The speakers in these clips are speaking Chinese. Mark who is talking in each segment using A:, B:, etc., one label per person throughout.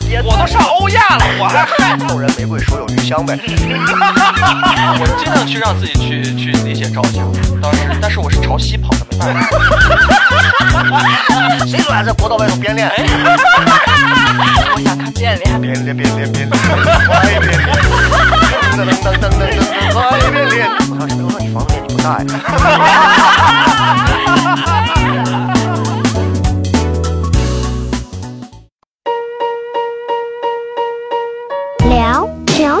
A: 节，我都上欧亚了，我还还
B: 送人玫瑰，手有余香呗。
C: 哎我尽量去让自己去去理解朝鲜，当时，但是我是朝西跑的，没办法。
B: 谁说俺在国道外头编练？
D: 我想看变脸。
B: 编练编练编练，我也编练。噔噔噔噔噔噔，我也编练。我当时没有说你房子面积不大呀。
E: 聊聊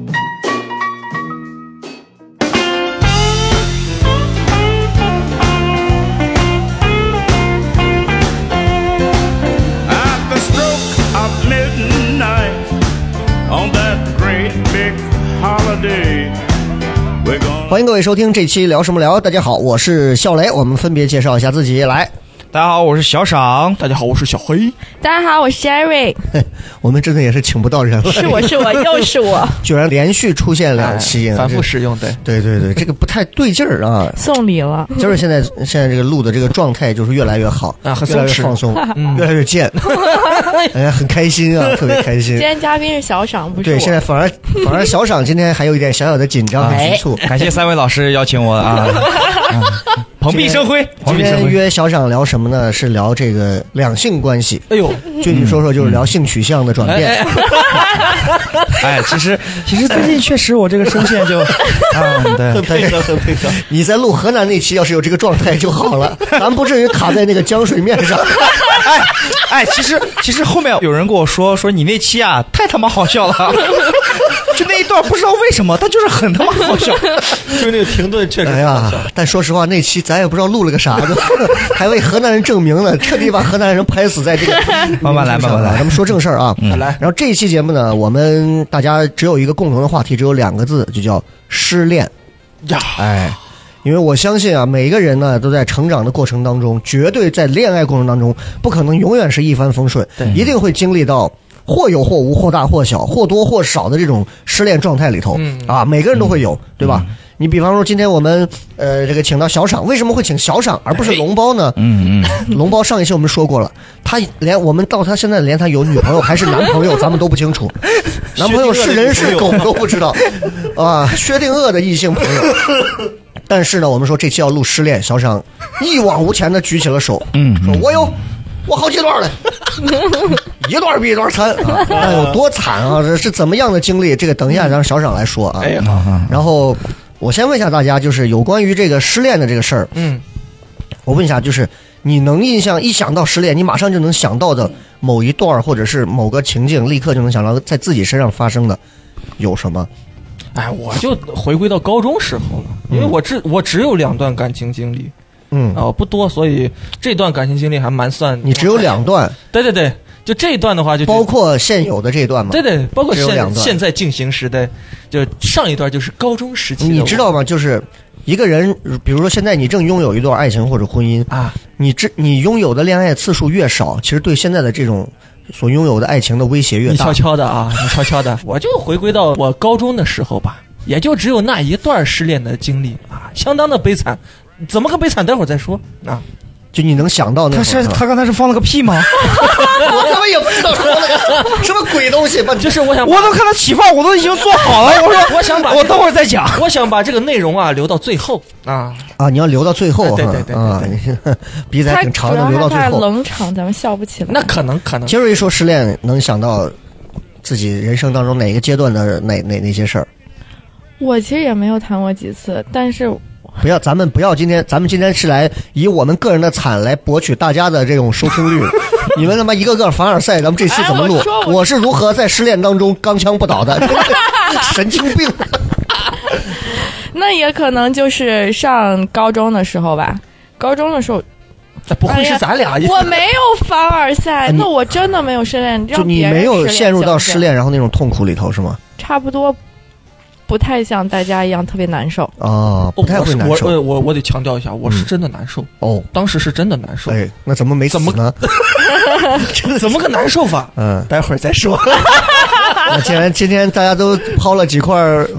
F: At the stroke of midnight on that great big holiday, we're gonna.
B: 欢迎各位收听这期聊什么聊。大家好，我是笑雷，我们分别介绍一下自己。来，
A: 大家好，我是小赏。
C: 大家好，我是小黑。
D: 大家好，我是 Jerry，
B: 我们真的哦也是请不到人了，
D: 是我是我又是我，
B: 居然连续出现两期，
C: 反复
B: 这
C: 使用，对，
B: 对对对，这个不太对劲儿 啊。
D: 送礼了。
B: 就是现在现在这个录的这个状态就是越来越好
C: 啊很
B: 越来越
C: 松弛
B: 放松， 越来越贱，哎呀，很开心啊，特别开心
D: 今。天嘉宾是小赏，不是
B: 对，
D: 我。
B: 现在反 而反而小赏今天还有一点小小的紧张和局促。
A: 感谢三位老师邀请我 啊，蓬荜生辉，
B: 今
A: 蓬荜生
B: 天
A: 辉。
B: 约小赏聊什么呢？是聊这个两性关系，
C: 哎呦，
B: 具体说说就是聊性取向的转
A: 嗯
B: 变。
C: 哎，
A: 哎，其实其实 最近确实我这个声 线就，嗯，对，
B: 配合，很配合。你在录河南那期，要是有这个状态就好了，咱不至于卡在那个江水面上。
A: 哎哎，其实其实后面有人跟我说说你那期啊太他妈好笑了， 就那一段不知道为什么，但就是很他妈好笑。
C: 就那个停顿确
B: 哎呀，但说实话，那期咱也不知道录了个啥子， 还为河南人证明呢，彻底把河南人拍死在这 个
A: 慢慢来慢慢来嗯
B: 咱们说正事儿啊，
C: 来
B: 然后这一期节目呢，我们大家只有一个共同的话题，只有两个字，就叫失恋。
C: 呀，
B: 哎，因为我相信啊，每一个人呢都在成长的过程当中，绝对在恋爱过程当中，不可能永远是一帆风顺，一定会经历到。或有或无，或大或小，或多或少的这种失恋状态里头、啊，每个人都会有，对吧？你比方说，今天我们呃，这个请到小赏，为什么会请小赏而不是龙包呢？
A: 嗯嗯，
B: 龙包上一期我们说过了，他连我们到他现在连他有女朋友还是男朋友，咱们都不清楚，男朋友是人是狗都不知道啊，薛定谔的异性朋友。但是呢，我们说这期要录失恋，小赏一往无前的举起了手，嗯，说我有，我好几段了， 一段比一段惨 啊，
C: 哎
B: 那有多惨啊？这是怎么样的经历？这个等一下让小赏来说啊。
C: 哎好，
B: 然后我先问一下大家，就是有关于这个失恋的这个事儿，
C: 嗯，
B: 我问一下，就是你能印象一想到失恋，你马上就能想到的某一段儿或者是某个情境，立刻就能想到在自己身上发生的有什么？
C: 哎，我就回归到高中时候了，因为我只我只有两段感情经历
B: 嗯，
C: 啊，不多，所以这段感情经历还蛮算
B: 你只有两段，
C: 对对对，就这一段的话就
B: 包括现有的这段吗？
C: 对对，包括
B: 只有两
C: 现
B: 段
C: 现在进行时代，就上一段就是高中时期的我，
B: 你知道吗？就是一个人，比如说现在你正拥有一段爱情或者婚姻，
C: 啊？
B: 你这你拥有的恋爱次数越少，其实对现在的这种所拥有的爱情的威胁越
C: 你
B: 大
C: 悄。悄的啊，你悄悄的， 我就回归到我高中的时候吧，也就只有那一段失恋的经历啊，相当的悲惨。怎么个悲惨？待会儿再说啊。
B: 就你能想到那
A: 他
B: 会儿啊
A: 是
B: 是吧
A: 他刚才是放了个屁 吗？
B: 我他妈也不知道说了个 什么鬼东西 吧？
C: 就是我想，
A: 我都看他起范，我都已经做好了。我说
C: 我想把
A: 我等会儿再讲。
C: 我想把这个内容啊留到最后啊。
B: 啊，你要留到最后哈，
C: 对对对对
B: 啊，你 鼻子还
D: 他
B: 挺
D: 主
B: 长的，
D: 要
B: 留到
D: 他
B: 最
D: 怕
B: 后。
D: 冷场，咱们笑不起来。
C: 那可能可能
B: 杰瑞说失恋能想到自己人生当中哪一个阶段的哪哪哪些事儿？
D: 我其实也没有谈过几次，但是
B: 不要，咱们不要今天，咱们今天是来以我们个人的惨来博取大家的这种收听率。你们他妈一个个凡尔赛，咱们这期怎么录
D: 哎我说？我
B: 我是如何在失恋当中钢枪不倒的？神经病！
D: 那也可能就是上高中的时候吧。高中的时候，
C: 那不会
D: 哎
C: 是
D: 呀
C: 咱俩一
D: 我没有凡尔 赛，
B: 哎你
D: 那我真的没有失恋，
B: 就
D: 让
B: 你
D: 别人
B: 没有
D: 失
B: 陷入到
D: 行不行
B: 失，恋然后那种痛苦里头是吗？
D: 差不多不太像大家一样特别难受。
B: 啊，不太
C: 我
B: 会
C: 是
B: 难
C: 我
B: 受嗯
C: 哦我我我得强调一下，我是真的难受，
B: 哦。
C: 当时是真的难受。
B: 哎，那怎么没死
C: 怎么
B: 呢？
C: 怎么个难受法？
B: 嗯，
C: 待会儿 再说。
B: 那既然今天大家都抛了几块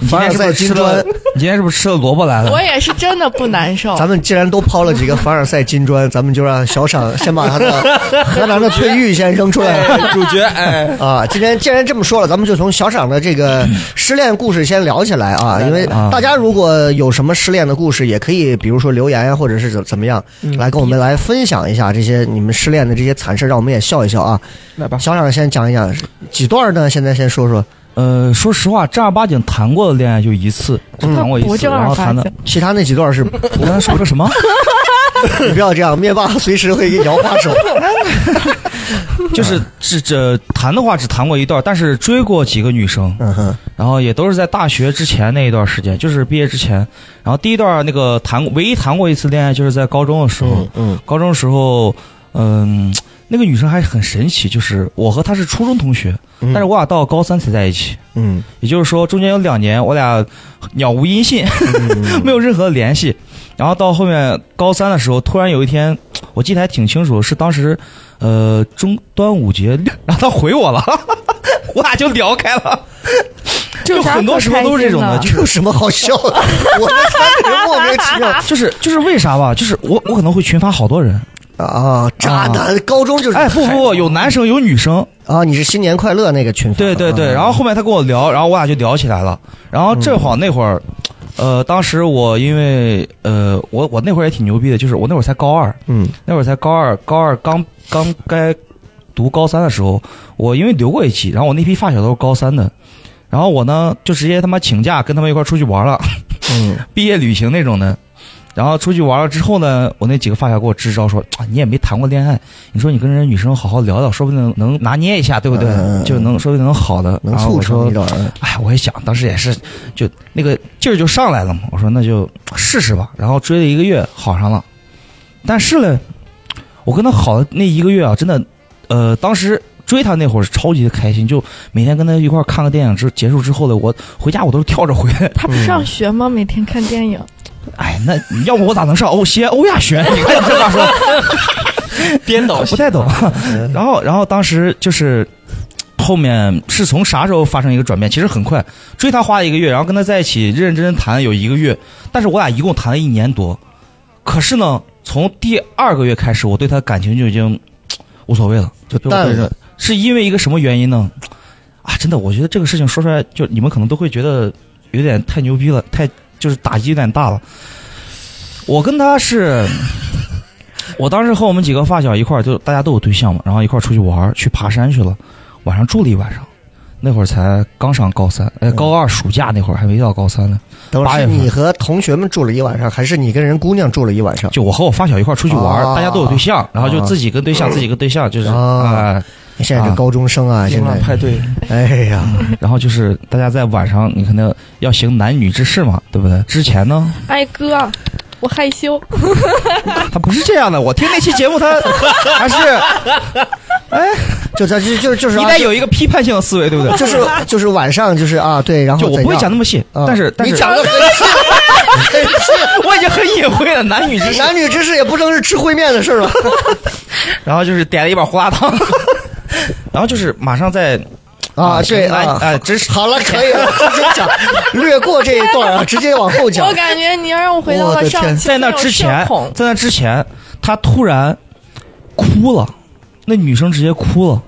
B: 凡尔赛金砖，
A: 你今天是不是吃了萝卜来了
D: 我？也是真的不难受。
B: 嗯咱们既然都抛了几个凡尔赛金砖，咱们就让小厂先把他的河南的翠玉先扔出来。
C: 主角，哎，
B: 啊，今天既然这么说了，咱们就从小厂的这个失恋故事先聊起来啊，
A: 嗯
B: 因为大家如果有什么失恋的故事，也可以比如说留言啊，或者是怎怎么样，
A: 嗯
B: 来跟我们来分享一下这些你们失恋的这些惨事，让我们也笑一笑啊。
C: 来 吧，
B: 小厂先讲一讲几段呢？现在先说说，
A: 呃，说实话，正儿八经谈过的恋爱就一次，就谈过一
D: 不
A: 次，
D: 正
A: 然
D: 儿
A: 后
D: 八
A: 谈的
D: 经，，
B: 其他那几段是
A: 我刚才说了什么？
B: 你不要这样，灭霸随时会摇花手。
A: 就是是这谈的话只谈过一段，但是追过几个女生，
B: 嗯哼，
A: 然后也都是在大学之前那一段时间，就是毕业之前。然后第一段那个谈，唯一谈过一次恋爱就是在高中的时候，
B: 嗯
A: 高中的时候，嗯，那个女生还很神奇，就是我和她是初中同学，
B: 嗯
A: 但是我俩到高三才在一起。
B: 嗯
A: 也就是说，中间有两年我俩鸟无音信， 没有任何联系。然后到后面高三的时候，突然有一天，我记得还挺清楚，是当时呃中端午节，然后他回我了， 我俩就聊开了。
D: 这有
A: 就
D: 啥
A: 很多
D: 可
A: 时候都
D: 开
A: 是这种
D: 心
A: 的
B: 这有什么好笑的？我们三个人莫名其 妙
A: 就是就是为啥吧？就是我我可能会群发好多人，
B: 啊！渣男，高中就是
A: 哎不不不，有男生有女生，
B: 啊！你是新年快乐那个群发，
A: 对对对。
B: 啊
A: 然后后面他跟我聊，然后我俩就聊起来了。然后正好那会儿，呃，当时我因为呃我我那会儿也挺牛逼的，就是我那会儿才高二，
B: 嗯
A: 那会儿才高二，高二刚刚该读高三的时候，我因为留过一期，然后我那批发小都是高三的，然后我呢就直接他妈请假跟他们一块儿出去玩了，
B: 嗯
A: 毕业旅行那种的。然后出去玩了之后呢，我那几个发小给我支招说啊，你也没谈过恋爱，你说你跟人女生好好聊聊，说不定能拿捏一下，对不对？
B: 嗯嗯嗯
A: 就能说不定能好的。
B: 能
A: 然后
B: 促
A: 我
B: 成
A: 说
B: 一，段儿。
A: 哎，我也想，当时也是，就那个劲儿就上来了嘛。我说那就试试吧，然后追了一个月，好上了。但是呢，我跟他好的那一个月啊，真的，呃，当时追他那会儿是超级的开心，就每天跟他一块儿看个电影之结束之后的，我回家我都是跳着回来。
D: 他
B: 嗯
D: 不上学吗？每天看电影，
A: 哎，那要不我咋能上欧协欧亚学？你看你这话说
C: 颠倒
A: 不太懂。
B: 嗯
A: 然后，然后当时就是后面是从啥时候发生一个转变？其实很快，追他花了一个月，然后跟他在一起认认真真谈有一个月，但是我俩一共谈了一年多。可是呢，从第二个月开始，我对他感情就已经无所谓了，就
B: 淡了。
A: 是因为一个什么原因呢？啊，真的，我觉得这个事情说出来，就你们可能都会觉得有点太牛逼了，太就是打击有点大了。我跟他是，我当时和我们几个发小一块儿，就大家都有对象嘛，然后一块儿出去玩儿，去爬山去了，晚上住了一晚上。那会儿才刚上高三，哎，高二暑假那会儿还没到高三呢。
B: 等会
A: 八
B: 儿
A: 月
B: 是
A: 份
B: 你和同学们住了一晚上，还是你跟人姑娘住了一晚上？
A: 就我和我发小一块儿出去玩儿，
B: 啊
A: 大家都有对象，然后就自己跟对象，自己跟对象，就是
B: 啊
A: 啊、
B: 你现在是
A: 啊
B: 高中生啊，现
C: 今晚
B: 在
C: 派对，
B: 哎 呀，
A: 然后就是大家在晚上，你肯定要行男女之事嘛，对不对？之前呢，
D: 哎哥，我害羞，
A: 他不是这样的。我听那期节目，他 还是
B: 就咱就就就是
A: 你
B: 啊
A: 得有一个批判性的思维，对不对？
B: 就是 就是晚上就是啊，对，然后
A: 就我
B: 怎
A: 不会
B: 样
A: 讲那么细，
B: 啊
A: 但是但是
B: 你 讲的很细，很细。哎
A: 我已经很隐晦了，男女之事。
B: 男女之事也不正是吃烩面的事儿 吗？
A: 然后就是点了一碗胡 辣汤，然后就是马上在
B: 啊，对
A: 哎
B: 啊，
A: 哎，真是
B: 好了，可以了，直接讲，略过这一段啊，直接往后 讲
D: 我。感觉你要让我回到
B: 我
D: 了
B: 的
D: 上
B: 天
D: 期
A: 在那
D: 种
A: 之
D: 社
A: 前
D: 恐，
A: 在那之前，他突然哭了，那女生直接哭了。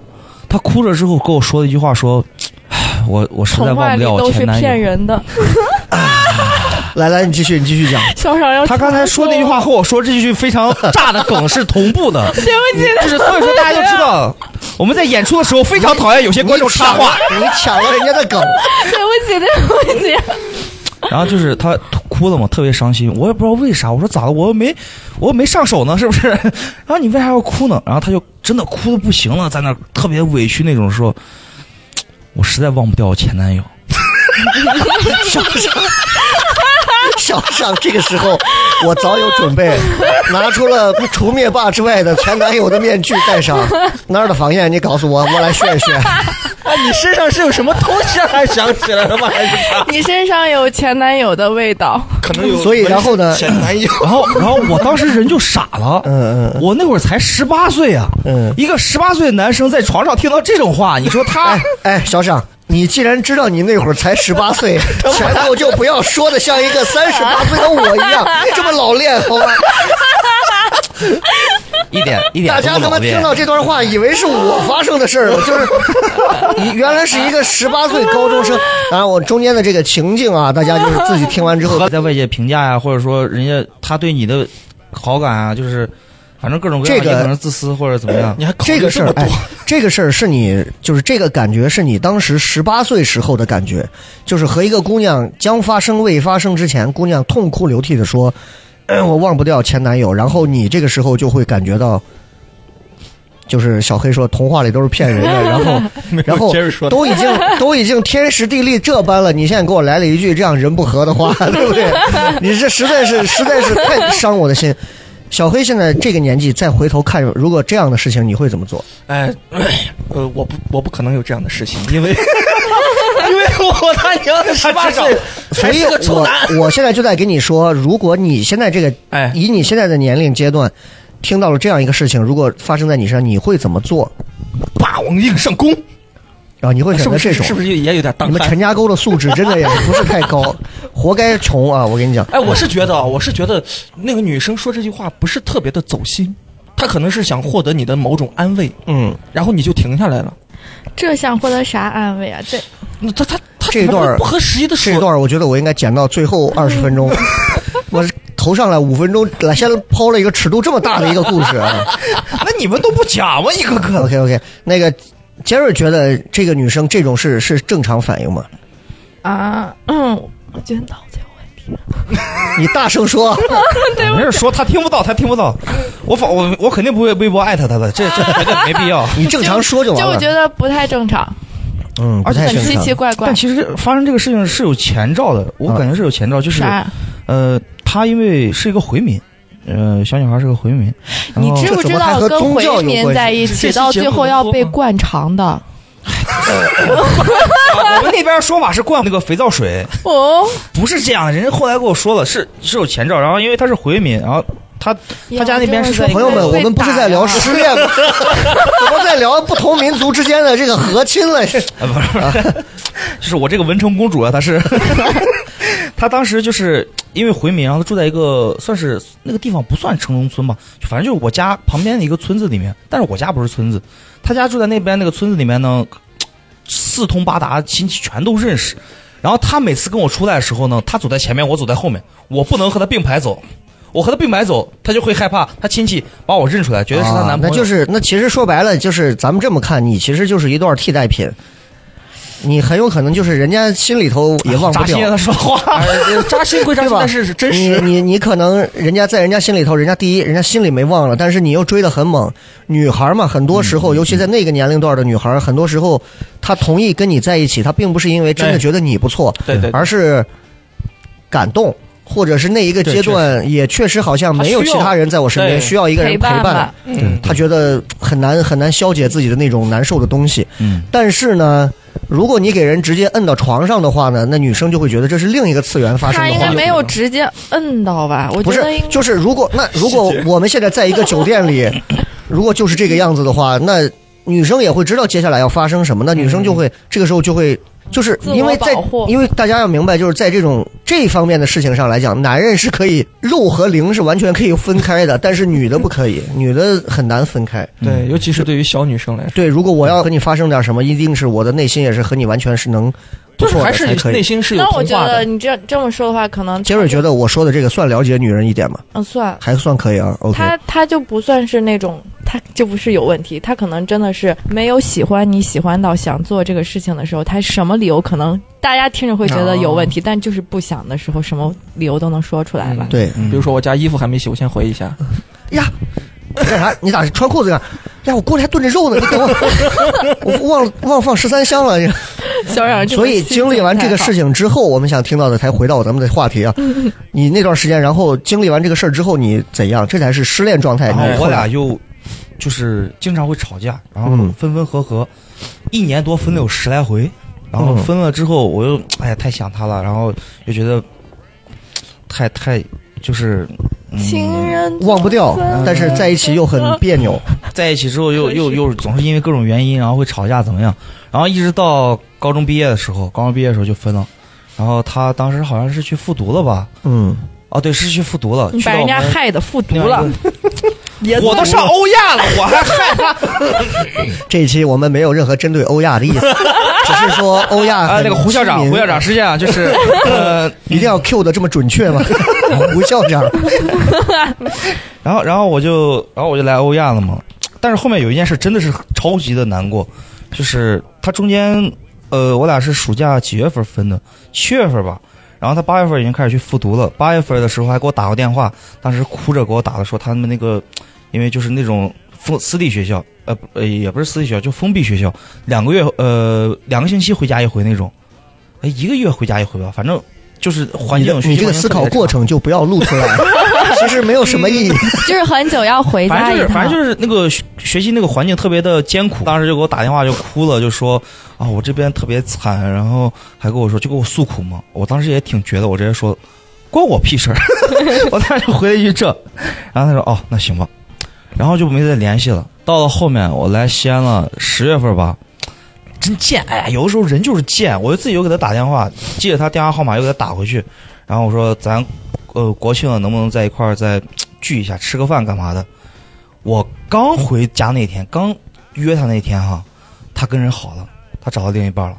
A: 她哭了之后跟我说了一句话，说：“唉，我我实在
D: 童话
A: 忘不
D: 里
A: 掉
D: 都
A: 我
D: 是
A: 前男
D: 骗
A: 友。
D: 人的。
B: 来来，你继续，你继续讲。
D: 小爽要”
A: 他刚才说那句话和我说这句非常炸的梗是同步 的，
D: 对不起，
A: 就是所以说大家就知
D: 啊
A: 道，我们在演出的时候非常讨厌有些观众插话。
B: 你抢了，你抢了人家的梗。
D: 对不起，对不起。
A: 然后就是他哭了嘛，特别伤心。我也不知道为啥，我说咋了？我又没，我又没上手呢，是不是？ 然后你为啥要哭呢？然后他就真的哭的不行了，在那儿特别委屈那种说，我实在忘不掉我前男友。
B: 小尚， 小尚，这个时候我早有准备，拿出了除灭霸之外的前男友的面具戴上。哪儿的方言？你告诉我，我来学一学。
C: 啊，你身上是有什么东西让他想起来了吗？还是他
D: 你身上有前男友的味道，
C: 可能有？
B: 所以然后呢
C: 前男友
A: 然后，然后我当时人就傻了，
B: 嗯嗯嗯
A: 我那会儿才十八岁啊，
B: 嗯
A: 一个十八岁的男生在床上听到这种话，你说他
B: 哎哎，小尚，你既然知道你那会儿才十八 岁，前头就不要说的像一个三十八岁的我一样这么老练，好吧？
A: 一点一
B: 大家他妈听到这段话，以为是我发生的事儿了，就是你原来是一个十八岁高中生。当然，我中间的这个情境啊，大家就是自己听完之后
A: 和，在外界评价呀、或者说人家他对你的好感啊，就是反正各种各样，
B: 这个
A: 也可能自私或者怎么样
C: 你。还考虑
B: 这个事
C: 这
B: 儿
C: 么，多
B: 哎？，这个事儿是你就是这个感觉是你当时十八岁时候的感觉，就是和一个姑娘将发生未发生之前，姑娘痛哭流涕的说：“嗯我忘不掉前男友。”然后你这个时候就会感觉到，就是小黑说童话里都是骗人的，然后 然后
C: 接着说
B: 都已经 都已经天时地利这般了，你现在给我来了一句这样人不和的话， 对不对？你这实在是 实在是太伤我的心。小黑现在这个年纪再回头看，如果这样的事情，你会怎么做？
C: 哎，呃，我不，我不可能有这样的事情，因为 因为我他娘的十八岁，
B: 所
C: 还
B: 以
C: 是个臭
B: 我
C: 男。
B: 我现在就在跟你说，如果你现在这个，
C: 哎
B: 以你现在的年龄阶段，听到了这样一个事情，如果发生在你身上，你会怎么做？
C: 霸王硬上弓，
B: 啊，你会选
C: 是
B: 择
C: 不
B: 这
C: 是？
B: 种？
C: 是不是也有点当
B: 你们
C: 汉
B: 陈家沟的素质真的也不是太高，活该穷啊！我跟你讲，
C: 哎，我是觉得，啊，我是觉得那个女生说这句话不是特别的走心，她可能是想获得你的某种安慰，
B: 嗯，
C: 然后你就停下来了。
D: 这想获得啥安慰啊？这
C: 那她她她
B: 这
C: 怎么会
B: 段
C: 不合时宜的
B: 这
C: 说，
B: 段我觉得我应该剪到最后二十分钟，我头上来五分钟来先抛了一个尺度这么大的一个故事啊。
A: 那你们都不讲吗？一个个的。
B: OK OK，那个杰瑞觉得这个女生这种是是正常反应吗？
D: 啊，嗯，我觉得脑子有问题。
B: 你大声说，
A: 没事说，他听不到，他听不到。我反我我肯定不会微博艾特他的，这这这个没必 要。
B: 你正常说就完
D: 就我
B: 了。
D: 觉得不太正常，
B: 嗯，不
A: 而且
B: 太
D: 很
B: 正
D: 奇奇
B: 常。
D: 怪怪
A: 但。其实发生这个事情是有前兆的，我
B: 啊
A: 感觉是有前兆，就是
D: 啥？
A: 呃，她因为是一个回民，呃，小女孩是个 回民，然
D: 你
A: 后
D: 知不知道
B: 哦这怎么还和
D: 跟
B: 宗教有
D: 回
B: 关系
D: 民在一
C: 这
D: 起，
C: 期
D: 到
C: 节
D: 最
C: 目
D: 后
C: 能
D: 要
C: 播
D: 被
C: 吗
D: 灌肠的？
A: 我们那边说法是灌那个肥皂水，
D: 哦，
A: 不是这样，人家后来跟我说了，是是有前兆，然后因为他是回民，然后他他家那边是在一
B: 朋
A: 个
B: 友们，我们不是在聊
D: 事，
B: 失恋，怎么在聊不同民族之间的这个和亲了？
A: 啊，不是，不是， 就是我这个文成公主啊，她是，她当时就是因为回民，然啊后她住在一个算是那个地方不算城中村吧，反正就是我家旁边的一个村子里面，但是我家不是村子，她家住在那边那个村子里面呢，四通八达，亲戚全都认识。然后她每次跟我出来的时候呢，她走在前面，我走在后面，我不能和她并排走。我和她并排走，她就会害怕，她亲戚把我认出来，觉得是她
B: 啊
A: 男朋友。
B: 那就是那其实说白了，就是咱们这么看，你其实就是一段替代品。你很有可能就是人家心里头也忘不
A: 扎心啊，
B: 掉
A: 她，说话。
C: 呃扎心归扎
B: 对
C: 心，
B: 吧？嗯
C: 但是是真
B: 你
C: 实。
B: 你你可能人家在人家心里头，人家第一，人家心里没忘了，但是你又追得很猛。女孩嘛，很多时
C: 嗯
B: 候，尤其在那个年龄段的女孩，很多时候她同意跟你在一起，她并不是因为真的
C: 对
B: 觉得你不错，
C: 对对，对
B: 而是感动，或者是那一个阶段也确实好像没有
C: 她需
B: 其
C: 要
B: 他人在我身边，
C: 对
B: 需要一个人陪
D: 伴吧，
C: 嗯，
B: 她觉得很难很难消解自己的那种难受的东西。
A: 嗯，
B: 但是呢，如果你给人直接摁到床上的话呢，那女生就会觉得这是另一个次元发生
D: 他
B: 的
D: 应
B: 话
D: 该
B: 题。
D: 没有直接摁到吧？我
B: 不
D: 觉
B: 是
D: 得应，
B: 就是如果那如果我们现在在一个酒店里，如果就是这个样子的话，那女生也会知道接下来要发生什么，那女生就会、这个时候就会。就是
D: 自我
B: 因为在
D: 保护，
B: 因为大家要明白，就是在这种这方面的事情上来讲，男人是可以肉和灵是完全可以分开 的，但是女的不可以，女的很难分开。
C: 对，尤其是对于小女生来说，
B: 对，如果我要和你发生点什么，一定是我的内心也是和你完全是能不
C: 就是
B: 错
C: 还
B: 的
C: 是
B: 才可
C: 内
B: 以。
C: 心是有
D: 那我
C: 童
D: 觉
C: 话
D: 得
C: 的。
D: 你这这么说的话，可能
B: 杰瑞觉
D: 得
B: 得我说的这个算了解女人一点吗？
D: 嗯算，
B: 还算可以啊，OK。
D: 他他就不算是那种，他就不是有问题，他可能真的是没有喜欢你喜欢到想做这个事情的时候，他什么理由可能大家听着会觉得有
B: 哦
D: 问题，但就是不想的时候，什么理由都能说出来吧
C: 嗯。
B: 对，
A: 嗯
C: 比如说我家衣服还没洗，我先回一下。
B: 呀，干啥？你咋穿裤子呀？呀，我锅里还炖着肉呢，你等 我，我忘了忘了放十三香了。
D: 小冉这
B: 嗯
D: 个
B: 所以经历完这个事情之后，我们想听到的才回到咱们的话题啊。你那段时间，然后经历完这个事儿之后，你怎样？这才是失
A: 哎
B: 恋状态。
A: 然后
B: 你
A: 我俩又就是经常会吵架，然后
B: 啊嗯
A: 分分合合，一年多分了有十来回，然后分了之后，我又哎呀太想他了，然后又觉得太太就是、嗯、
D: 情人
B: 忘不掉
D: 总分，
B: 但是在一起又很别扭。
A: 在一起之后又又又总是因为各种原因，然后会吵架怎么样？然后一直到高中毕业的时候，高中毕业的时候就分了。然后他当时好像是去复读了吧？
B: 嗯，
A: 哦，对，是去复读了，
D: 你
A: 去
D: 把
A: 到
D: 人
A: 我
D: 家
A: 们
D: 害的复读
A: 另外一
D: 了
A: 个，
D: 也
A: 我都上欧亚了，我还害怕
B: 这一期我们没有任何针对欧亚的意思，只是说欧亚
A: 啊！
B: 很
A: 那个胡校
B: 亲
A: 长，
B: 民
A: 胡校长是这样，就是呃，
B: 一定要 Q 的这么准确吗？ 胡校长，
A: 然后然后我就然后我就来欧亚了嘛。但是后面有一件事真的是超级的难过，就是他中间呃，我俩是暑假几月份分的？七月份吧。然后他八月份已经开始去复读了，八月份的时候还给我打过电话，当时哭着给我打的说他们那个，因为就是那种封私立学校，呃不呃也不是私立学校，就封闭学校，两个月呃两个星期回家一回那种，哎一个月回家一回吧，反正就是环
B: 你
A: 境
B: 这你这个思考过
A: 程。
B: 程就不要露出 来，其实没有什么意义。
D: 就是很久要回
A: 反
D: 家
A: 正
D: 一
A: 就是
D: 趟，
A: 反正就是那个学学习那个环境特别的艰苦，当时就给我打电话就哭了，就说啊我这边特别惨，然后还跟我说就给我诉苦嘛。我当时也挺绝的，我直接说关我屁事儿， 我当时就回了一句这，然后他说哦那行吧，然后就没再联系了。到了后面我来西安了，十月份吧。真贱！哎呀，有的时候人就是贱。我就自己又给他打电话，记得他电话号码又给他打回去，然后我说咱，呃，国庆了能不能在一块儿再聚一下，吃个饭干嘛的？我刚回家那天，刚约他那天哈，他跟人好了，他找到另一半了，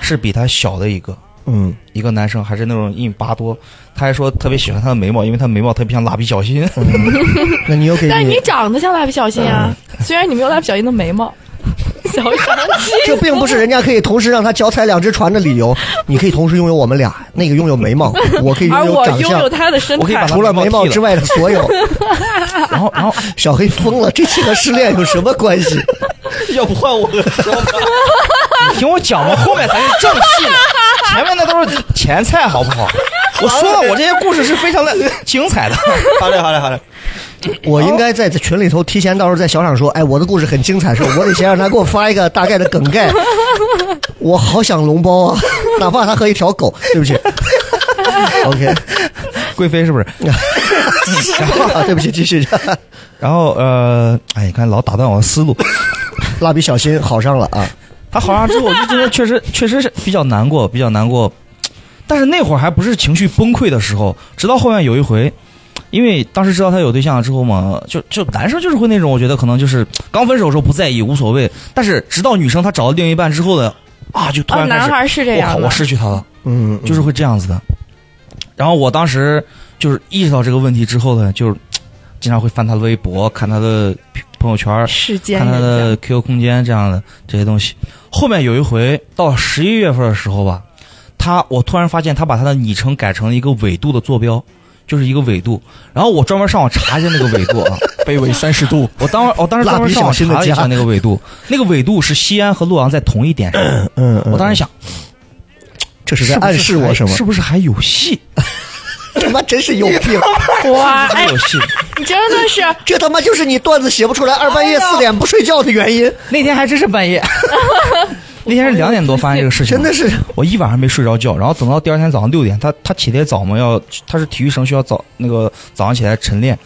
A: 是比他小的一个
B: 嗯，
A: 一个男生，还是那种一米八多。他还说特别喜欢他的眉毛，因为他眉毛特别像蜡笔小 新。
B: 那你又给
D: 但是你长得像蜡笔小新啊，虽然你没有蜡笔小新的眉毛，小傻气。
B: 这并不是人家可以同时让他脚踩两只船的理由。你可以同时拥有我们俩，那个拥有眉 毛，我可以
D: 而
B: 拥有
D: 我
B: 长
D: 拥
B: 相
D: 有，他的身
A: 我可以把
D: 材
A: 它，
B: 除了眉毛之外的所 有。
A: 然后，然后
B: 小黑疯了，这期和失恋有什么关系？
C: 要不换我说吧？
A: 你听我讲嘛，后面才是正戏呢，前面那都是前菜，好不 好？我说了，我这些故事是非常的精彩的。
C: 好嘞，好嘞，好嘞。
B: 我应该在群里头提前，到时候在小厂说，哎，我的故事很精彩，是吧我得先让他给我发一个大概的梗概。我好想龙包啊，哪怕他和一条狗，对不 起。OK，
A: 贵妃是不是？
B: 啊对不起，继续。
A: 然后呃，哎，你看老打断我的思路。
B: 蜡笔小新好上了啊，
A: 他好上之后，我就真 的确实确实是比较难过，比较难过。但是那会儿还不是情绪崩溃的时候，直到后面有一回，因为当时知道他有对象了之后嘛，就就男生就是会那种，我觉得可能就是刚分手的时候不在意无所谓，但是直到女生她找到另一半之后的啊，就突
D: 哦，
A: 然开
D: 男
A: 始，
D: 孩是这
A: 我靠，
D: 样的
A: 我，失去他了。
B: 嗯，
A: 就是会这样子的。然后我当时就是意识到这个问题之后呢，就是经常会翻他的微博，看他的朋友圈儿，
D: 世间
A: 看他
D: 人
A: 的 QQ 空间这样的这些东西。后面有一回到十一月份的时候吧，他我突然发现他把他的昵称改成了一个纬度的坐标，就是一个纬度。然后我专门上网查一下那个纬度 啊，
C: 北纬三十度，
A: 我当我当时专门上网查了一下那个纬 度，那个纬度是西安和洛阳在同一点上。
B: 嗯，嗯
A: 我当时想，
B: 这是
A: 是
B: 在
A: 不是
B: 暗示我
A: 还
B: 什么？
A: 是不是还有戏？
B: 他妈真是有病，啊
D: 哇，
A: 还
D: 哎，
A: 有戏。
D: 你真的是
B: 这他妈就是你段子写不出来，二半夜四点不睡觉的原因，
A: 那天还真 是半夜，那天是两点多发现这个事情，
B: 真的是
A: 我一晚上没睡着觉，然后等到第二天早上六点，他他起得早嘛，要他是体育生，需要早那个早上起来晨练，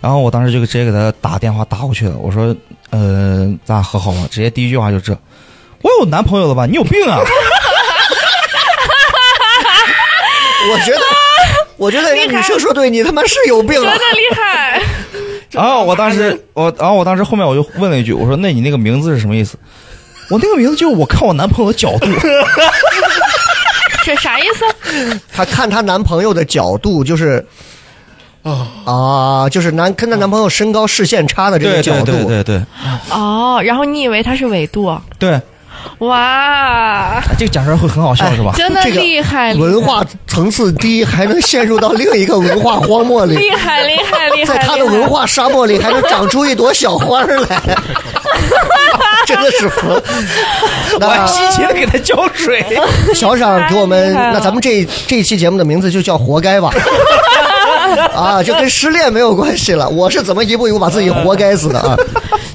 A: 然后我当时就直接给他打电话打过去了，我说，呃，咱俩和好吧，直接第一句话就这，我有男朋友了吧？你有病 啊！
B: 我觉得，我觉得人家女生说对你他妈是有病
D: 真
B: 啊
D: 的！厉害，
A: 然后我当时我，然后我当时后面我就问了一句，我说，那你那个名字是什么意思？我那个名字就是我看我男朋友的角 度，
D: 这啥意思？
B: 她看她男朋友的角度就是。
A: 哦
B: 啊就是男跟她男朋友身高视线差的这个
A: 对
B: 角
A: 对
B: 度，
A: 对对对
D: 哦，然后你以为他是纬度？
A: 对，哎
D: 哇，
A: 这个讲出来会很好笑是吧？
D: 真的
B: 这个
D: 厉害，
B: 文化层次低，还能陷入到另一个文化荒漠里，
D: 厉害厉害 厉 害，
B: 在她的文化沙漠里还能长出一朵小花儿来，真的是服了。
A: 我还
B: 那
A: 稀奇的给他浇水。
B: 小赏给我们，
D: 太厉害了
B: 那咱们这这一期节目的名字就叫“活该”吧。啊，就跟失恋没有关系了。我是怎么一步一步把自己活该死的啊？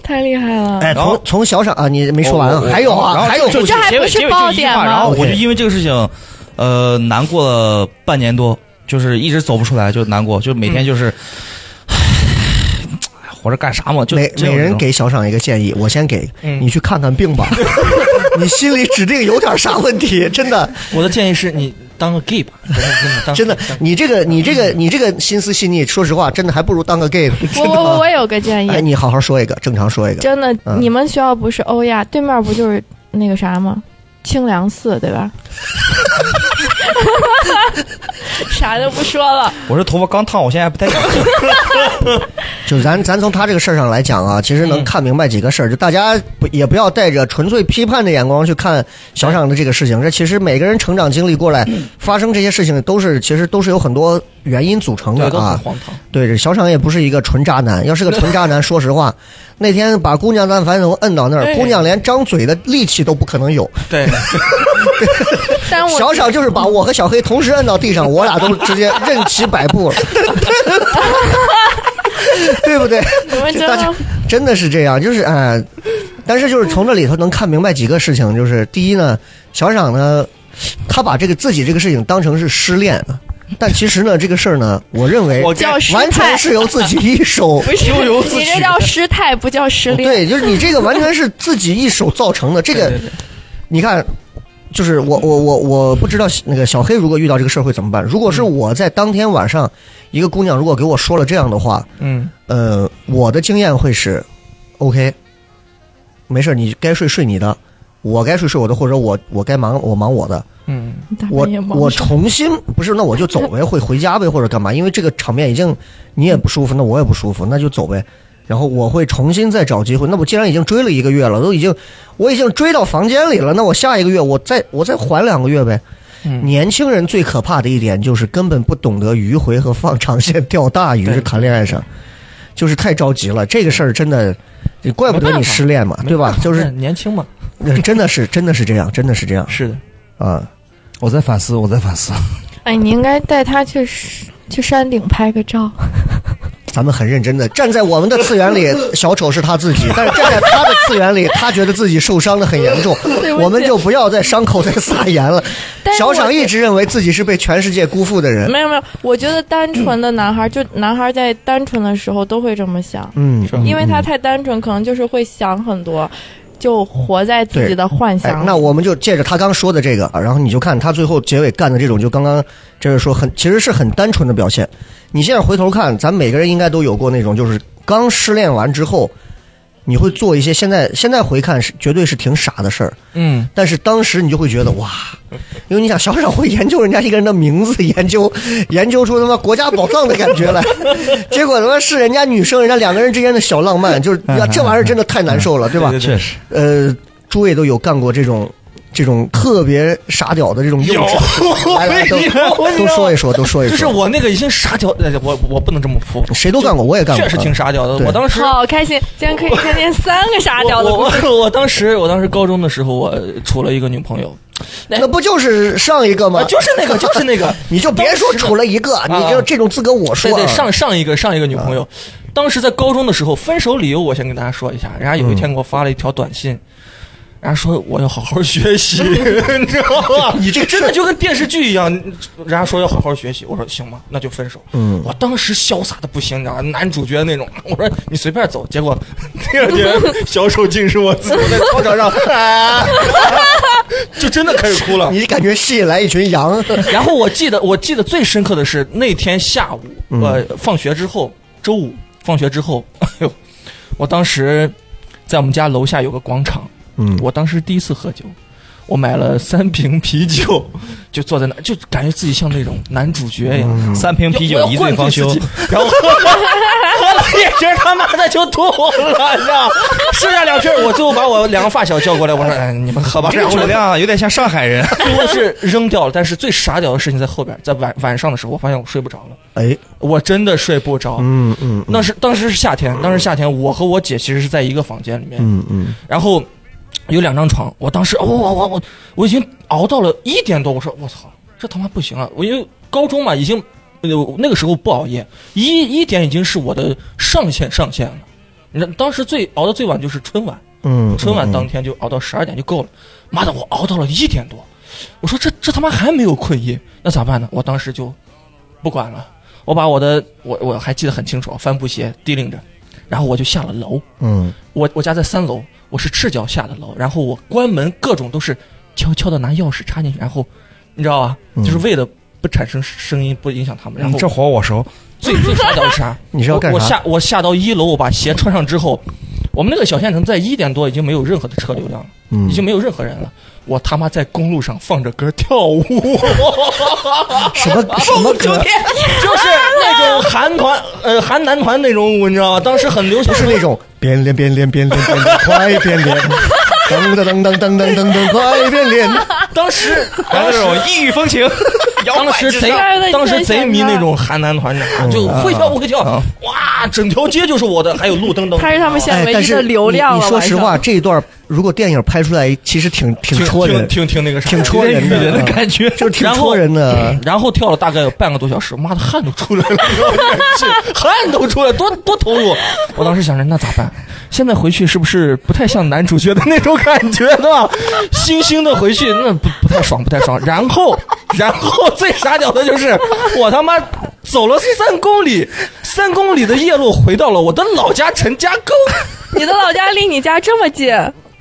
D: 太厉害了！
B: 哎，
A: 然后
B: 从从小赏啊，你没说完
A: 我
B: 啊，
A: 哦我
B: 还有
A: 然
B: 啊，
A: 后
B: 还有
A: 就
D: 这还
A: 结尾
D: 不是
A: 结尾
D: 爆
A: 就一句话
D: 点吗
A: 然后我就
B: OK
A: 因为这个事情，呃，难过了半年多，就是一直走不出来，就难过，就每天就是，唉，活着干啥嘛？就
B: 每
A: 只有
B: 每
A: 这
B: 人
A: 种
B: 给小赏一个建议，我先给
C: 嗯
B: 你去看看病 吧，你心里指定有点啥问题，真的
C: 我的建议是你当个 gay 吧，真的真的当个
B: 真的
C: gay，当，个
B: 你这个你这个你这个心思细腻，说实话，真的还不如当个 gay 呢。
D: 我
B: 真的
D: 我我我
B: 啊
D: 有个建
B: 哎，
D: 议，
B: 你好好说一个，正常说一个。
D: 真的，
B: 嗯
D: 你们学校不是欧亚对面不就是那个啥吗？清凉寺对 吧？啥都不说了，
A: 我这头发刚烫，我现在还不 太敢。
B: 就咱咱从他这个事儿上来讲啊，其实
C: 嗯
B: 能看明白几个事儿，就大家不也不要带着纯粹批判的眼光去看小赏的这个事情。这其实每个人成长经历过来，
D: 嗯
B: 发生这些事情都是其实都是有很多原因组成的
C: 对，都很
B: 啊。
C: 荒唐。
B: 对，这小赏也不是一个纯渣男，要是个纯渣 男，说实话，那天把姑娘但凡能摁到那儿，
C: 对
B: 姑娘连张嘴的力气都不可能有。
C: 对，
D: 但我
B: 小赏就是把我和小黑同时摁到地上，我俩都直接任其摆布了， 对不对？
D: 你们真
B: 大家
D: 的
B: 真的是这样，就是哎、但是就是从这里头能看明白几个事情，就是第一呢，小赏呢，他把这个自己这个事情当成是失恋了，但其实呢，这个事儿呢，我认为
C: 我
D: 叫失
B: 完
D: 态
B: 全，是由自己一手
D: 不是
A: 咎由自取
D: 你这叫失态，不叫失恋。
B: 哦对，就是你这个完全 是自己一手造成的。这个
C: 对对对
B: 你看，就是我我我我不知道那个小黑如果遇到这个事儿会怎么办。如果是
C: 嗯
B: 我在当天晚上，一个姑娘如果给我说了这样的话，
C: 嗯，
B: 呃，我的经验会是，OK，没事儿，你该睡睡你的，我该睡睡我的，或者我我该忙我忙我的，
C: 嗯，
D: 大
B: 我
D: 半夜忙
B: 我
D: 什么
B: 重新不是，那我就走呗，会回家呗，或者干嘛？因为这个场面已经你也不舒服，那我也不舒服，那就走呗。然后我会重新再找机会。那我既然已经追了一个月了，都已经我已经追到房间里了，那我下一个月我再我再缓两个月呗。
C: 嗯
B: 年轻人最可怕的一点就是根本不懂得迂回和放长线钓大鱼，
C: 对
B: 这谈恋爱上就是太着急了。这个事儿真的，怪不得你失恋嘛，对吧？就
C: 那
B: 是
C: 年轻嘛，
B: 真的是真的是这样，真的是这样
C: 是的，
B: 啊。
A: 我在反思，我在 反思。
D: 哎，你应该带他去去山顶拍个照。
B: 嗯咱们很认真的站在我们的次元 里，小丑是他自己；但是站在他的次元里，他觉得自己受伤的很严重
D: 对，不起
B: 我们就不要在伤口再撒盐了
D: 但。是
B: 小
D: 我
B: 赏一直认为自己是被全世界辜负的人，
D: 没有没有，我觉得单纯的男孩，就男孩在单纯的时候都会这么想，
B: 嗯，
C: 是吧
D: 因为他太单纯，可能就是会想很多，就活在自己的幻
B: 哎
D: 想。，
B: 那我们就借着他刚说的这个，然后你就看他最后结尾干的这种，就刚刚这位说很，其实是很单纯的表现。你现在回头看，咱每个人应该都有过那种，就是刚失恋完之后，你会做一些现在现在回看是绝对是挺傻的事儿，
C: 嗯，
B: 但是当时你就会觉得 哇，因为你想小赏会研究人家一个人的名字，研究研究出他妈国家宝藏的感觉 来，结果他妈是人家女生，人家两个人之间的小浪漫，就是呀这玩意儿真的太难受了，对吧？
C: 嗯对
A: 确实，
B: 呃，诸位都有干过这种这种特别傻屌的这种幼稚，来来都都说一说，都说一
C: 就是
B: 说，
C: 我那个已经傻屌，呃我我不能这么铺，
B: 谁都干过，我也干过，嗯
C: 确实挺傻屌的。
B: 对
C: 我当时
D: 好开心，今天可以看见三个傻屌的
C: 我
D: 故
C: 我
D: 事。
C: 我我当时我当时高中的时候，我处了一个女朋友，
B: 那不就是上一个吗？
C: 啊，就是 那个就是那个，
B: 你就别说处了一个，你就这种资格我说
C: 对
B: 啊
C: 对，上上一个上一个女朋友，当时在高中的时候，分手理由我先跟大家说一下。人家有一天给我发了一条短信，然后说我要好好学习， 你知道吗？
B: 你这个
C: 真的就跟电视剧一样，人家说要好好学习，我说行吧，那就分手。
B: 嗯
C: 我当时潇洒的不行，你知道吗？男主角那种，我说你随便走。结果 第二天小手竟是我自己，我在操场上，啊、就真的开始哭了。
B: 你感觉吸引来一群羊，
C: 然后我记得我记得最深刻的是那天下午，
A: 嗯
C: 呃，放学之后，周五放学之后， 哎呦，我当时在我们家楼下有个广场，
B: 嗯
C: 我当时第一次喝酒，我买了三瓶啤酒， 就坐在那儿，就感觉自己像那种男主角一样。
A: 嗯三瓶啤酒
C: 要
A: 一醉方休，，
C: 要灌醉自己然后喝了喝了一瓶他妈的就吐了，你知道吗？剩下两瓶儿，我最后把我两个发小叫过来，我说：“哎，你们喝吧。”
A: 这
C: 然
A: 个
C: 后
A: 酒
C: 我
A: 量啊有点像上海人。
C: 最后是扔掉了，但是最傻屌的事情在后边，在晚晚上的时候，我发现我睡不着了，
B: 哎，
C: 我真的睡不着。
B: 嗯嗯
C: 那是当时是夏天，当时夏天，我和我姐其实是在一个房间里面，
B: 嗯嗯，
C: 然后有两张床，我当时哦我我我我我已经熬到了一点多，我说我操，这他妈不行了，啊我因为高中嘛，已经呃那个时候不熬夜，一一点已经是我的上限上限了。你知道当时最熬的最晚就是春晚，
B: 嗯，
C: 春晚当天就熬到十二点就够了。妈的，我熬到了一点多，我说这这他妈还没有困意，那咋办呢？我当时就不管了，我把我的我我还记得很清楚，帆布鞋提拎着，然后我就下了楼。
B: 嗯，
C: 我我家在三楼，我是赤脚下的楼，然后我关门各种都是悄悄的拿钥匙插进去，然后你知道吧，就是为了不产生声音，不影响他们。然
A: 嗯
C: 后
A: 这活我熟，
C: 最最傻屌的是啥？
B: 你是要干啥
C: 我我下我下到一楼，我把鞋穿上之后，我们那个小县城在一点多已经没有任何的车流量了，
B: 嗯
C: 已经没有任何人了。我他妈在公路上放着歌跳舞，
B: 什么
C: 啊
B: 什么歌？
C: 就是那种韩团呃韩男团那种舞，你知道吗？当时很流行
B: 不，是那种变脸变脸变脸变脸快变脸，噔噔噔噔噔噔噔噔快变脸，
C: 当时
A: 还有那种异域风 情，
C: 当时贼
D: 摇摆之上
C: 当时贼迷那种韩男团，你
B: 嗯
C: 知道吗？就会跳会跳，哇，整条街就是我的，还有路灯灯。
D: 他是他们县
B: 哎，
D: 唯
B: 但
D: 一的
B: 是
D: 流
B: 你
D: 量
B: 你
D: 了。
B: 说实话，
D: 晚上，
B: 这一段如果电影拍出来，其实挺挺
C: 挺
B: 戳人，
C: 挺挺挺那个啥，
B: 挺戳
A: 有点
B: 人
A: 雨人的
B: 的，啊
A: 感觉。
B: 就是挺
C: 然后嗯
B: 戳人的。啊
C: 然后跳了大概有半个多小时，妈的汗都出来了， 是汗都出来，多多投入。我当时想着那咋办？现在回去是不是不太像男主角的那种感觉呢？星星的回去那不不太爽，不太爽。然后，然后最傻屌的就是我他妈走了三公里，三公里的夜路回到了我的老家陈家沟。
D: 你的老家离你家这么近，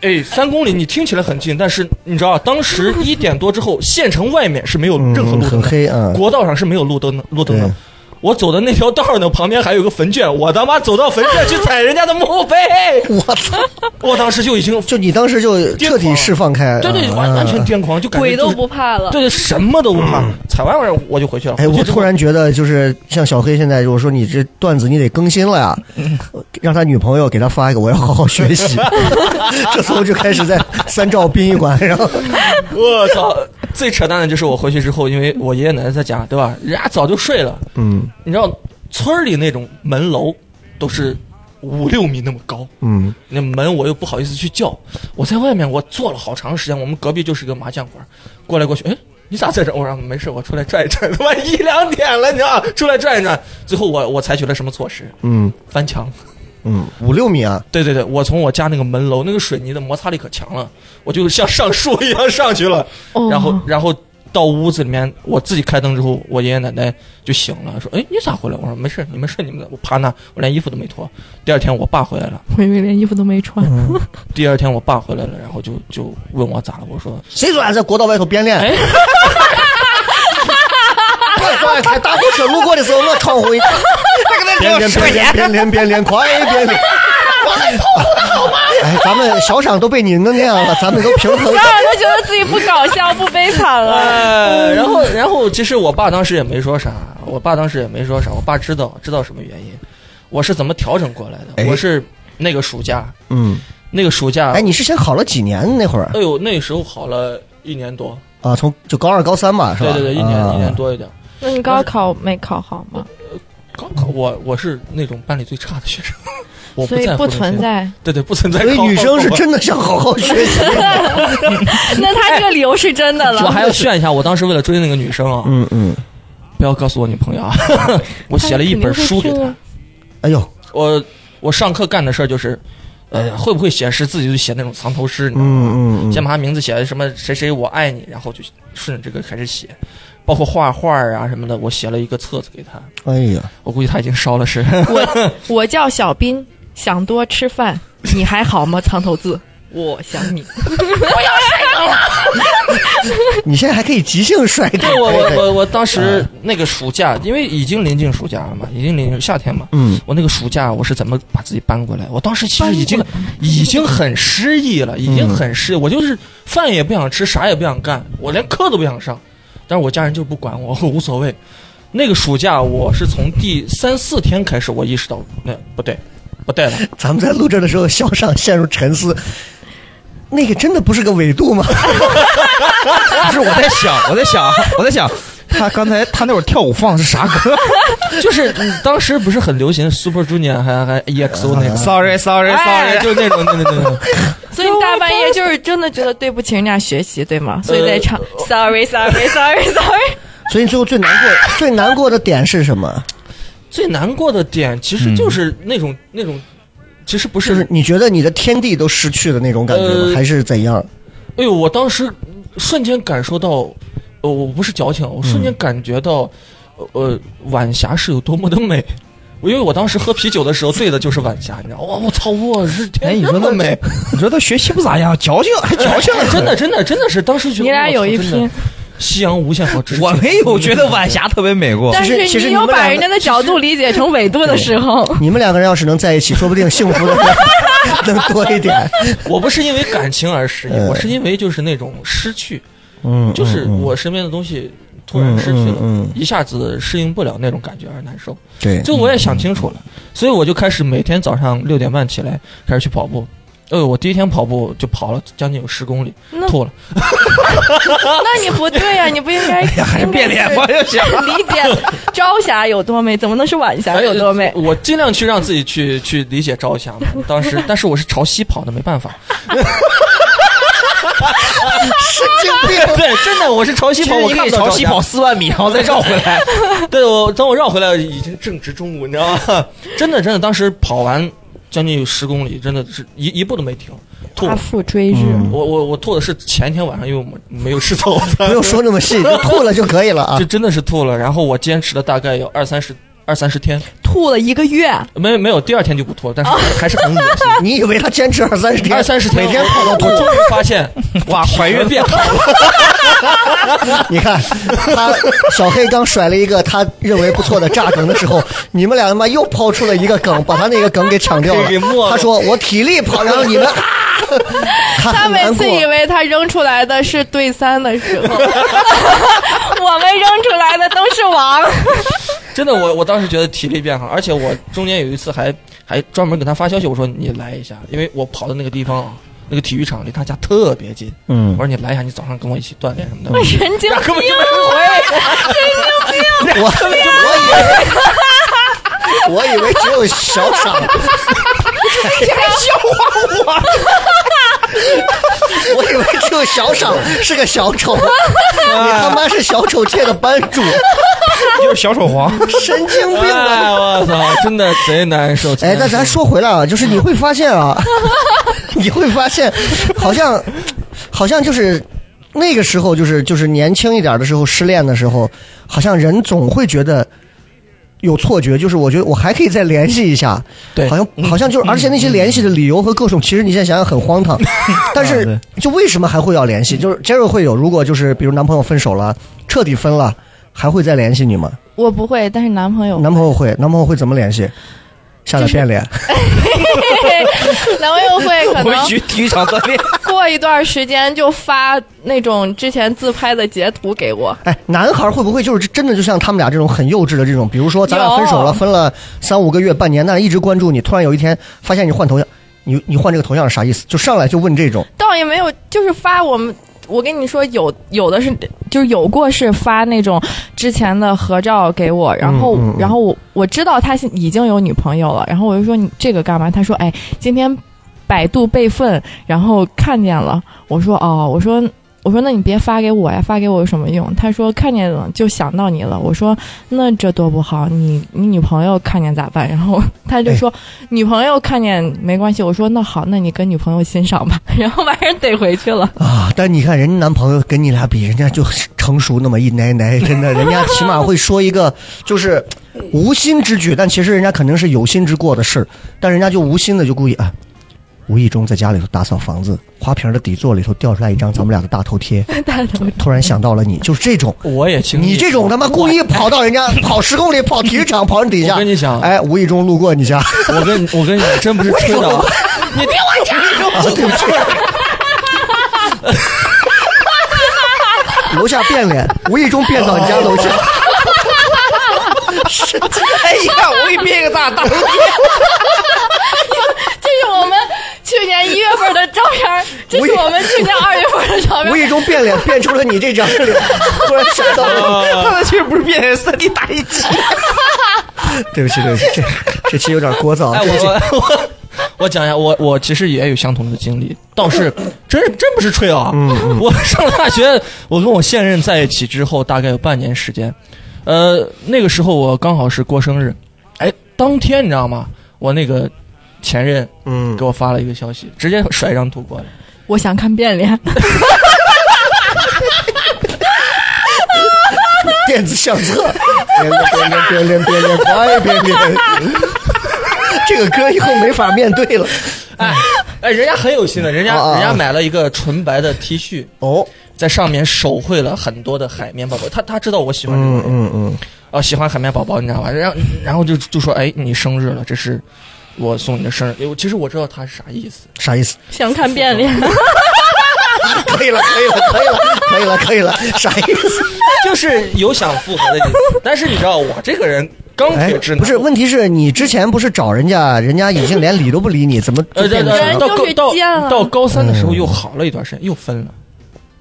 C: 哎，三公里你听起来很近，但是你知道，啊当时
D: 嗯
C: 一点多之后，县城外面是没有任何路灯的，
B: 嗯很黑啊
C: 国道上是没有路灯的，路灯的
B: 对。
C: 我走的那条道儿呢，旁边还有个坟圈，我他妈走到坟圈去踩人家的墓碑，
B: 我操！
C: 我当时就已经，
B: 就你当时就彻底释放开，
C: 对对，
B: 啊
C: 完完全。癫狂，就感觉
D: 鬼
C: 就
D: 都
C: 是
D: 不怕了。
C: 对对，什么都不怕，踩完玩意儿我就回去了。
B: 嗯哎，
C: 回去
B: 我
C: 之后
B: 突然觉得，就是像小黑现在，我说你这段子你得更新了呀，让他女朋友给他发一个，我要好好学 习。这时候就开始在三兆殡仪馆，然后
C: 我操！最扯淡的就是我回去之后，因为我爷爷奶奶在家，对吧？人家早就睡了。
B: 嗯
C: 你知道，村儿里那种门楼都是五六米那么高，
B: 嗯
C: 那门我又不好意思去叫，我在外面我坐了好长时间，我们隔壁就是个麻将馆，过来过去，哎，你咋在这儿？我说没事，我出来转一转，他妈一两点了，你知道，出来转一转。最后我我采取了什么措施？
B: 嗯
C: 翻墙。
B: 嗯，五六米啊，
C: 对对对，我从我家那个门楼，那个水泥的摩擦力可强了，我就像上树一样上去了，
D: 哦
C: 然后然后到屋子里面，我自己开灯之后，我爷爷奶奶就醒了，说：“哎，你咋回来？”我说：“没事，你们睡你们的。”我趴那，我连衣服都没脱。第二天我爸回来了，
D: 我以为连衣服都没穿。
C: 嗯第二天我爸回来了，然后就就问我咋了，我说
B: 谁说俺在国道外头编练？
C: 哎
B: 快上来开大货车路过的时候，我闯红一边连边连边连边连快边连。哎，咱们小厂都被你弄那样了，咱们都平衡 一
D: 然
B: 下。
D: 后都觉得自己不搞笑、不悲惨了。
C: 哎，然后然后其实我爸当时也没说啥，我爸当时也没说啥，我爸知道知道什么原因，我是怎么调整过来的，
B: 哎
C: 我是那个暑假
B: 嗯，
C: 那个暑假，
B: 哎，你是先考了几年那会儿
C: 哎呦那时候好了一年多，
B: 啊？从就高二高三吧，是吧？
C: 对对对，一年、
B: 啊
C: 一年。多一点。
D: 那你高考没考好吗？
C: 高考我我是那种班里最差的学生， 我
D: 所以
C: 在乎
D: 不
C: 那些
D: 存，在。
C: 对对不存在。
B: 所以女生是。真的想好好学 习。
D: 那他这个理由是真的
C: 我还
D: 了。
C: 要炫一下，我当时为了追那个女生啊，
B: 嗯嗯。
C: 不要告诉我女朋友啊， 我写了一本书给
D: 啊
C: 她。
B: 哎呦，
C: 我我上课干的事儿就是，呃，会不会写诗，自己就写那种藏头诗，你知道吗？
B: 嗯嗯
C: 先
B: 嗯，
C: 把他名字写什么谁谁我爱你，然后就顺着这个开始写，包括画画啊什么的，我写了一个册子给他，
B: 哎呀，
C: 我估计他已经烧了 是。
D: 我叫小斌，想多吃饭。你还好吗？藏头字，我想你。
B: 你现在还可以即兴摔倒。
C: 对我我我我当时那个暑假，因为已经临近暑假了嘛，已经临近夏天嘛，
B: 嗯，
C: 我那个暑假我是怎么把自己搬过来？我当时其实已经已经很失意了，已经很失意，我就是饭也不想吃，啥也不想干，我连课都不想上，但是我家人就不管我，我无所谓。那个暑假我是从第三四天开始，我意识到那不对，不对了，
B: 咱们在录制的时候，肖尚陷入沉思。那个真的不是个纬度 吗？
A: 不是我在想，我在想，我在想，他刚才他那会儿跳舞放的是啥歌
C: 就是嗯当时不是很流行 Super Junior 还还 EXO 那个。
A: ？Sorry Sorry
C: 哎，
A: Sorry，
C: 就那种，那种，那 种，
D: 所以大半夜就是真的觉得对不起人家学习，对吗？所以在唱 Sorry Sorry Sorry Sorry。
B: 所以最后最难过、最难过的点是什么？
A: 嗯
C: 最难过的点其实就是那种、那种其实不
B: 就是是你觉得你的天地都失去的那种感觉吗？
C: 呃
B: 还是怎样？
C: 哎呦，我当时瞬间感受到，呃，我不是矫情，我瞬间
A: 嗯
C: 感觉到，呃，晚霞是有多么的美。 我因为我当时喝啤酒的时候对的就是晚霞，你知道，哇，我操，我是
A: 哎，
C: 天
A: 你
C: 这
A: 说
C: 么
A: 他
C: 美，，
A: 你说他学习不咋样，矫情还矫情，
C: 真的真的真的是当时觉得
D: 你俩有一
C: 我操真
D: 拼
C: 的，夕阳无限好，只 是
A: 我没有觉得晚霞特别美过。
D: 但
B: 其实
D: 是
B: 其实你
D: 你有
B: 们
D: 把
B: 俩
D: 人家的角度理解成纬度的时候，
B: 你们两个人要是能在一起，说不定幸福的 能多一点。
C: 我不是因为感情而失忆，
B: 呃
C: 我是因为就是那种失去，
B: 嗯，
C: 就是
B: 嗯嗯
C: 我身边的东西突然失去了，
B: 嗯嗯嗯
C: 一下子适应不了那种感觉而难受。
B: 对，嗯
C: 就我也想清楚了，所以我就开始每天早上六点半起来开始去跑步。呃，我第一天跑步就跑了将近有十公里，
D: 那
C: 吐了。
D: 那你不对啊呀、你不应该。
A: 还是
D: 应该
A: 变 脸吧，
D: 是
A: 就想。
D: 理解朝霞有多美，怎么能是晚霞有多美？
C: 呃我尽量去让自己去 去理解朝霞嘛。当时，但是我是朝西跑的，没办法。
B: 神经病。
C: 对，真的，我是朝西跑，我
A: 一
C: 看
A: 个
C: 不到
A: 朝
C: 朝
A: 西
C: 霞
A: 跑四万米，然后再绕回来。
C: 对我，等我绕回来已经正值中午，你知道吗？ 真的，真的，当时跑完将近有十公里，真的是一一步都没停，吐
D: 夸
C: 了。
D: 父追日，
C: 我我我吐的是前一天晚上，因为我们没有吃早餐
B: 不，用说那么细，就吐了就可以了啊
C: 就！真的是吐了。然后我坚持了大概有二三十二三十天，
D: 吐了一个月，
C: 没没有第二天就不吐了，但是还是很恶心。
B: 你以为他坚持二三十天？
C: 二三十天，
B: 每天
C: 我
B: 跑到吐
C: 我 终于发现，哇，怀孕变好了。
B: 你看，他小黑刚甩了一个他认为不错的炸梗的时候，你们俩他妈又抛出了一个梗，把他那个梗给抢掉了
C: 给没。了
B: 他说我体力跑，然后 你们啊，他
D: 他
B: 很
D: 每
B: 难
D: 次
B: 过。
D: 以为他扔出来的是对三的时候， 我们扔出来的都是王。
C: 真的，我我当时觉得体力变好，而且我中间有一次还还专门给他发消息，我说你来一下，因为我跑的那个地方啊，那个体育场离他家特别近。
B: 嗯
C: 我，说你来一下，你早上跟我一起锻炼什么的。
D: 神经
C: 那根本
D: 病
C: 就！
B: 哎
C: 没
B: 我我以为我以 为只有小傻，你还笑话我？我以为只有小傻是个小 丑，你他妈是小丑界的班主，
A: 就是小手黄，
B: 神经病啊吧
C: 回。
B: 你
C: 哎，我操，真的贼难受。
B: 哎，
C: 那
B: 那咱说回来啊，就是你会发现啊，你会发现，好像，好像就是那个时候，就是就是年轻一点的时候，失恋的时候，好像人总会觉得有错觉，就是我觉得我还可以再联系一下，
C: 对
B: 好像好像就是，而且那些联系的理由和各种，其实你现在想想很荒唐，但
A: 啊
B: 是
A: 对
B: 就为什么还会要联系？就是杰瑞会有，如果就是比如男朋友分手了，彻底分了。还会再联系你吗？
D: 我不会，但是男朋友，
B: 男朋友会，男朋友会怎么联系？下载
D: 就是
B: 变脸。
D: 男朋友会可
A: 回
D: 能
A: 去体育场锻炼。
D: 过一段时间就发那种之前自拍的截图给我。
B: 哎，男孩会不会就是真的就像他们俩这种很幼稚的这种？比如说咱俩
D: 有
B: 分手了，分了三五个月、半年，但是一直关注你，突然有一天发现你换头像，你你换这个头像是啥意思？就上来就问这种，
D: 倒也没有，就是发我们。我跟你说，有有的是，就是有过是发那种之前的合照给我，然后、
B: 嗯嗯
D: 然后我我知道他是已经有女朋友了，然后我就说你这个干嘛？他说哎，今天百度备份，然后看见了。我说哦，我说我说那你别发给我呀，发给我有什么用？他说看见了就想到你了。我说那这多不好，你你女朋友看见咋办？然后他就说、女朋友看见没关系。我说那好，那你跟女朋友欣赏吧。然后把人怼回去了。
B: 啊，但你看人家男朋友跟你俩比，人家就成熟那么一奶奶，真的，人家起码会说一个就是无心之举，但其实人家肯定是有心之过的事儿，但人家就无心的就故意啊。无意中在家里头打扫房子，花瓶的底座里头掉出来一张咱们俩的大头贴，
D: 大头
B: 突然想到了你，就是这种。
C: 我也经历
B: 你这种他妈故意跑到人 家跑十公里跑体育场跑人底下，
C: 我跟你讲
B: 哎，无意中路过你家，
C: 我跟你我跟你讲，真不是吹的啊，你听我讲，对不起，
B: 楼下变脸，无意中变到你家楼下，
A: 哎呀，我给你变一个大大头
D: 这是我们去年一月份的照片儿，这是我们去年二月份的照片
B: 无
D: 儿。
B: 意中变脸变出了你这张脸，突然想到了
A: 他的其实不是变脸，三 D 打印机。
B: 你， 对不起，对不起，这这期有点聒噪，
C: 哎，
B: 啊对不起。
C: 我我我我讲一下，我我其实也有相同的经历，倒是
B: 嗯
C: 真真不是吹啊。 我上了大学，我跟我现任在一起之后，大概有半年时间，呃，那个时候我刚好是过生日，哎，当天你知道吗？我那个前任
B: 嗯
C: 给，我发了一个消息，直接甩一张图过来。
D: 我想看变脸，
B: 电子相册，变变变变变变变，快变变。 这个歌以后没法面对了。
C: 哎哎，人家很有心的，人家
B: 啊啊啊
C: 人家买了一个纯白的 T 恤，
B: 哦，
C: 在上面手绘了很多的海绵宝宝。他他知道我喜欢这个
B: 嗯
C: 东西，
B: 嗯嗯，
C: 哦，喜欢海绵宝宝，你知道吧？然后然后就就说，哎，你生日了，这是我送你的生日。哎我其实我知道他是啥 意思，
B: 啥意思？
D: 想看变 脸，
C: 哦
B: 可以了，可以了，可以了，可以了，可以了，啥意思？
C: 就是有想复合的意思。但是你知道我这个人钢
B: 哎
C: 铁直，男，
B: 不是，问题是你之前不是找人家，人家已经连理都不理你，怎么嗯就
C: 呃，对
B: 变
C: 对
B: 成
D: 人
C: 对，
D: 家
B: 了？
D: 就是贱了
C: 到高到到高三的时候又好了一段时间，又分了。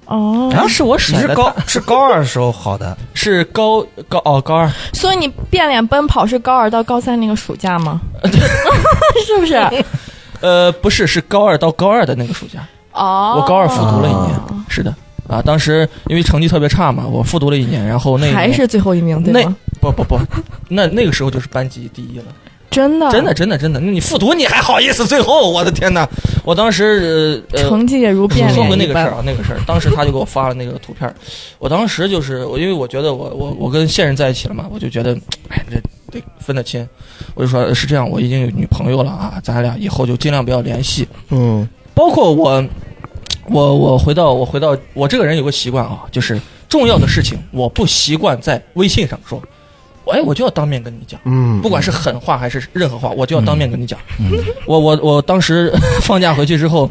D: 哦，
C: 啊，是我
A: 你
C: 甩
A: 是
C: 的
A: 高
C: 他
A: 是 高二时候好的，
C: 是高高哦高二，
D: 所以你变脸奔跑是高二到高三那个暑假 吗？ 是不是？
C: 呃，不是是高二到高二的那个暑假，
D: 哦，
C: 我高二复读了一年，是的啊，当时因为成绩特别差嘛，我复读了一年，然后那一
D: 还
C: 年
D: 是最后一名对
C: 那
D: 吗？
C: 不不不，那那个时候就是班级第一了。
D: 真的，
C: 真的，真的真的，那你复读你还好意思？最后我的天哪！我当时呃呃，
D: 成绩也如变脸一
C: 说
D: 般。
C: 回那个事儿啊，那个事儿，当时他就给我发了那个图片儿，我当时就是我，因为我觉得我我我跟现任在一起了嘛，我就觉得，哎，这得分得清，我就说是这样，我已经有女朋友了啊，咱俩以后就尽量不要联系。
B: 嗯，
C: 包括我，我我回到我回到我这个人有个习惯啊，就是重要的事情我不习惯在微信上说，哎，我就要当面跟你讲。
B: 嗯，
C: 不管是狠话还是任何话，我就要当面跟你讲。
A: 嗯
C: 我我我当时 放假回去之后，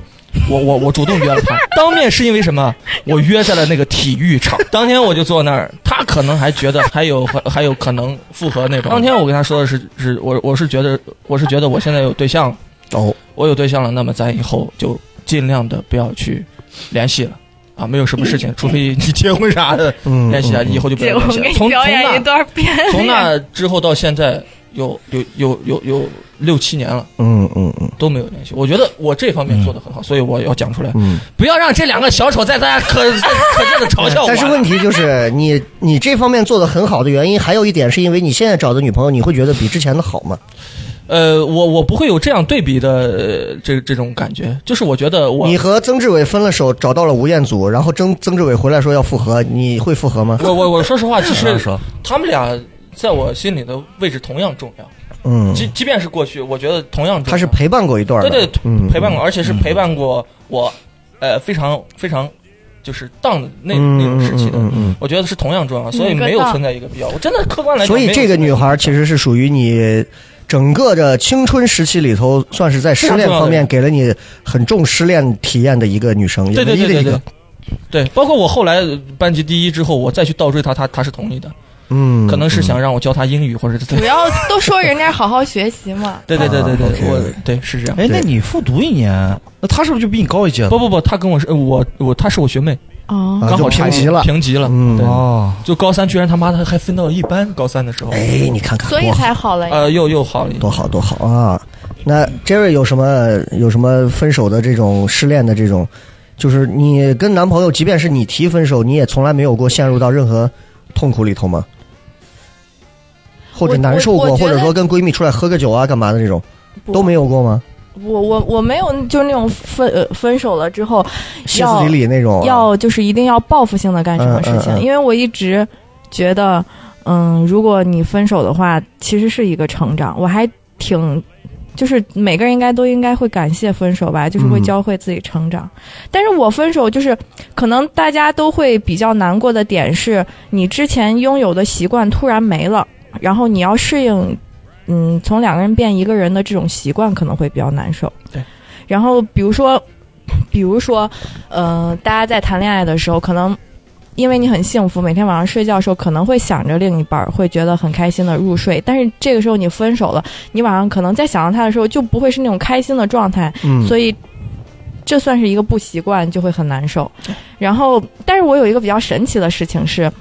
C: 我我我主动约了他，当面是因为什么？我约在了那个体育场，当天我就坐那儿，他可能还觉得还有还有可能复合那种。当天我跟他说的是是我我是觉得我是觉得我现在有对象了，
B: 哦，
C: 我有对象了，那么咱以后就尽量的不要去联系了。啊，没有什么事情，除非你结婚啥的，
B: 嗯
C: 联系啊，以后就不要联系了。从从那
D: 段变
C: 从那之后到现在，有有有有有六七年了，
B: 嗯嗯嗯
C: 都没有联系。我觉得我这方面做的很好，所以我要讲出来，
B: 嗯。
C: 不要让这两个小丑在大家可可劲的嘲笑我。啊
B: 但是问题就是，你你这方面做的很好的原因，还有一点是因为你现在找的女朋友，你会觉得比之前的好吗？
C: 呃，我我不会有这样对比的呃这这种感觉，就是我觉得我
B: 你和曾志伟分了手，找到了吴彦祖，然后曾曾志伟回来说要复合，你会复合吗？
C: 我我我说实话， 其
A: 是
B: 啊
C: 实
A: 说
C: 他们俩在我心里的位置同样重要，
B: 嗯，
C: 即即便是过去，我觉得同样重要。
B: 他是陪伴过一段的，
C: 对对，
B: 嗯，
C: 陪伴过，而且是陪伴过我，呃，非常非常就是当那
B: 嗯
C: 那种时期的
B: 嗯嗯嗯嗯，
C: 我觉得是同样重要，所以
D: 嗯
C: 没有
D: 跟当
C: 存在一个必要。我真的客观来讲，
B: 所以这个女孩其实是属于你整个的青春时期里头，算是在失恋方面给了你很重失恋体验的一个女生，
C: 没
B: 也
C: 有对
B: 唯
C: 对
B: 一的
C: 对
B: 一
C: 对
B: 个。
C: 对，包括我后来班级第一之后，我再去倒追她，她她是同意的，
B: 嗯，
C: 可能是想让我教她英语或者是。
D: 不要都说人家好好学习嘛
C: 对对对对对对，
B: 啊
C: 我
B: ，OK
C: 对是这样。
A: 哎，那你复读一年，那他是不是就比你高一届了？
C: 不不不，她跟我是呃我我她是我学妹，
D: 哦，
B: 啊
C: 刚好
B: 就平
C: 差一
B: 级了
C: 平级了，
B: 嗯
C: 对，
A: 哦，
C: 就高三居然他妈的还分到一班，高三的时候，
B: 哎，你看看，
D: 所以
B: 多好
D: 才好了呀。
C: 呃又又好了一点
B: 多好多好啊！那 Jerry 有什么有什么分手的这种失恋的这种，就是你跟男朋友，即便是你提分手，你也从来没有过陷入到任何痛苦里头吗？或者
D: 我
B: 难受
D: 我
B: 过，
D: 我觉
B: 或
D: 得
B: 者说跟闺蜜出来喝个酒啊，干嘛的这种
D: 不
B: 都没有过吗？
D: 我我我没有，就是那种分呃分手了之后
B: 歇斯底里那种啊，
D: 要就是一定要报复性的干什么事
B: 嗯嗯嗯
D: 情，因为我一直觉得，嗯，如果你分手的话，其实是一个成长。我还挺，就是每个人应该都应该会感谢分手吧，就是会
B: 嗯
D: 教会自己成长。但是我分手就是，可能大家都会比较难过的点是，你之前拥有的习惯突然没了，然后你要适应，嗯，从两个人变一个人的这种习惯可能会比较难受。
C: 对，
D: 然后比如说，比如说，呃，大家在谈恋爱的时候，可能因为你很幸福，每天晚上睡觉的时候可能会想着另一半儿，会觉得很开心的入睡。但是这个时候你分手了，你晚上可能在想到他的时候就不会是那种开心的状态，
B: 嗯，
D: 所以这算是一个不习惯，就会很难受。然后，但是我有一个比较神奇的事情是，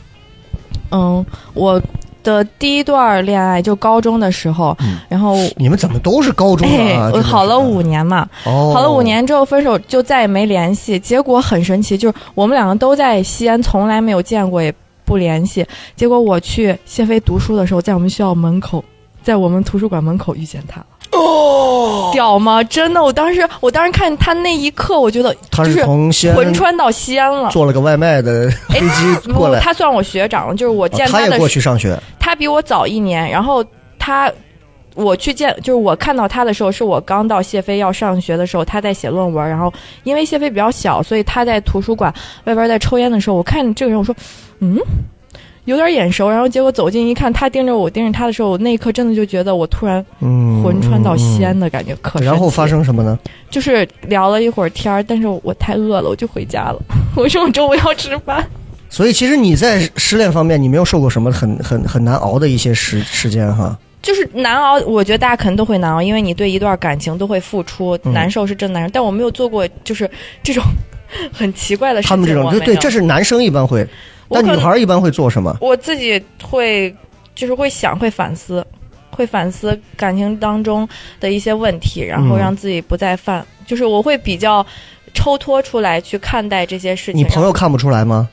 D: 嗯，我的第一段恋爱就高中的时候，
B: 嗯
D: 然后。
B: 你们怎么都是高中
D: 哎
B: 啊？，
D: 我
B: 真的是
D: 好了五，年嘛，
B: 哦，
D: 好了五，年之后分手，就再也没联系。结果很神奇，就是我们两个都在西安，从来没有见过，也不联系。结果我去谢飞读书的时候，在我们学校门口，在我们图书馆门口遇见他了。
C: 哦哟，
D: 屌吗？真的，我当时我当时看他那一刻，我觉得
B: 他
D: 就是是
B: 从西安
D: 魂穿到西安了。
B: 坐了个外卖的飞机
D: 不
B: 过来，
D: 他算我学长，就是我见
B: 啊他
D: 的
B: 也
D: 时
B: 过去上学，
D: 他比我早一年，然后他我去见，就是我看到他的时候，是我刚到谢飞要上学的时候，他在写论文，然后因为谢飞比较小，所以他在图书馆外边在抽烟的时候，我看这个人，我说嗯。有点眼熟，然后结果走近一看，他盯着我，盯着他的时候，我那一刻真的就觉得我突然
B: 嗯，
D: 魂穿到西安
B: 嗯。
D: 的感觉，可
B: 嗯然
D: 神
B: 后
D: 奇
B: 发
D: 了
B: 生什么呢？
D: 就是聊了一会儿天儿，但是我太饿了，我就回家了。我说我中午要吃饭，
B: 所以其实你在失恋方面，你没有受过什么很很很难熬的一些时时间哈。
D: 就是难熬。我觉得大家可能都会难熬，因为你对一段感情都会付出，
B: 嗯
D: 难受是真难受。但我没有做过就是这种很奇怪的事
B: 他
D: 情。
B: 们这种
D: 我
B: 对
D: 没
B: 对，
D: 有
B: 这是男生一般会，
D: 我
B: 但
D: 可
B: 女
D: 能
B: 孩一般会做什么？
D: 我自己会就是会想，会反思，会反思感情当中的一些问题，然后
B: 嗯
D: 让自己不再犯。就是我会比较抽脱出来去看待这些事情。
B: 你朋
D: 然后
B: 友看不出来吗？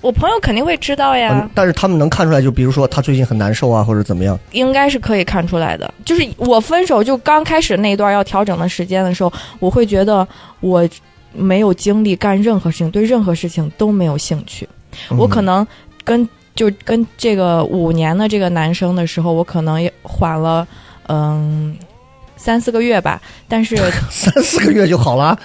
D: 我朋友肯定会知道呀。
B: 嗯，但是他们能看出来，就比如说他最近很难受啊，或者怎么样。
D: 应该是可以看出来的。就是我分手就刚开始那一段要调整的时间的时候，我会觉得我没有精力干任何事情，对任何事情都没有兴趣。
B: 嗯
D: 我可能跟就跟这个五年的这个男生的时候，我可能也缓了嗯三四个月吧，但是
B: 三四个月就好了。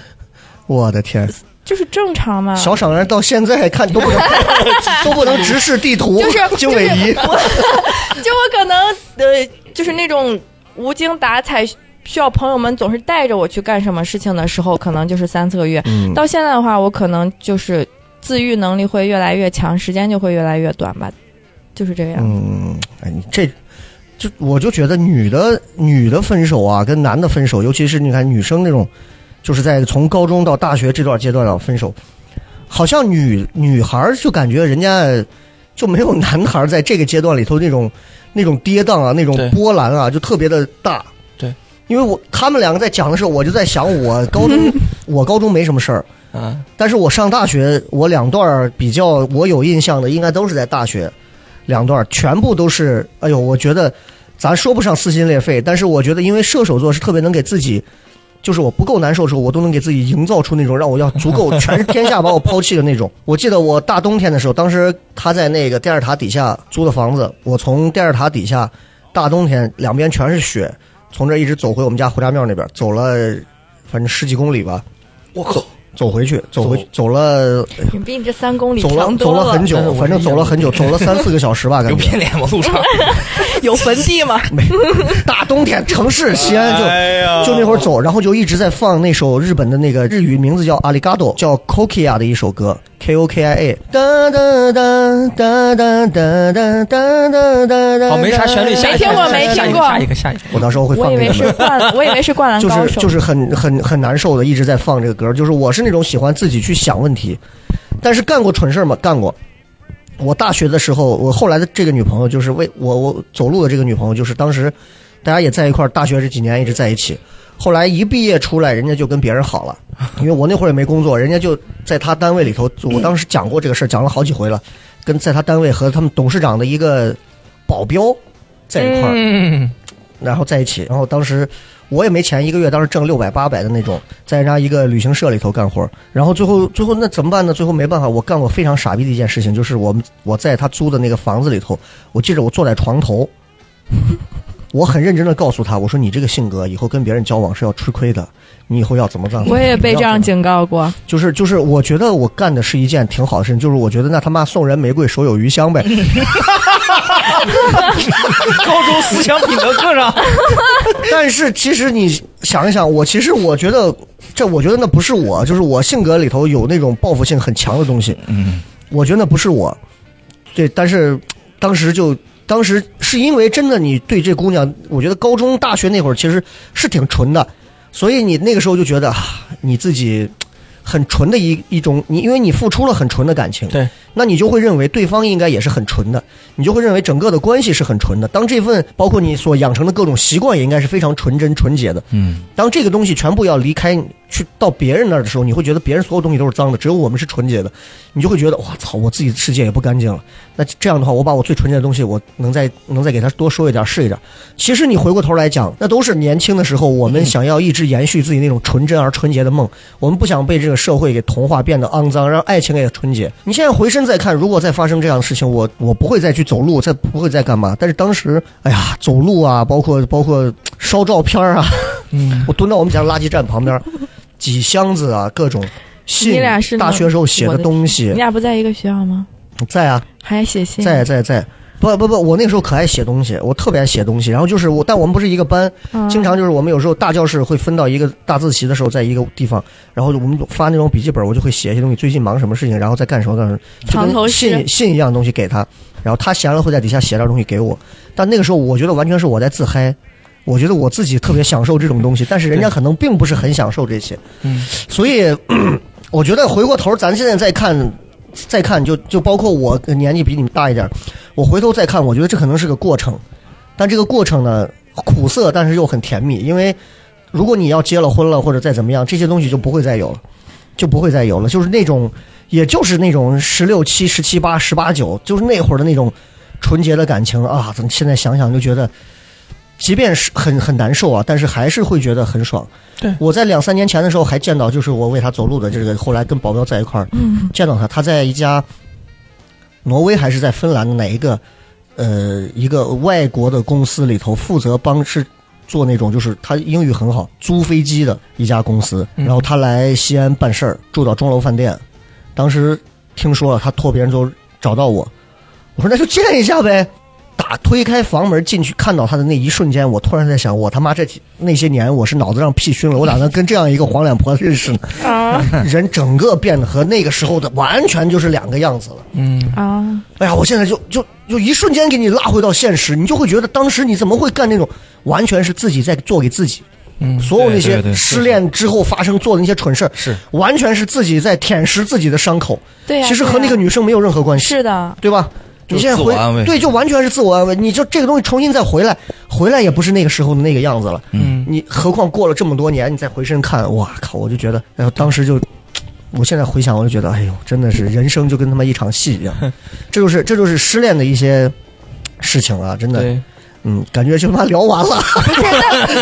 B: 我的天，
D: 就是正常 嘛。
B: 小赏人到现在看都不能 都不能直视地图，
D: 就是
B: 经纬仪。
D: 就我可能呃，就是那种无精打采，需要朋友们总是带着我去干什么事情的时候，可能就是三四个月。
B: 嗯
D: 到现在的话，我可能就是自愈能力会越来越强，时间就会越来越短吧，就是这样。
B: 嗯，哎，你这就我就觉得女的女的分手啊，跟男的分手，尤其是你看女生那种，就是在从高中到大学这段阶段的分手，好像女女孩儿就感觉人家就没有男孩儿在这个阶段里头那种那种跌宕啊，那种
C: 对
B: 波澜啊，就特别的大。
C: 对，
B: 因为我他们两个在讲的时候，我就在想我高 中我高中没什么事儿，
C: 啊，
B: 但是我上大学，我两段儿比较我有印象的，应该都是在大学，两段儿全部都是，哎呦，我觉得咱说不上撕心裂肺，但是我觉得因为射手座是特别能给自己，就是我不够难受的时候，我都能给自己营造出那种让我要足够全是天下把我抛弃的那种。我记得我大冬天的时候，当时他在那个电视塔底下租的房子，我从电视塔底下大冬天两边全是雪，从这儿一直走回我们家胡家庙那边，走了反正十几公里吧。
C: 我靠，
B: 走回去，走回
C: 走
B: 走了，
D: 你比你这三公里
B: 嗯走
D: 长
B: 了，
D: 多
B: 走了很久
C: 但是，我
B: 反正
C: 是
B: 走了
C: 想
B: 很久，走了三四个小 时吧，感
C: 牛
B: 觉。
C: 皮脸往路上，
D: 有坟地吗？
B: 大冬天，城市西安就、
C: 哎
B: 就那会儿走，然后就一直在放那首日本的那个日语名字叫阿里嘎多，叫 Kokia 的一首歌，K O K I A。哒哒哒哒哒哒哒哒哒哒哒。
C: 好，没啥旋律，下一个
D: 没听过没听
C: 下一个
D: 过
C: 下一个，下一个，下一
B: 我到时 候会
D: 我
B: 放
D: 以
B: 那
D: 为
B: 个。
D: 是灌，我以为是灌篮
B: 就
D: 高
B: 是
D: 手。
B: 就是很很很难受的，一直在放这个歌。就是我是那种喜欢自己去想问题，但是干过蠢事儿吗？干过。我大学的时候，我后来的这个女朋友就是为我我走路的这个女朋友，就是当时大家也在一块儿，大学这几年一直在一起。后来一毕业出来，人家就跟别人好了，因为我那会儿也没工作，人家就在他单位里头。我当时讲过这个事儿，讲了好几回了，跟在他单位和他们董事长的一个保镖在一块儿
C: 个，，嗯，
B: 然后在一起。然后当时我也没钱，一个月当时挣六百八百的那种，在人家一个旅行社里头干活。然后最后最后那怎么办呢？最后没办法，我干过非常傻逼的一件事情，就是我们我在他租的那个房子里头，我记着我坐在床头， 我很认真的告诉他，我说你这个性格以后跟别人交往是要吃亏的，你以后要怎么办？
D: 我也被这样警告过，
B: 就是就是，我觉得我干的是一件挺好的事情，就是我觉得那他妈送人玫瑰手有余香呗，
A: 高中思想品德课上，
B: 但是其实你想一想，我其实我觉得，这我觉得那不是我，就是我性格里头有那种报复性很强的东西。嗯，我觉得那不是我。对，但是当时就当时是因为真的，你对这姑娘，我觉得高中、大学那会儿其实是挺纯的，所以你那个时候就觉得啊，你自己很纯的一一种，你因为你付出了很纯的感情，
C: 对，
B: 那你就会认为对方应该也是很纯的，你就会认为整个的关系是很纯的。当这份包括你所养成的各种习惯，也应该是非常纯真纯洁的。
A: 嗯，
B: 当这个东西全部要离开去到别人那儿的时候，你会觉得别人所有东西都是脏的，只有我们是纯洁的，你就会觉得哇操，我自己的世界也不干净了。那这样的话，我把我最纯洁的东西，我能再能再给他多说一点是一点。其实你回过头来讲，那都是年轻的时候，我们想要一直延续自己那种纯真而纯洁的梦，我们不想被这个社会给同化，变得肮脏，让爱情也纯洁。你现在回身再看，如果再发生这样的事情，我我不会再去走路，再不会再干嘛。但是当时，哎呀，走路啊，包括包括烧照片啊。
C: 嗯，
B: 我蹲到我们家垃圾站旁边，几箱子啊，各种信，
D: 你俩是
B: 大学时候写的东
D: 你
B: 西，
D: 俩不在一个学校吗？
B: 在啊，
D: 还写信？
B: 在啊在在。不不不，我那时候可爱写东西，我特别爱写东西。然后就是我，但我们不是一个班，
D: 啊
B: 经常就是我们有时候大教室会分到一个大自习的时候，在一个地方，然后我们发那种笔记本，我就会写一些东西，最近忙什么事情，然后再干什么干什么，就
D: 藏头
B: 跟
D: 诗
B: 信信一样的东西给他，然后他闲了会在底下写点东西给我。但那个时候我觉得完全是我在自嗨，我觉得我自己特别享受这种东西，但是人家可能并不是很享受这些。
C: 嗯，
B: 所以 咳我觉得回过头，咱现在再看。再看就就包括我呃年纪比你们大一点儿，我回头再看，我觉得这可能是个过程，但这个过程呢，苦涩，但是又很甜蜜。因为如果你要结了婚了，或者再怎么样，这些东西就不会再有了，就不会再有了。就是那种，也就是那种十六七、十七八、十八九，就是那会儿的那种纯洁的感情啊。怎么现在想想就觉得，即便是很很难受啊，但是还是会觉得很爽。
C: 对
B: 我在两三年前的时候还见到，就是我为他走路的这个，后来跟保镖在一块儿，
D: 嗯，
B: 见到他，他在一家挪威还是在芬兰的哪一个呃一个外国的公司里头负责帮是做那种就是他英语很好租飞机的一家公司，
C: 嗯
B: 然后他来西安办事儿，住到钟楼饭店，当时听说了他托别人都找到我，我说那就见一下呗。打推开房门进去，看到他的那一瞬间，我突然在想，我他妈这几那些年我是脑子让屁熏了，我咋能跟这样一个黄脸婆认 识呢？
D: 啊
B: 人整个变得和那个时候的完全就是两个样子了。
C: 嗯，
D: 啊！
B: 哎呀，我现在就就就一瞬间给你拉回到现实，你就会觉得当时你怎么会干那种完全是自己在做给自己，
C: 嗯
B: 所有那
A: 对对
B: 些
A: 对
B: 失恋之后发生做的那些蠢事儿，
A: 是
B: 完全是自己在舔舐自己的伤口，
D: 对呀，
B: 其实
D: 对呀啊
B: 和那个女生没有任何关系，
D: 是的，
B: 对吧？
A: 就
B: 你
A: 是
B: 现在
A: 自我安
B: 回
A: 慰
B: 对，就完全是自我安慰，你就这个东西重新再回来，回来也不是那个时候的那个样子了。
C: 嗯，
B: 你何况过了这么多年，你再回身看，哇靠！我就觉得，哎呦，当时就，我现在回想，我就觉得，哎呦，真的是人生就跟他妈一场戏一样， 这就是这就是失恋的一些事情啊，真的，
C: 对，
B: 嗯，感觉就他妈聊完 了，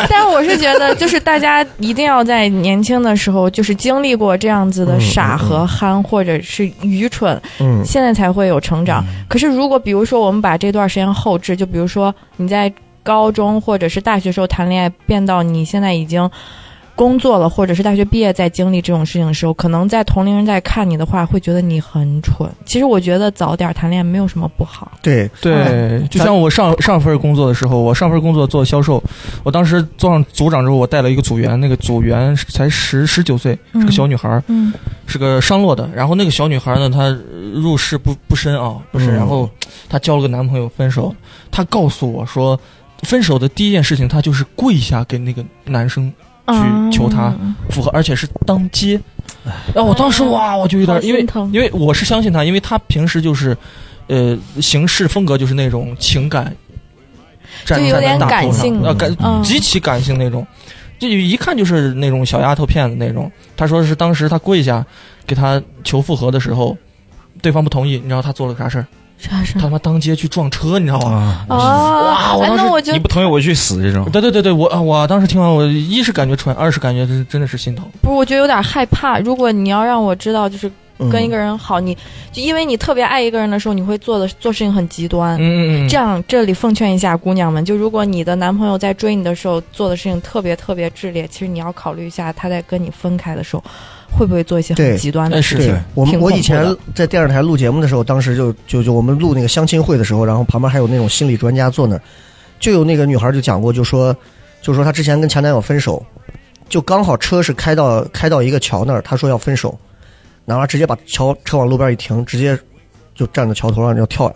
D: 但我是觉得，就是大家一定要在年轻的时候，就是经历过这样子的傻和憨，或者是愚蠢，
B: 嗯
D: 现在才会有成
A: 啊
D: 长。
A: 嗯
D: 可是如果比如说我们把这段时间后置，就比如说你在高中或者是大学时候谈恋爱，变到你现在已经。工作了，或者是大学毕业，在经历这种事情的时候，可能在同龄人在看你的话，会觉得你很蠢。其实我觉得早点谈恋爱没有什么不好。
B: 对，
C: 对，就像我上上份工作的时候，我上份工作做销售，我当时做上组长之后，我带了一个组员，那个组员才十十九岁，是个小女孩儿，
D: 嗯
C: 是个商洛的。然后那个小女孩呢，她入世不不深啊，不是。
B: 嗯
C: 然后她交了个男朋友，分手。她告诉我说，分手的第一件事情，她就是跪下给那个男生
D: 嗯
C: 去求他复合，而且是当街。然后我当时哇，我就有点，因为
D: 好心疼
C: 因为我是相信她，因为她平时就是，呃，行事风格就是那种情感，占
D: 就有
C: 占在
D: 点
C: 大
D: 感
C: 头上
D: 性
C: 呃感
D: 嗯
C: 极其感性那种，就一看就是那种小丫头片子那种。他说是当时他跪下给他求复合的时候，对方不同意，你知道他做了个啥事儿？
D: 啥事
C: 他他妈当街去撞车，你知道吗？
A: 啊，
D: 啊
C: 哇我
D: 哎
C: 当时
D: 那我觉
A: 你
D: 得
A: 不同意我去死这种，
D: 嗯
C: 对对对对，我啊我当时听完，我一是感觉蠢，二是感觉真真的是心疼。
D: 不是，我觉得有点害怕。如果你要让我知道，就是
B: 嗯
D: 跟一个人好，你就因为你特别爱一个人的时候，你会做的做事情很极端。
C: 嗯嗯嗯，
D: 这样，这里奉劝一下姑娘们，就如果你的男朋友在追你的时候做的事情特别特别炽烈，其实你要考虑一下，他在跟你分开的时候，会不会做一些
B: 对
D: 很极端的
C: 哎
D: 事
C: 是
D: 情。
B: 对
C: 是
B: 我们
D: 挺
B: 我
D: 恐
B: 以
D: 怖
B: 前
D: 的
B: 在电视台录节目的时候，当时就就就我们录那个相亲会的时候，然后旁边还有那种心理专家坐那儿，就有那个女孩就讲过，就说就说她之前跟前男友分手，就刚好车是开到开到一个桥那儿，她说要分手，男娃直接把桥车往路边一停，直接就站在桥头上要跳了，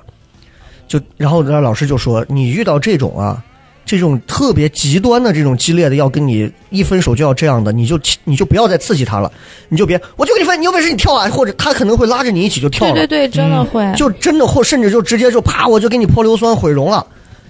B: 就然后那老师就说你遇到这种啊，这种特别极端的这种激烈的，要跟你一分手就要这样的，你就你就不要再刺激他了，你就别我就跟你分，你有本事你跳啊，或者他可能会拉着你一起就跳
D: 对
B: 了，
D: 对对，真
C: 嗯
D: 的会。
B: 就真的或甚至就直接就啪，我就给你泼硫酸毁容了。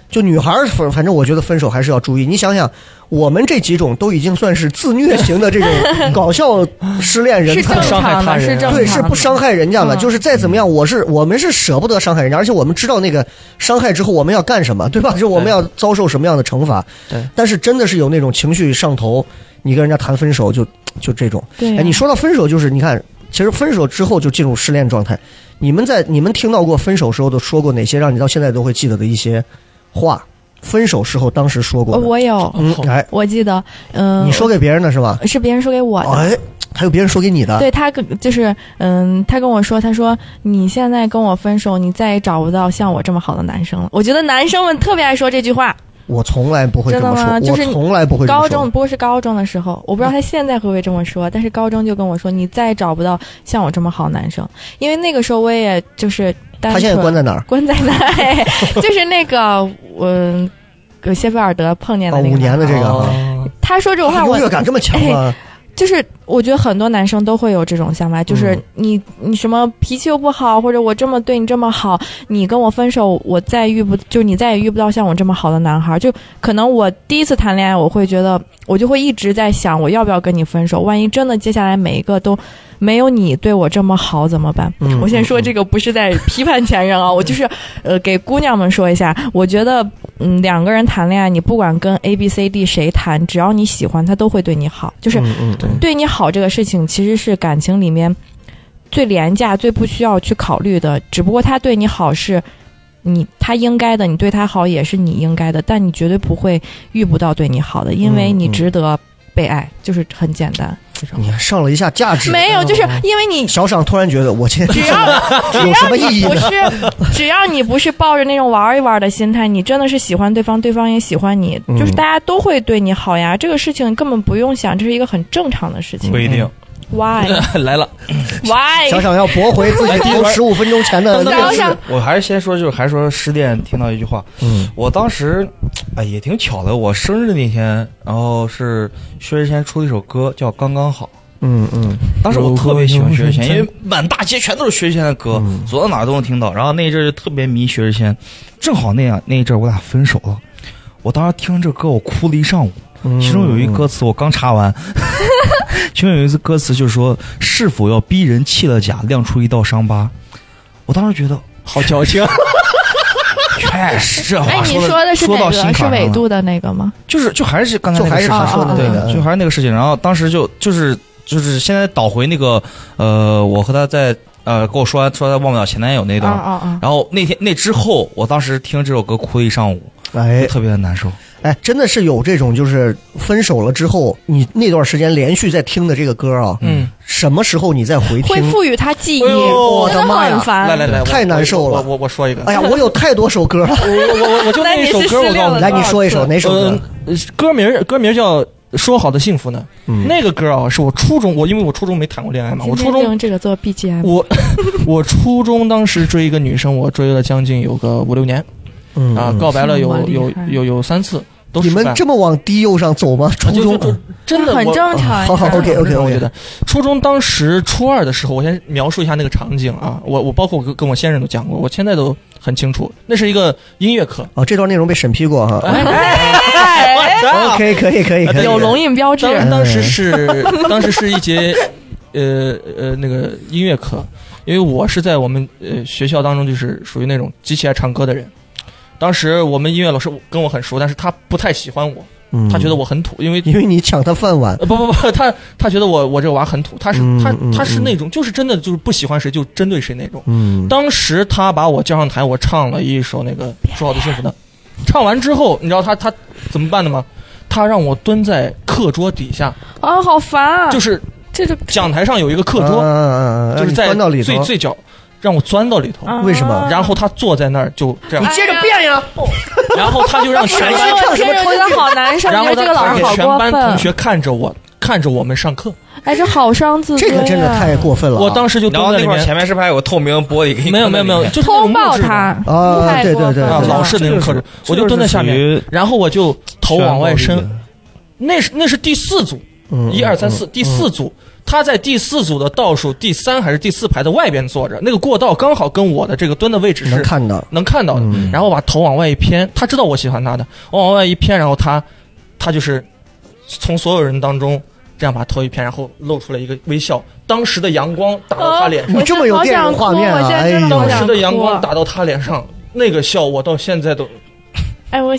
B: 就女孩儿反反正我觉得分手还是要注意。你想想，我们这几种都已经算是自虐型的这种搞笑失恋人
D: 是
B: 才
D: 正
B: 了，
C: 伤害
D: 常
C: 他
D: 的，是
C: 人
D: 正常的，
B: 对，是不伤害人家了。
D: 嗯
B: 就是再怎么样，我是我们是舍不得伤害人家，而且我们知道那个伤害之后我们要干什么，对吧？就我们要遭受什么样的惩罚。
C: 对
B: 但是真的是有那种情绪上头，你跟人家谈分手就就这种。
D: 对啊呀
B: 哎，你说到分手，就是你看，其实分手之后就进入失恋状态。你们在你们听到过分手时候都说过哪些让你到现在都会记得的一些话？分手时候当时说过
D: 呃
B: 的，
D: 我有，
B: 嗯，哎，
D: 我记得，嗯，
B: 你说给别人的是吧？
D: 是别人说给我的。
B: 哎，还有别人说给你的，
D: 对他跟就是嗯，他跟我说，他说你现在跟我分手，你再也找不到像我这么好的男生了。我觉得男生们特别爱说这句话。
B: 我从来不会这
D: 真的
B: 么说，
D: 吗就是
B: 我
D: 你
B: 从来不会这么
D: 高
B: 说
D: 中不过是高中的时候，我不知道他现在会不会这么说，但是高中就跟我说，你再也找不到像我这么好的男生，因为那个时候我也就是单纯
B: 他现在关在哪儿？
D: 关在那儿，哎就是那个嗯，呃谢菲尔德碰见
B: 啊，
D: 的那个
B: 五
D: 男孩、
B: 年的这个啊，
C: 哦
D: 他说这种话
B: 优
D: 我哎
B: 越感这么强吗？
D: 就是我觉得很多男生都会有这种想法，就是
B: 嗯
D: 你你什么脾气又不好，或者我这么对你这么好，你跟我分手，我再遇不就你再也遇不到像我这么好的男孩。就可能我第一次谈恋爱，我会觉得我就会一直在想，我要不要跟你分手？万一真的接下来每一个都没有你对我这么好怎么办？
B: 嗯
D: 我先说这个不是在批判前 任啊，我就是呃给姑娘们说一下，我觉得嗯两个人谈恋爱，你不管跟 A B C D 谁谈，只要你喜欢，他都会对你好，就是。
B: 嗯嗯嗯，
D: 对你好这个事情，其实是感情里面最廉价、最不需要去考虑的。只不过他对你好是你他应该的，你对他好也是你应该的，但你绝对不会遇不到对你好的，因为
B: 嗯
D: 你
B: 嗯
D: 值得被爱，就是很简单。
C: 非常
B: 你还上了一下价值，
D: 没有，就是因为你。
B: 小赏突然觉得我今天
D: 只要只
B: 有什
D: 要
B: 么意义
D: 你
B: 呢
D: 不是，只要你不是抱着那种玩一玩的心态，你真的是喜欢对方，对方也喜欢你，就是
B: 嗯
D: 大家都会对你好呀。这个事情根本不用想，这是一个很正常的事情。
A: 不一定。
D: Why
A: 嗯
C: 好来了，
D: why？
B: 小赏要驳回自 己头十五分钟前的
D: 小赏
A: 我还是先说，就是还是说失恋，听到一句话，
B: 嗯，
A: 我当时，哎，也挺巧的，我生日那天，然后是薛之谦出了一首歌叫《刚刚好》，
B: 嗯嗯，
A: 当时我特别喜欢薛之谦，因嗯为满大街全都是薛之谦的歌，走到哪儿都能听到。然后那一阵儿就特别迷薛之谦，正好那样那一阵儿我俩分手了。我当时听这歌，我哭了一上午。
B: 嗯
A: 其中有一歌词我刚查完， 其中有一次歌词就是说：“是否要逼人弃了甲，亮出一道伤疤？”我当时觉得，
C: 好矫情。
A: 确实这话
D: 哎，你
A: 啊说
D: 的是哪
A: 到心
D: 个？
A: 坎
D: 是
A: 上
D: 纬
A: 了。
D: 度的那个吗？
A: 就是就还是刚才
B: 就还是
A: 那
B: 他
A: 个事情
B: 说的那
A: 对，就
B: 个，
A: 还是那个事情。然后当时就就是就是现在倒回那个呃，我和他在呃跟我说完说他忘不了前男友那
D: 啊
A: 段。
D: 啊啊！
A: 然后那天那之后，我当时听这首歌哭了一上午，
B: 哎
A: 特别的难受。
B: 哎，真的是有这种，就是分手了之后，你那段时间连续在听的这个歌啊，
C: 嗯，
B: 什么时候你再回
D: 会
B: 听？
D: 赋予他记忆，
C: 哎呦我
B: 的
D: 真
B: 妈呀
D: 很烦。
C: 来来来，我
B: 太难受了
C: 我我我说一个，
B: 哎呀，我有太多首 歌了，
C: 我我我我就那一首歌，我告诉你
B: 来你说一首哪首歌？
C: 呃，歌名儿歌名儿叫《说好的幸福》呢？
B: 嗯
C: 那个歌啊，是我初中，我因为我初中没谈过恋爱嘛，我
D: 今
C: 初
D: 天 就
C: 中
D: 用这个做 BGM，
C: 我 我初中当时追一个女生，我追了将近有个五六年
B: 嗯
C: 啊，告白了
D: 这么
C: 有有
D: 厉害
C: 有有三次，都
B: 你
C: 失败啊
B: 们这么往低幼上走吗？初
C: 就就就
B: 中啊
C: 真的
D: 很
C: 我
D: 正常呀。哎
B: 好好，OK
C: 这
B: OK
C: 种我觉
B: OK，
C: 得初中当时初二的时候，我先描述一下那个场景啊，我我包括我跟跟我先生都讲过，我现在都很清楚，那是一个音乐课。
B: 啊，这段内容被审批过哈。
D: 哎
C: 哎
B: OK，可以可以可以，
D: 有龙印标志，
C: 当当
B: 嗯
C: 时是当时是一节，呃呃那个音乐课，因为我是在我们呃学校当中就是属于那种极其爱唱歌的人。当时我们音乐老师跟我很熟，但是他不太喜欢我，
B: 嗯
C: 他觉得我很土，因为
B: 因为你抢他饭碗，
C: 呃不不不，他他觉得我我这个娃很土，他是
B: 嗯
C: 他
B: 嗯
C: 他是
B: 嗯
C: 那种就是真的就是不喜欢谁就针对谁那种。
B: 嗯，
C: 当时他把我叫上台，我唱了一首那个《说好的幸福》的，唱完之后，你知道他他怎么办的吗？他让我蹲在课桌底下，
D: 啊，好烦啊！
C: 就是是
D: 这种
C: 讲台上有一个课
B: 啊
C: 桌，
B: 嗯桌
C: 就是在
B: 哎翻到里
C: 最
B: 头，
C: 最角，让我钻到里头，
D: 啊
B: 为什么
C: 然后他坐在那儿就这样，
D: 接着变哎呀！
C: 然后他就让全
D: 哎
B: 哎 呀
D: 呀
C: 班，
D: 我听着觉得好难受，
C: 然
D: 觉
C: 后
D: 得这个
C: 他
D: 老
C: 而
D: 师
C: 且
D: 好
C: 全
D: 过
C: 班同
D: 分。
C: 学看着我，看着我们上课，
D: 哎，这好伤自尊
B: 这
D: 呀、
B: 个真的太过分了啊。
C: 我当时就
G: 然
C: 蹲
G: 后
C: 在
G: 那
C: 里
G: 块儿前
C: 面，
G: 面是不是还有个透明玻璃给你？
C: 没有没有没有，就是那种
D: 通
C: 木
D: 报
C: 质的
D: 他
B: 啊
D: 太
B: 对
D: 过分
B: 对
C: 啊，
D: 了
C: 老式的那种
A: 这
C: 克
A: 个
C: 制
A: 是，
C: 我就蹲在下
A: 这个是
C: 面
A: 属，
C: 然后我就头往外伸。那是那是第四组，
B: 嗯
C: 一二三四，第四组，他在第四组的倒数第三还是第四排的外边坐着，那个过道刚好跟我的这个蹲的位置
B: 能
C: 是
B: 看到，
C: 能看到的，然后我把头往外一偏，他知道我喜欢他的，我往外一偏，然后他他就是从所有人当中这样把头一偏，然后露出了一个微笑，当时的阳光打到他脸上，
B: 你这么有电影画面啊
D: 我现在真的好想哭哦我
C: 当时
D: 现在真的好想哭
C: 的阳光打到他脸上，那个笑我到现在都
D: 哎，我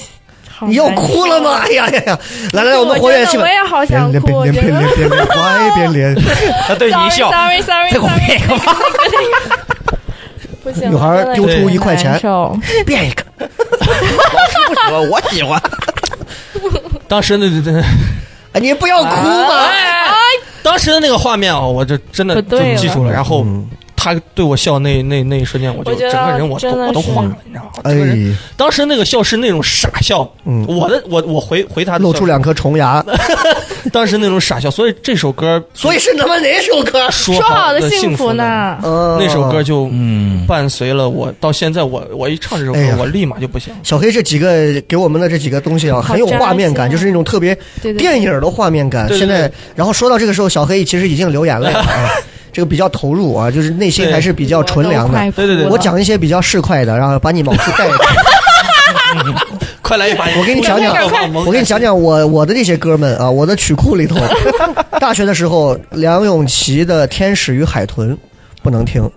D: 好
B: 你要哭了吗？哎呀呀呀！来来来，我们活跃气
D: 我真的我
B: 氛。
D: 也好想哭，我觉得。
B: 别连，乖，别连。
G: 他对你一笑，
D: Sorry Sorry Sorry，
G: 这个我
D: 那个那个不行，
B: 女孩
D: 我真的
B: 丢出
D: 有点
B: 一块钱
D: 难受
B: 变一个。
G: 我我喜欢。
C: 当时那那那
B: 哎，你不要哭
C: 啊
B: 嘛！
C: 当时的那个画面啊，我这真的
D: 不
C: 就
D: 对了
C: 记住了。然后他对我笑那那那一瞬间，我就
D: 我觉
C: 整
D: 得
C: 个人我都
D: 真的
C: 我都
D: 是
C: 化了，你知道吗？
B: 哎
C: 整个，人当时那个笑是那种傻笑，
B: 嗯
C: 我的我我回回他的
B: 露
C: 笑
B: 出两颗虫 牙，
C: 当时那种傻笑，所以这首歌
B: 所以是他妈哪首歌？
C: 说
D: 说好
C: 的
D: 的
C: 幸
D: 福
C: 呢？
D: 呢？
B: 呃
C: 那首歌。就
A: 嗯，
C: 伴随了我到现在我，我一唱这首歌
B: 哎呀，
C: 我立马就不行了。
B: 小黑这几个给我们的这几个东西啊，
D: 好
B: 很有画面感，
D: 扎心啊
B: 就是那种特别
D: 对对对
B: 电影的画面感。
C: 对对
B: 现
C: 对
B: 在，然后说到这个时候，小黑其实已经流眼泪了 啊，这个比较投入啊，就是内心
C: 对
B: 还是比较纯良的。
C: 对对对
B: 我讲一些比较市侩的，然后把你往出 带一带。
C: 快来一把！
B: 我给你讲讲
C: 我忘了
B: 我给你讲讲我我的这些哥们啊，我的曲库 里头，大学的时候梁咏琪的《天使与海豚》不能听，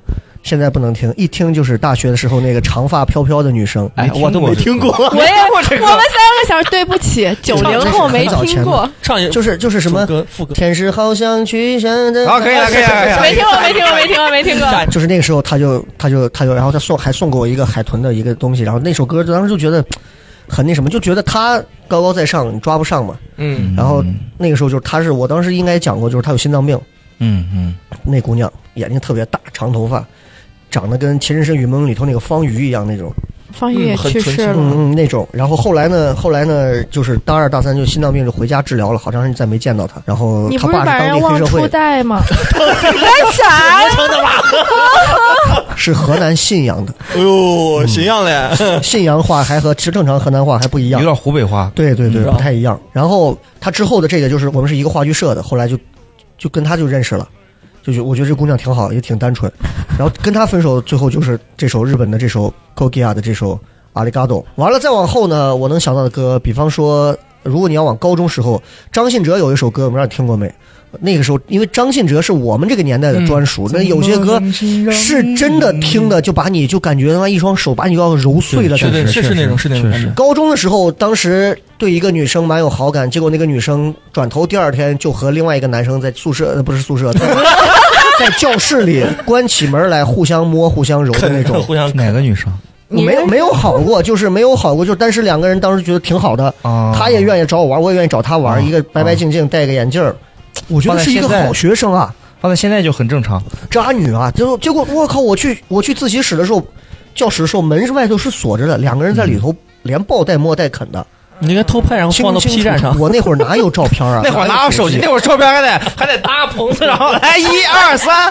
B: 现在不能听，一听就是大学的时候那个长发飘飘的女生。
C: 哎，我都
G: 没
C: 没听过。
D: 我也我们三个小时对不起，九零后没
B: 这是很早前
D: 听
B: 的
D: 过，
C: 唱一
B: 就是就是什
C: 主
B: 么
C: 歌副歌，
B: 天使好想去向的，
G: 好，
A: 啊
G: 可以了，可以了，可以了。？
D: 没听过，没听过，没听过，没听过。
B: 就是那个时候他就他就他就，然后他送还送给我一个海豚的一个东西，然后那首歌当时就觉得很那什么，就觉得他高高在上，你抓不上嘛。
C: 嗯，
B: 然后那个时候就是他是我当时应该讲过，就是他有心脏病。
A: 嗯嗯，
B: 那姑娘眼睛特别大，长头发，长得跟《情深深雨蒙蒙》里头那个方瑜一样那种，
D: 方宇也去世了，
B: 嗯嗯那种。然后后来呢，后来呢，就是大二大三就心脏病就回家治疗了，好长时间再没见到她。然后
D: 你
B: 她
D: 不是
B: 爸
D: 把
B: 是当
D: 人
B: 地黑
D: 忘
B: 社
D: 初
B: 会，
D: 代吗？干啥呀？
B: 是河南信阳 的，
C: 哎呦，形象嘞！
B: 信阳话还和其实正常河南话还不一
A: 有
B: 样。
A: 点湖北话，
B: 对对对，
C: 嗯
B: 不太一样。然后她之后的这个就是我们是一个话剧社的，后来就就跟她就认识了。就觉我觉得这姑娘挺好，也挺单纯。然后跟她分手，最后就是这首日本的这首 Kogia 的这首《阿里嘎多》。完了，再往后呢，我能想到的歌，比方说，如果你要往高中时候，张信哲有一首歌，我不知道你听过没？那个时候，因为张信哲是我们这个年代的专
C: 嗯
B: 属，那有些歌是真的听的，就把你就感觉他妈一双手把你要揉碎了
A: 对
B: 感觉。
C: 对对，是是那种是那种
A: 确实
C: 感觉。
B: 高中的时候，当时对一个女生蛮有好感，结果那个女生转头第二天就和另外一个男生在宿舍，呃不是宿 舍，在在教室里关起门来互相摸、互相揉的那种。
C: 互相
A: 哪个女生
B: 我没有没有好过，就是没有好过，就但是两个人当时觉得挺好的，
A: 啊？
B: 他也愿意找我玩，我也愿意找他玩，
A: 嗯
B: 一个白白净净，戴个眼镜儿，啊我觉得是一个
A: 放在现在
B: 好学生啊，
A: 放在现在就很正常。
B: 渣女啊，结果结果我靠，我去我去自习室的时候，教室的时候门外头是锁着的，两个人在里头连抱带摸带啃的。
C: 你应该偷拍，然后
B: 清
C: 放到
B: 清
C: P 站
B: 楚
C: 上
B: 楚。我那会儿哪有照片啊
G: 那会儿哪有手机？那会儿照片还得还得搭棚 子，然后来一二三，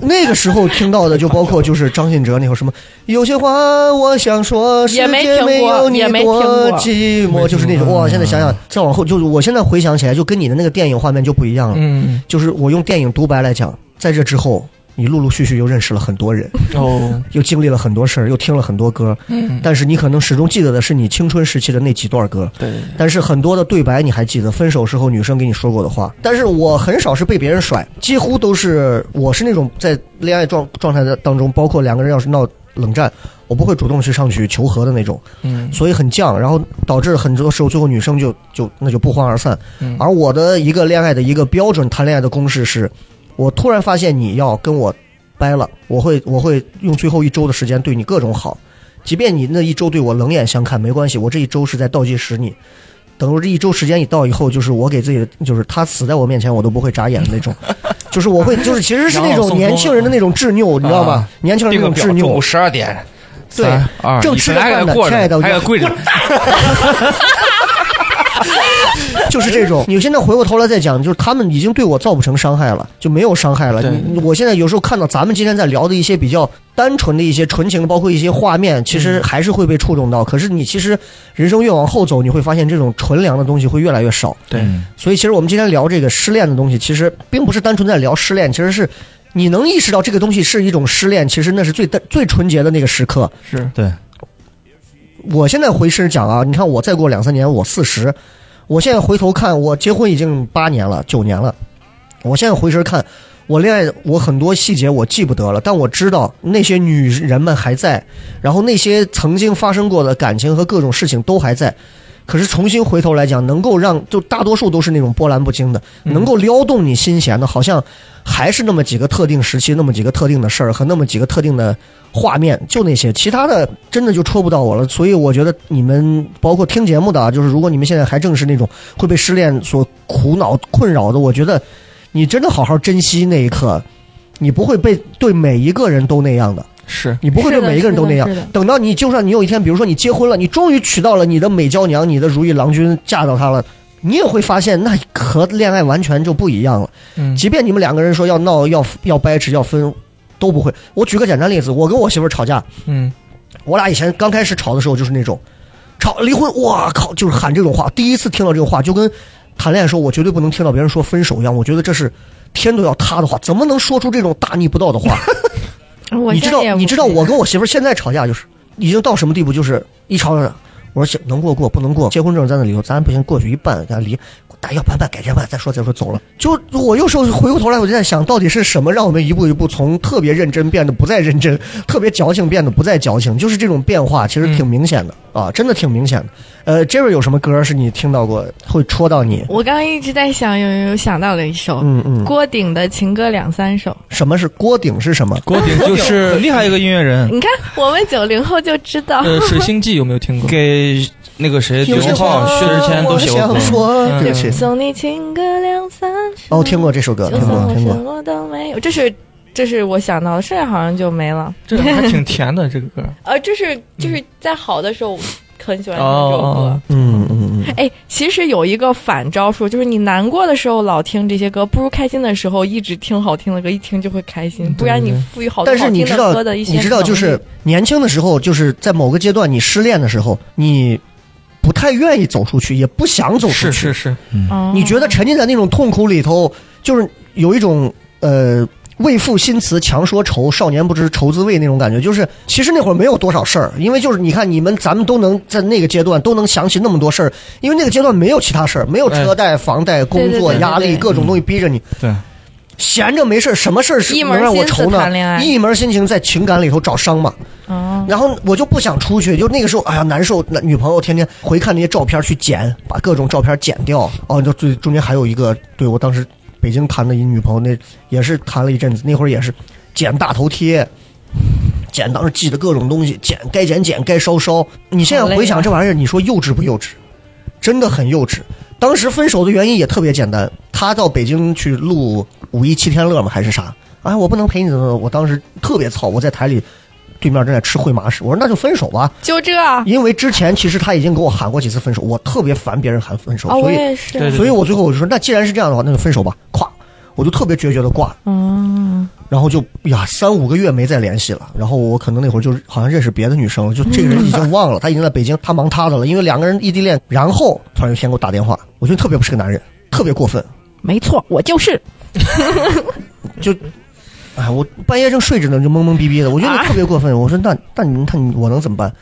B: 那个时候听到的就包括就是张信哲那会儿什么，有些话我想说，世界
D: 也没听过
B: 没有你
D: 也没听
B: 多
D: 过
B: 寂寞，就是
G: 嗯
B: 那种哇！现在想想，再往后就是我现在回想起来，就跟你的那个电影画面就不一样了。
C: 嗯，
B: 就是我用电影独白来讲，在这之后，你陆陆续续又认识了很多人，
C: 哦，
B: 又经历了很多事儿，又听了很多歌，
C: 嗯，
B: 但是你可能始终记得的是你青春时期的那几段歌。
C: 对，
B: 但是很多的对白你还记得，分手时候女生给你说过的话。但是我很少是被别人甩，几乎都是我是那种在恋爱状状态的当中，包括两个人要是闹冷战，我不会主动去上去求和的那种，
C: 嗯
B: 所以很犟，然后导致很多时候最后女生就就那就不欢而散。
C: 嗯
B: 而我的一个恋爱的一个标准谈恋爱的公式是，我突然发现你要跟我掰了，我会我会用最后一周的时间对你各种好，即便你那一周对我冷眼相看没关系，我这一周是在倒计时你。等我这一周时间一到以后，就是我给自己的，就是他死在我面前，我都不会眨眼的那 种，就是我会，就是其实是那
C: 养老送
B: 种
C: 终啊
B: 年轻人的那种执拗，你知道吧
G: 啊？
B: 年轻人
G: 定
B: 那
G: 个
B: 种
G: 表
B: 执，
G: 中
B: 拗
G: 午，十二点，
B: 对
G: 三二，
B: 正
G: 一
B: 吃
G: 本来
B: 着
G: 还
B: 饭呢
G: 得过
B: 亲爱的
G: 着，还得跪着，
B: 就是这种。你现在回过头来再讲，就是他们已经对我造不成伤害了，就没有伤害了。
C: 对
B: 你我现在有时候看到咱们今天在聊的一些比较单纯的一些纯情的，包括一些画面，其实还是会被触动到。可是你其实人生越往后走，你会发现这种纯良的东西会越来越少。
C: 对
B: 所以其实我们今天聊这个失恋的东西，其实并不是单纯在聊失恋，其实是你能意识到这个东西是一种失恋，其实那是最最纯洁的那个时刻。
C: 是
A: 对，
B: 我现在回身讲啊，你看我再过两三年我四十，我现在回头看，我结婚已经八年了，九年了，我现在回身看，我恋爱我很多细节我记不得了，但我知道那些女人们还在，然后那些曾经发生过的感情和各种事情都还在。可是重新回头来讲，能够让就大多数都是那种波澜不惊的，能够撩动你心弦的，好像还是那么几个特定时期、那么几个特定的事儿和那么几个特定的画面，就那些，其他的真的就戳不到我了。所以我觉得你们包括听节目的啊，就是如果你们现在还正是那种会被失恋所苦恼困扰的，我觉得你真的好好珍惜那一刻，你不会被对每一个人都那样的。
C: 是，
B: 你不会对
D: 是的
B: 每一个人都那样
D: 是的是的。
B: 等到你，就算你有一天，比如说你结婚了，你终于娶到了你的美娇娘，你的如意郎君，嫁到她了，你也会发现，那和恋爱完全就不一样了。
C: 嗯
B: 即便你们两个人说要闹、要要掰扯、要分，都不会。我举个简单例子，我跟我媳妇儿吵架，
C: 嗯，
B: 我俩以前刚开始吵的时候就是那种，吵离婚，我靠，就是喊这种话。第一次听到这种话，就跟谈恋爱的时候我绝对不能听到别人说分手一样，我觉得这是天都要塌的话，怎么能说出这种大逆不道的话？
D: 我
B: 你知
D: 现在
B: 道
D: 也，
B: 你
D: 不
B: 知道
D: 是
B: 我跟我媳妇儿现在吵架就是已经到什么地步，就是一吵吵，我说行能过过，不能过，结婚证咱得离，咱不行过去一办，咱离，打要办办，改天办，再说再说，走了。就我有时候回过头来，我就在想到底是什么让我们一步一步从特别认真变得不再认真，特别矫情变得不再矫情，就是这种变化其实
A: 嗯
B: 挺明显的、啊，真的挺明显的。呃，Jerry 有什么歌是你听到过会戳到你？
D: 我刚刚一直在想，有有有想到了一首，
B: 嗯嗯，
D: 郭顶的情歌两三首。
B: 什么是锅顶是什么？
C: 郭顶就
A: 很
C: 是
A: 厉害一个音乐
B: 嗯
A: 人，
D: 你看，我们九零后就知道，
C: 呃《水星记》有没有听过？
A: 给那个谁
B: 有
A: 刘
B: 些
A: 文浩、
B: 话
A: 薛之谦都写过
B: 我想
A: 歌。
B: 说，
C: 嗯
B: 对不起。
D: 送你情歌两三首。
B: 哦，听过这首歌，
D: 就
B: 听
D: 算
B: 过，
D: 我
B: 听过
D: 什。么都没有，这是这是我想到的，剩下好像就没了。
C: 这还挺甜的这个歌。
D: 呃，这
B: 嗯
D: 是就是在好的时候很喜欢听这首歌
C: 哦。
B: 嗯嗯嗯。
D: 哎，其实有一个反招数，就是你难过的时候老听这些歌，不如开心的时时候一直听好听的歌，一听就会开
B: 嗯
D: 心。不然你
C: 对对
D: 赋予好多
B: 但
D: 好
B: 是
D: 听
B: 你
D: 的
B: 知道
D: 歌的一，些
B: 你知道，就
D: 能力
B: 是年轻的时候，就是在某个阶段，你失恋的时候，你不太愿意走出去，也不想走出去。
C: 是是是，
D: 哦
B: 你觉得沉浸在那种痛苦里头，就是有一种呃“为赋新词强说愁，少年不知愁滋味”那种感觉。就是其实那会儿没有多少事儿，因为就是你看你们咱们都能在那个阶段都能想起那么多事儿，因为那个阶段没有其他事儿，没有车贷、房贷、工
D: 对对
B: 作
D: 对对
B: 压力，
D: 对
B: 各种东西逼着你。
A: 对，
C: 哎
B: 闲着没事儿什么事儿是
D: 一
B: 能
D: 门
B: 让我
D: 心思
B: 愁呢
D: 谈恋？爱
B: 一门心情在情感里头找伤嘛。
D: 哦，
B: 然后我就不想出去，就那个时候，哎呀难受。那女朋友天天回看那些照片去剪，把各种照片剪掉。哦，就最中间还有一个，对我当时北京谈的一女朋友，那也是谈了一阵子，那会儿也是剪大头贴，剪当时记的各种东西，剪该剪剪，该烧烧。你现
D: 好
B: 在
D: 累
B: 回想
D: 啊
B: 这玩意儿，你说幼稚不幼稚？真的很幼稚。当时分手的原因也特别简单，他到北京去录五一七天乐嘛，还是啥？哎，我不能陪你，怎么？我当时特别操，我在台里对面正在吃烩麻食，我说那就分手吧，
D: 就这啊，
B: 因为之前其实他已经给我喊过几次分手，我特别烦别人喊分手，
D: 啊哦我
B: 所以
D: 也是，
A: 对
B: 所以我最后我就说，那既然是这样的话，那就分手吧，咵，我就特别决绝的挂了，
D: 嗯，
B: 然后就呀三五个月没再联系了，然后我可能那会儿就好像认识别的女生了，就这个人已经忘了，他已经在北京，他忙他的了，因为两个人异地恋，然后突然有一天给我打电话，我觉得特别不是个男人，特别过分，
D: 没错，我就是。
B: 哎，我半夜正睡着呢，就懵懵逼逼的，我觉得特别过分。我说那那你那你我能怎么办？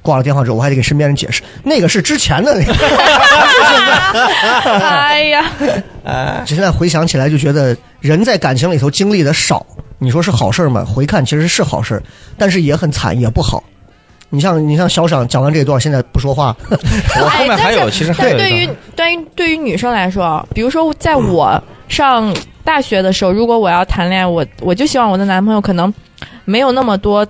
B: 挂了电话之后，我还得给身边人解释，那个是之前的那 个。
D: 哎呀，
B: 现在回想起来就觉得，人在感情里头经历的少，你说是好事儿吗？回看其实是好事儿，但是也很惨，也不好。你像你像小赏讲完这一段，现在不说话，
A: 我后面还有，其实还
D: 哎但
A: 有
D: 对
A: 一
D: 于
A: 个，
D: 对于对于女生来说啊，比如说在
B: 嗯
D: 我上大学的时候，如果我要谈恋爱，我我就希望我的男朋友可能没有那么多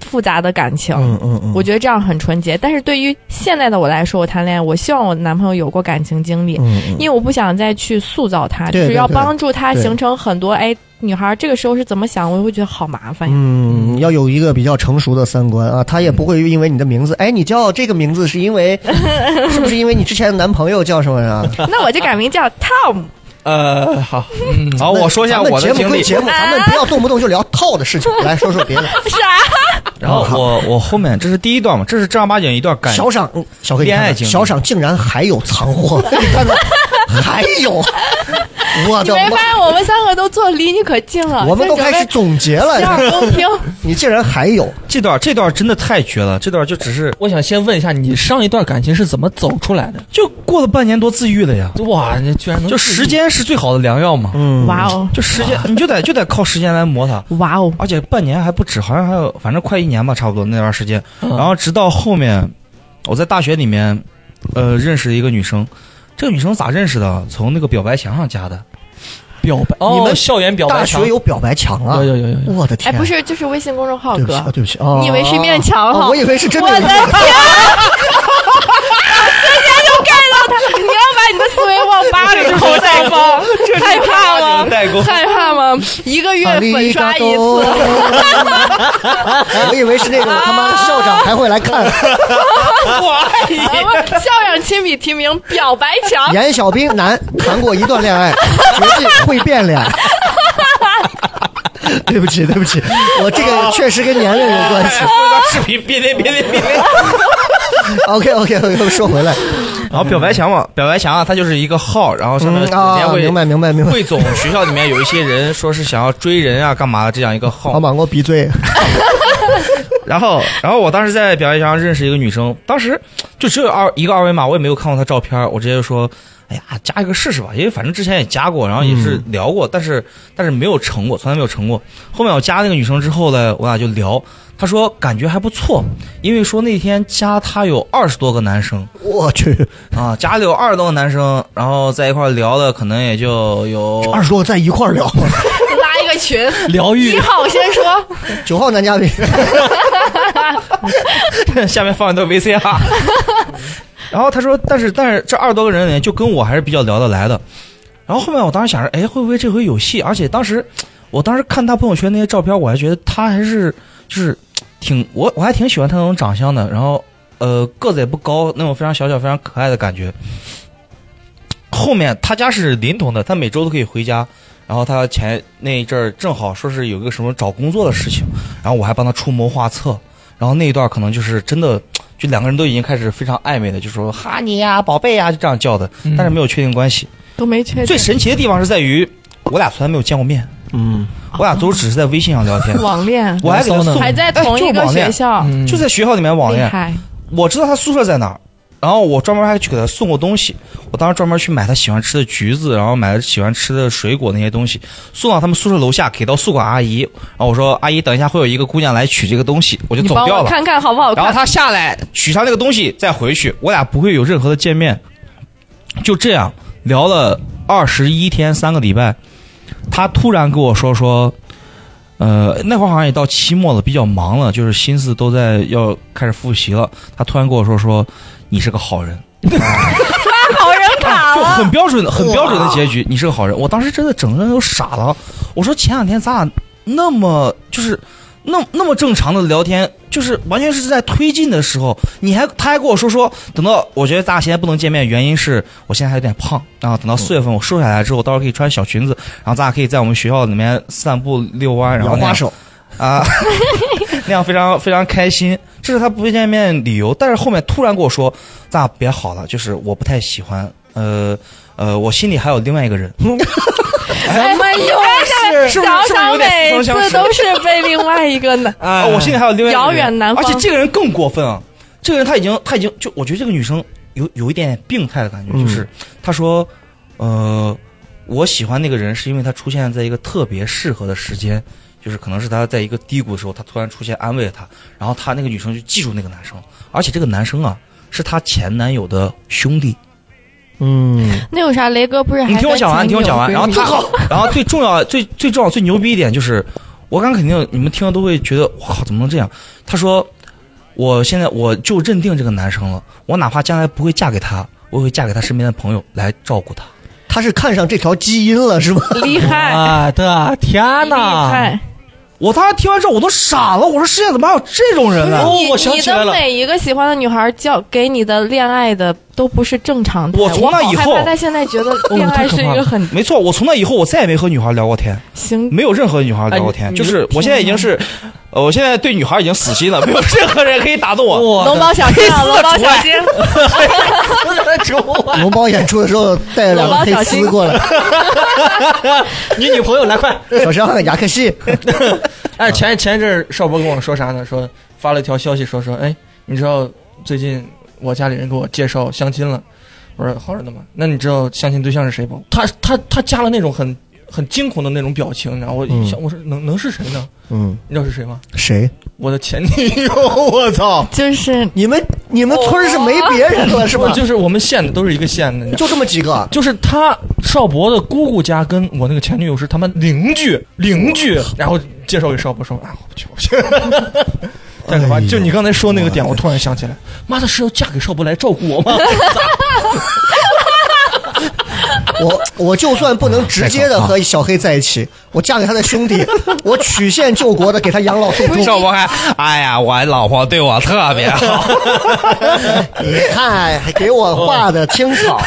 D: 复杂的感情。
B: 嗯嗯嗯，
D: 我觉得这样很纯洁，但是对于现在的我来说，我谈恋爱，我希望我男朋友有过感情经历，
B: 嗯嗯
D: 因为我不想再去塑造他，
B: 对
D: 就是
B: 对
D: 要
B: 对
D: 帮助他
B: 对
D: 形成很多哎，女孩儿这个时候是怎么想，我会觉得好麻烦呀。
B: 嗯，要有一个比较成熟的三观啊，他也不会因为你的名字，哎，你叫这个名字是因为是不是因为你之前的男朋友叫什么呀？
D: 那我就改名叫 Tom，
C: 呃，好，嗯，
G: 好，我说一下
B: 咱们
G: 我的
B: 节
G: 经
B: 目
G: 历
B: 跟。节目，咱们不要动不动就聊套的事 情，来说说别的。
D: 啥？
A: 然后我我后面这是第一段嘛，这是正儿八经一段感
B: 小赏，嗯小黑，
A: 恋
B: 你
A: 爱
B: 看
A: 经历
B: 小赏竟然还有藏货， 你看看，还 有，我
D: 你
B: 的
D: 没
B: 妈！
D: 发现我们三个都坐离你可近了？
B: 我们都开始总结了
D: 洗，耳恭 听。
B: 你竟然还有，
A: 这段这段真的太绝了，这段就只是
C: 我想先问一下，你上一段感情是怎么走出来的？
A: 就过了半年多自愈的呀，
C: 哇，你居然能啊
A: 就时间是最好的良药嘛，
B: 嗯，
D: 哇哦，
A: 就时间你就得就得靠时间来磨它，
D: 哇哦，
A: 而且半年还不止，好像还有反正快一年吧，差不多那段时间。
C: 嗯
A: 然后直到后面，我在大学里面，呃，认识一个女生，这个女生咋认识的？从那个表白墙上加的。
C: 表白，哦
B: 你们
C: 校园表
B: 大
C: 白墙
B: 学有表白墙啊
C: 有，有有有有，
B: 我的天，
D: 哎，不是，就是微信公众号
B: 对不起，
D: 哥
B: 啊，对不起，哦
D: 你以为是一面墙哈
B: 哦我以为是真
D: 我
B: 的
D: 的
B: 有
D: 天！
B: 面
D: 我瞬
B: 墙。
D: 间就 get 到他，你要把你的思维往八零后带 包，害怕吗？害怕吗？一个月粉刷一次，
B: 我以为是那种他妈的校长还会来看
D: 啊咱 们校长亲笔提名表白墙，
B: 严小兵男谈过一段恋爱，绝对会变脸。 对不起，对不起，我这
A: 哦
B: 个确实跟年龄有关系。
G: 视频，别别别别别，
B: OK OK OK，说回来，
A: 然后表白墙嘛，表白墙啊，它就是一个号，然后上面
B: 嗯
A: 里面
B: 啊，
A: 会、
B: 明白明白明白。
A: 汇总学校里面有一些人说是想要追人啊，干嘛的这样一个
B: 老
A: 号。
B: 板给我闭嘴！
A: 然后，然后我当时在表白墙上认识一个女生，当时就只有二一个二维码，我也没有看过她照片，我直接就说。哎呀，加一个试试吧，因为反正之前也加过，然后也是
B: 嗯
A: 聊过，但是但是没有成过，从来没有成过。后面我加那个女生之后呢，我俩就聊，她说感觉还不错，因为说那天加她有二十多个男生，
B: 我去，
A: 啊，家里有二十多个男生，然后在一块儿聊的可能也就有
B: 二十多个在一块儿 聊，
D: 拉一个群。
C: 疗愈
D: 一号先说，
B: 九号男嘉宾，
A: 下面放一段 VCR。然后他说，但是但是这二十多个人里面，就跟我还是比较聊得来的。然后后面我当时想着，哎，会不会这回有戏？而且当时，我当时看他朋友圈那些照片，我还觉得他还是就是挺我我还挺喜欢他那种长相的，然后呃个子也不高，那种非常小巧、非常可爱的感觉。后面他家是临潼的，他每周都可以回家。然后他前那一阵儿正好说是有一个什么找工作的事情，然后我还帮他出谋划策。然后那一段可能就是真的，就两个人都已经开始非常暧昧的，就说哈你呀、宝贝呀、就这样叫的，
D: 嗯
A: 但是没有确定关系。
D: 都没确
A: 最神奇的地方是在于，我俩从来没有见过面，
B: 嗯，
A: 我俩都只是在微信上聊天。
D: 网恋，
A: 我还给他送，
D: 还在同一
A: 哎就是
D: 个
A: 网
D: 学
A: 恋
D: 校，
C: 嗯
A: 就在学校里面网
D: 厉
A: 恋。
D: 害。
A: 我知道他宿舍在哪儿，然后我专门还去给他送过东西。我当时专门去买他喜欢吃的橘子，然后买他喜欢吃的水果那些东西，送到他们宿舍楼下，给到宿管阿姨。然后我说：“阿姨，等一下会有一个姑娘来取这个东西。”我就
D: 你
A: 走
D: 帮
A: 掉
D: 我
A: 了。
D: 看看好不好
A: 然后
D: 看？
A: 他下来取上那个东西再回去，我俩不会有任何的见面。就这样聊了二十一天三个礼拜，他突然跟我说说，呃，那会儿好像也到期末了，比较忙了，就是心思都在要开始复习了。他突然跟我说说，你是个好人，
D: 发好人卡
A: 就
D: 了，
A: 很标准的、很标准的结局。你是个好人，我当时真的整个人都傻了。我说前两天咱俩那么就是那那么正常的聊天，就是完全是在推进的时候，你还他还跟我说说，等到我觉得咱俩现在不能见面，原因是我现在还有点胖，然后等到四月份我瘦下来之后，到时候可以穿小裙子，然后咱俩可以在我们学校里面散步遛弯，然后
B: 摇
A: 那
B: 花
A: 样
B: 手，
A: 啊， 那样非常非常开心，这是他不见面理由。但是后面突然跟我说，咱俩别好了，就是我不太喜欢，呃呃，我心里还有另外一个人。
D: 咱们哎又
A: 哎是不是
D: 小
A: 是不是
D: 小
A: 有点
D: 每
A: 似曾
D: 次
A: 相识
D: 都是被另外一个男，
A: 啊、我心里还有另外一个人
D: 哎遥远南方
A: 而且这个人更过分啊，这个人他已经他已经就我觉得这个女生有有一点病态的感觉，
B: 嗯
A: 就是她说，呃，我喜欢那个人是因为他出现在一个特别适合的时间。就是可能是他在一个低谷的时候，他突然出现安慰了他，然后他那个女生就记住那个男生，而且这个男生啊是她前男友的兄弟，
B: 嗯，
D: 那有啥？雷哥不是还
A: 你听我
D: 跟
A: 讲完，
D: 前
A: 你听
D: 女友
A: 我 讲完。然后
D: 闺蜜
A: 他，然后最重要、最最重要、最牛逼一点就是，我敢肯定，你们听了都会觉得，我靠，怎么能这样？他说，我现在我就认定这个男生了，我哪怕将来不会嫁给他，我也会嫁给他身边的朋友来照顾他。
B: 他是看上这条基因了是吗？
D: 厉
A: 啊
D: 害，
C: 我的天
D: 哎厉害！
A: 我当时听完之后我都傻了，我说世界上怎么还有这种 人呢？
C: 哦
D: 你
C: 我想
D: 你
C: 起来
D: 的
C: 了
D: 每一个喜欢的女孩叫给你的恋爱的都不是正常的。
A: 我从那
D: 好
A: 以
D: 害
A: 后
D: 怕他现在觉得恋爱啊是一个很
A: 没错，我从那以后我再也没和女孩聊过天，
D: 行
A: 没有任何女孩聊过
C: 哎
A: 天，
C: 你
A: 就是我现在已经是，呃我现在对女孩已经死心了，没有任何人可以打 动我。
C: 我
D: 龙猫小心 啊，龙猫小心，
B: 龙宝演出的时候带了两个黑丝过来，
C: 你女朋友来快！
B: 小张雅克西，
C: 哎，前前一阵儿邵博跟我说啥呢？说发了一条消息说说，哎，你知道最近我家里人给我介绍相亲了。我说好着呢嘛，那你知道相亲对象是谁不？他他他加了那种很很惊恐的那种表情，你知道我一想，我说能能是谁呢？
B: 嗯，
C: 你知道是谁吗？
B: 谁？
C: 我的前女友， 我操！
D: 就是
B: 你们你们村儿是没别人了是吧？
C: 就是我们县的都是一个县的，你知道
B: 就这么几个，啊
C: 就是他邵博的姑姑家跟我那个前女友是他们邻居，邻居，然后介绍给邵博说啊，我不去，我不 去。但是吧，就你刚才说那个点，我突然想起来，哎妈的是要嫁给邵博来照顾我吗？
B: 我我就算不能直接的和小黑在一起，我嫁给他的兄弟， 我曲线救国的给他养老送终。
G: 邵博还，哎呀，我老婆对我特别好，
B: 你看，还给我画的青草，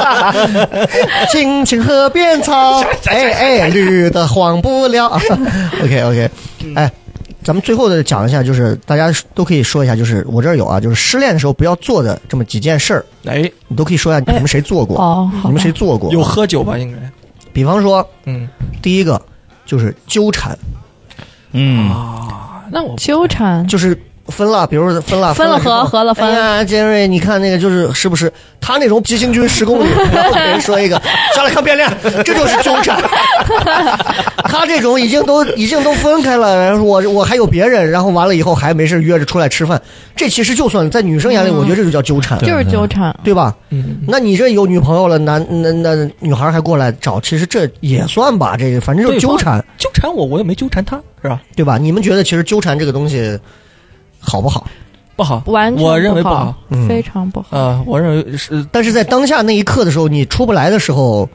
B: 青青河边草，哎哎，绿的晃不了。OK OK，哎，咱们最后的讲一下，就是大家都可以说一下，就是我这儿有啊，就是失恋的时候不要做的这么几件事儿，
C: 哎，
B: 你都可以说一下你们谁做过，
D: 哦，
B: 你
D: 好
B: 们
D: 吧
B: 谁做过？
C: 有，喝酒吧？应该，
B: 比方说
C: 嗯
B: 第一个就是纠缠，
A: 嗯，
C: 啊，那我
D: 纠缠。
B: 就是分了，比如说分了，
D: 分了
B: 了之后
D: 合合了分
B: 哎呀，杰瑞，你看那个就是是不是他那种急行军十公里， 然后给人说一个 上来看变脸，这就是纠缠。 他这种已经都已经都分开了，然后我我还有别人，然后完了以后还没事约着出来吃饭，这其实就算在女生
D: 嗯
B: 眼里，我觉得这就叫纠缠，
D: 就是纠缠，
B: 对吧？
C: 嗯，
B: 那你这有女朋友了，男那那女孩还过来找，其实这也算吧，这个反正就是纠缠，
C: 纠缠我，我又没纠缠他，是吧？
B: 对吧？你们觉得其实纠缠这个东西好不好？
C: 不好，
D: 完全
C: 我认为
D: 不
C: 不
D: 好
C: 好。
B: 嗯
D: 非常不好。
C: 啊，我认为是
B: 但是在当下那一刻的时候，你出不来的时候，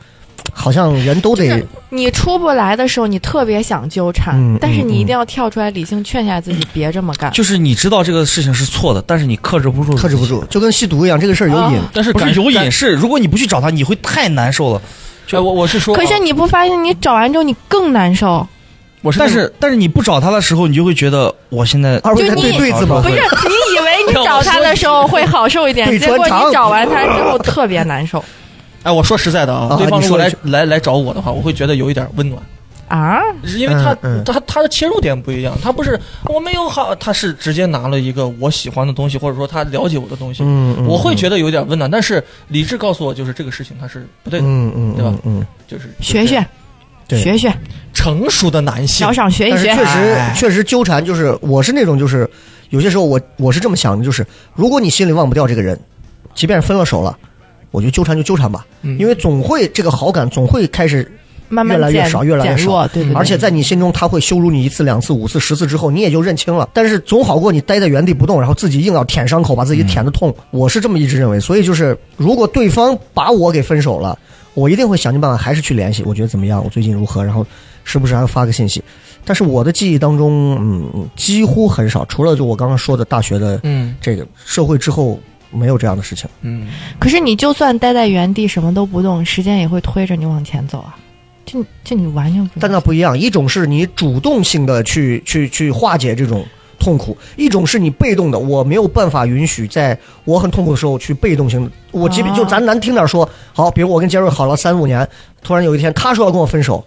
B: 好像人都得
D: 你出不来的时候，你特别想纠缠，
B: 嗯
D: 但是你
B: 嗯
D: 一定要跳出来，理性劝一下自己，别这么干。
A: 就是你知道这个事情是错的，但是你克制不住，
B: 克制不住，就跟吸毒一样，这个事儿有瘾。
D: 啊
C: 但是
A: 不是
C: 感
A: 有
C: 感
A: 瘾，是如果你不去找他，你会太难受了。
C: 哎，我我是说啊，
D: 可是你不发现，你找完之后你更难受。
C: 我是
D: 嗯
C: 那
A: 但
C: 种
A: 是但是你不找他的时候，你就会觉得我现在
B: 二位在
D: 就
B: 对
D: 你
B: 对子吗
D: 不？是，你以为你找他的时候会好受 一点，
B: 对
D: 结果
B: 穿肠
D: 你找完他之后特别难 受
C: 哎，我说实在的
B: 啊
C: 啊，对
B: 你
C: 方如
B: 说
C: 果
B: 一
C: 来
B: 句
C: 来来找我的话，我会觉得有一点温暖。
D: 啊！
C: 是因为他、
B: 嗯嗯
C: 他他的切入点不一样，他不是我没有好，他是直接拿了一个我喜欢的东西，或者说他了解我的东西，
B: 嗯嗯
C: 我会觉得有点温暖。但是理智告诉我，就是这个事情它是不对的，
B: 嗯嗯，
C: 对吧
B: 嗯，
C: 就是
D: 学学，
B: 对
D: 学学，
C: 成熟的男性
D: 小。赏学一
B: 但是
D: 哎学。啊
B: 确实确实纠缠，就是我是那种就是有些时候我我是这么想的，就是如果你心里忘不掉这个人，即便是分了手了。我就纠缠就纠缠吧，
C: 嗯
B: 因为总会这个好感总会开始，
D: 慢慢
B: 越来越
D: 减
B: 少越来越
D: 减
B: 少
D: 弱，对对对。
B: 而且在你心中他会羞辱你一次、两次、五次、十次之后，你也就认清了。但是总好过你待在原地不动，然后自己硬要舔伤口，把自己舔的痛。我是这么一直认为，所以就是如果对方把我给分手了，我一定会想尽办法还是去联系。我觉得怎么样？我最近如何？然后时不时还会发个信息。但是我的记忆当中，嗯，几乎很少，除了就我刚刚说的大学的
C: 嗯
B: 这个社会之后，没有这样的事情。
C: 嗯，
D: 可是你就算待在原地什么都不动，时间也会推着你往前走啊。就你就你完全不，
B: 但那不一样，一种是你主动性的去去去化解这种痛苦，一种是你被动的，我没有办法允许在我很痛苦的时候去被动性的。我即便、
D: 啊
B: 就咱难听点说，好，比如我跟杰瑞好了三五年，突然有一天他说要跟我分手，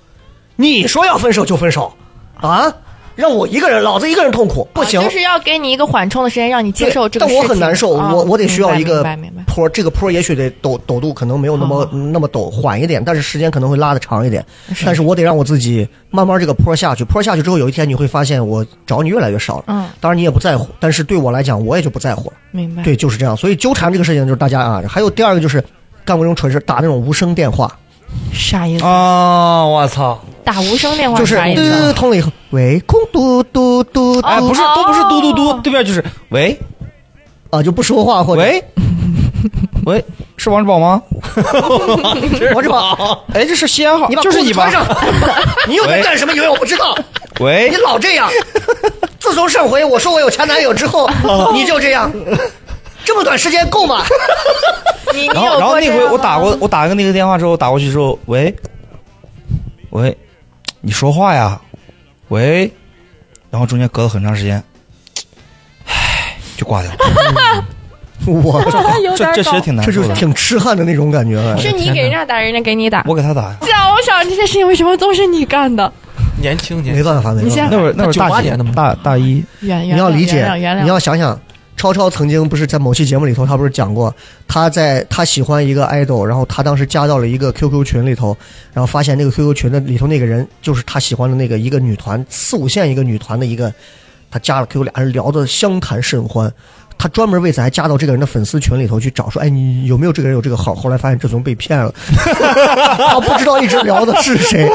B: 你说要分手就分手啊？让我一个人，老子一个人痛苦，不行。
D: 啊就是要给你一个缓冲的时间，让你接受这个
B: 但
D: 事
B: 我
D: 情。
B: 很难受，
D: 啊
B: 我我得需要一个
D: 明白明白。明白
B: 坡，这个坡也许得陡陡度可能没有那么、
D: 哦
B: 那么陡，缓一点，但是时间可能会拉的长一点。但是我得让我自己慢慢这个坡下去，坡下去之后，有一天你会发现我找你越来越少了。
D: 嗯，
B: 当然你也不在乎，但是对我来讲，我也就不在乎了。
D: 明白。
B: 对，就是这样。所以纠缠这个事情，就是大家啊，还有第二个就是干过这种蠢事，打那种无声电话。
D: 啥意思？
G: 啊，我操，
D: 打无声电话
B: 就是
D: 啥意思
B: 嘟
D: 啊？
B: 通了以后，喂，空嘟嘟嘟
A: 哎，
B: 嘟
A: 不是，都不是嘟嘟嘟
D: 哦，
A: 对面就是喂
B: 啊，就不说话或者
A: 喂喂，是王志宝吗？
B: 我这把，
A: 哎，这是西安
B: 哦
A: 号，
B: 你把
A: 就是
B: 裤子
A: 你吧
B: 穿？上， 哎你又在
A: 喂
B: 干什么？以为我不知 道？
A: 喂
B: 你，老这 样。自从上回我说我有前男友之后，你就这样，这么短时间够吗？
D: 你你
A: 然后
D: 有
A: 然后
D: 过
A: 那
D: 这
A: 回
D: 样
A: 我打过，我打个那个电话之后打过去之后，喂喂，你说话呀，喂，然后中间隔了很长时间，唉，就挂掉了。
B: 我
D: 吗 有点
A: 这这其实
D: 搞
A: 挺难
B: 这
A: 受
B: 就是
A: 的。
B: 挺痴汉的那种感觉啊 了。
D: 是你给人家打，人家给你打。
A: 我给他打呀，
D: 讲，我想这件事情为什么都是你干的？
C: 年轻年
B: 没
C: 轻，
B: 办法，没
D: 你
B: 办
D: 先
B: 法。
A: 那会儿那会儿
C: 98
A: 大几
C: 年的嘛
A: 大大一，
D: 原
B: 你
D: 原谅
B: 要理解
D: 原谅，原谅
B: 你要想想，超超曾经不是在某期节目里头，他不是讲过，他在他喜欢一个 idol，然后他当时加到了一个 QQ 群里头，然后发现那个 QQ 群的里头那个人就是他喜欢的那个一个女团，四五线一个女团的一个，他加了 QQ，俩人聊得相谈甚欢。他专门为此还加到这个人的粉丝群里头去找，说：“哎，你有没有这个人有这个号？”后来发现这怂被骗了， 他不知道一直聊的是谁。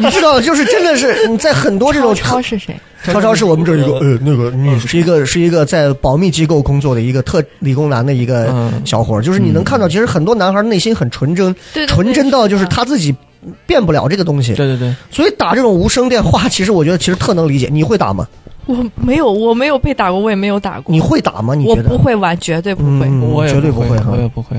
B: 你知道，就是真的是你在很多这种
D: 超超是谁？
B: 超超是我们这儿一个呃那个女是一个是一个在保密机构工作的一个特理工男的一个
C: 嗯
B: 哎小伙儿，就是你能看到，其实很多男孩内心很纯真，
D: 对对对
B: 纯真到就是他自己变不了这个东西，
C: 对对对，
B: 所以打这种无声电话，其实我觉得其实特能理解。你会打吗？
D: 我没有，我没有被打过，我也没有打过。
B: 你会打吗？你
D: 我
B: 觉
D: 不
B: 得？
D: 会玩，绝对不会。
B: 嗯
C: 我也
B: 绝对不
C: 不
B: 会哈
C: 我也不会，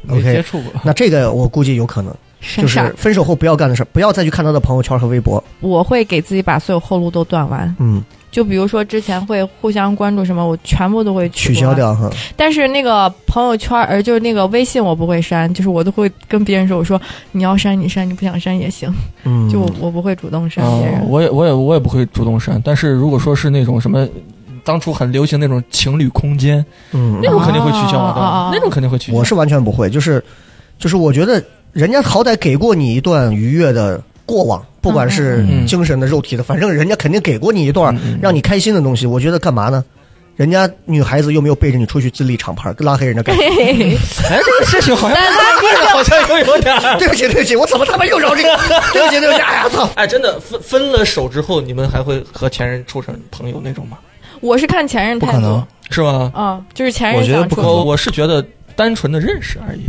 C: 没
B: OK
C: 接触过。啊
B: 那这个我估计有可能，
D: 闪
B: 就是
D: 闪，
B: 分手后不要干的事儿，不要再去看他的朋友圈和微博。
D: 我会给自己把所有后路都断完。
B: 嗯，
D: 就比如说之前会互相关注什么，我全部都会
B: 取消
D: 关。
B: 掉哈。
D: 但是那个朋友圈儿，呃，就是那个微信，我不会删，就是我都会跟别人说，我说你要删你删，你不想删也行，
B: 嗯，哦
D: 就我我不会主动删
C: 啊
D: 别人。
C: 我也我也我也不会主动删，但是如果说是那种什么，当初很流行那种情侣空间，
B: 嗯
C: 那种肯定会取消我
D: 啊
C: 的，
D: 啊啊
C: 那种肯定会取消。
B: 我是完全不会，就是就是我觉得人家好歹给过你一段愉悦的过往，不管是
C: 嗯嗯
B: 精神的、肉体的，反正人家肯定给过你一段
C: 嗯嗯
B: 让你开心的东西。我觉得干嘛呢？人家女孩子又没有背着你出去自立厂牌，拉黑人家干嘛？
C: 哎，这个事 情好像好像又有点 儿。
B: 对不起，对不起，我怎么他妈又绕这个？对不起，对不起，哎呀，操！
C: 哎，真的分分了手之后，你们还会和前任处成朋友那种吗？
D: 我是看前任
A: 不
D: 态
A: 可
D: 度
A: 能，，
C: 是吗？
D: 嗯，就是前任
A: 我觉得
D: 想
A: 不
D: 处
A: 可能
C: 我我是觉得单纯的认识而已，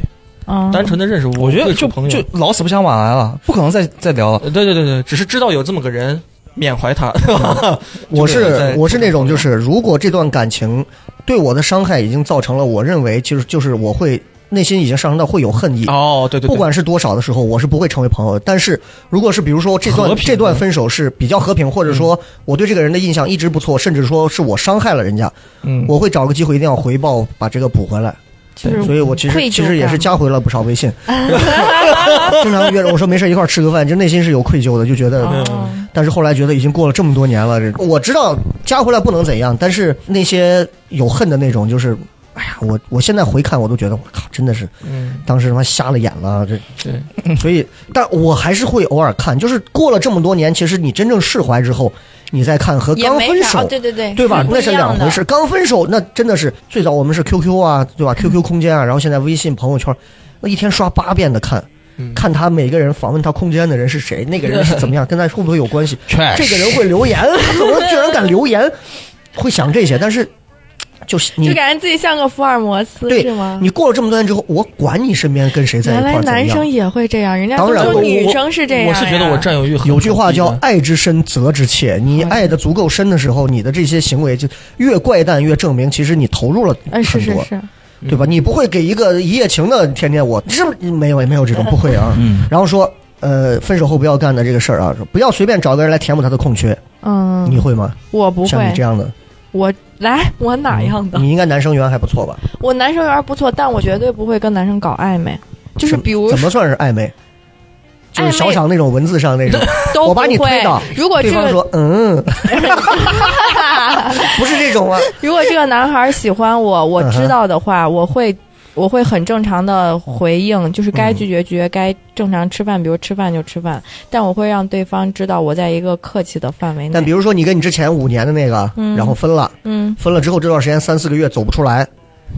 D: 嗯
C: 单纯的认识，
A: 我觉得
C: 会处
A: 就
C: 朋友
A: 就老死不相往来了，不可能再再聊了。
C: 呃对对对对，只是知道有这么个人，缅怀他。
B: 嗯我
C: 就是在
B: 是我是那种就是，如果这段感情对我的伤害已经造成了，我认为就是就是我会内心已经上升到会有恨意。
C: 哦，对对对，
B: 不管是多少的时候，我是不会成为朋友。但是如果是比如说这
C: 和
B: 段
C: 平的
B: 这段分手是比较和平，或者说我对这个人的印象一直不错，甚至说是我伤害了人家，
C: 嗯，
B: 我会找个机会一定要回报，把这个补回来。
D: 就是
B: 所以我其
D: 愧
B: 实其
D: 疚
B: 实也
D: 感
B: 是加回了不少微信， 经常约着我说没事一块儿吃个饭，就内心是有愧疚的，就觉得。
D: 哦
B: 但是后来觉得已经过了这么多年了，这我知道加回来不能怎样，但是那些有恨的那种，就是，哎呀，我我现在回看我都觉得我靠，真的是
C: 嗯，
B: 当时他妈瞎了眼了，这
C: 对，
B: 所以，但我还是会偶尔看，就是过了这么多年，其实你真正释怀之后，你再看和
D: 也
B: 刚
D: 没
B: 分
D: 啥
B: 手
D: 哦，对对对，
B: 对吧？
D: 不
B: 那
D: 一
B: 是
D: 样
B: 两
D: 的
B: 回事。。刚分手那真的是最早我们是 QQ 啊，对吧？QQ
D: 嗯
B: 空间啊，然后现在微信朋友圈，那一天刷八遍的看。
C: 嗯
B: 看他每个人访问他空间的人是谁，那个人是怎么样，跟他会不会有关系？
A: 确
B: 这个人会留 言，他怎么居然敢留言？会想这些，但是就是你
D: 就感觉自己像个福尔摩斯，
B: 对
D: 是吗？
B: 你过了这么多年之后，我管你身边跟谁在一
D: 原
B: 块
D: 来
B: 儿怎么
D: 男
B: 样
D: 生。也会这样，人家
B: 当
D: 都
B: 然
D: 说
B: 我
D: 女
C: 我
D: 生是这样呀。
C: 我是觉得我占有欲很
B: 有句话叫
C: 低
B: “爱之深，责之
D: 哎
B: 切”。你爱的足够深的时候，你的这些行为就越怪诞，越证明其实你投入了
D: 嗯，是
B: 很
D: 是嗯
B: 多，
D: 是，
B: 对吧？你不会给一个一夜情的天天我是不是没有也没有这种不会啊。
A: 嗯，
B: 然后说，呃，分手后不要干的这个事儿啊，说不要随便找个人来填补他的空缺，
D: 嗯，
B: 你会吗？
D: 我不
B: 像你这
D: 会，嗯
B: 样的，嗯
D: 我来我哪样的？
B: 你应该男生缘还不错吧？
D: 我男生缘不错，但我绝对不会跟男生搞暧昧，就是比如
B: 怎么算是暧昧？就是小赏那种文字上那 种，
D: 都
B: 我把你
D: 不会
B: 推倒，
D: 如哦果这
B: 对方
D: 个
B: 说 嗯，不是这种 啊，
D: 如果这个男孩喜欢我，我
B: 嗯哼
D: 知道的话，我会。我会很正常的回应，就是该
B: 嗯
D: 拒绝拒绝，该正常吃饭，比如吃饭就吃饭，但我会让对方知道我在一个客气的范围
B: 但比
D: 内。
B: 如说你跟你之前五年的那个，
D: 嗯
B: 然后分了，
D: 嗯，
B: 分了之后这段时间三四个月走不出来，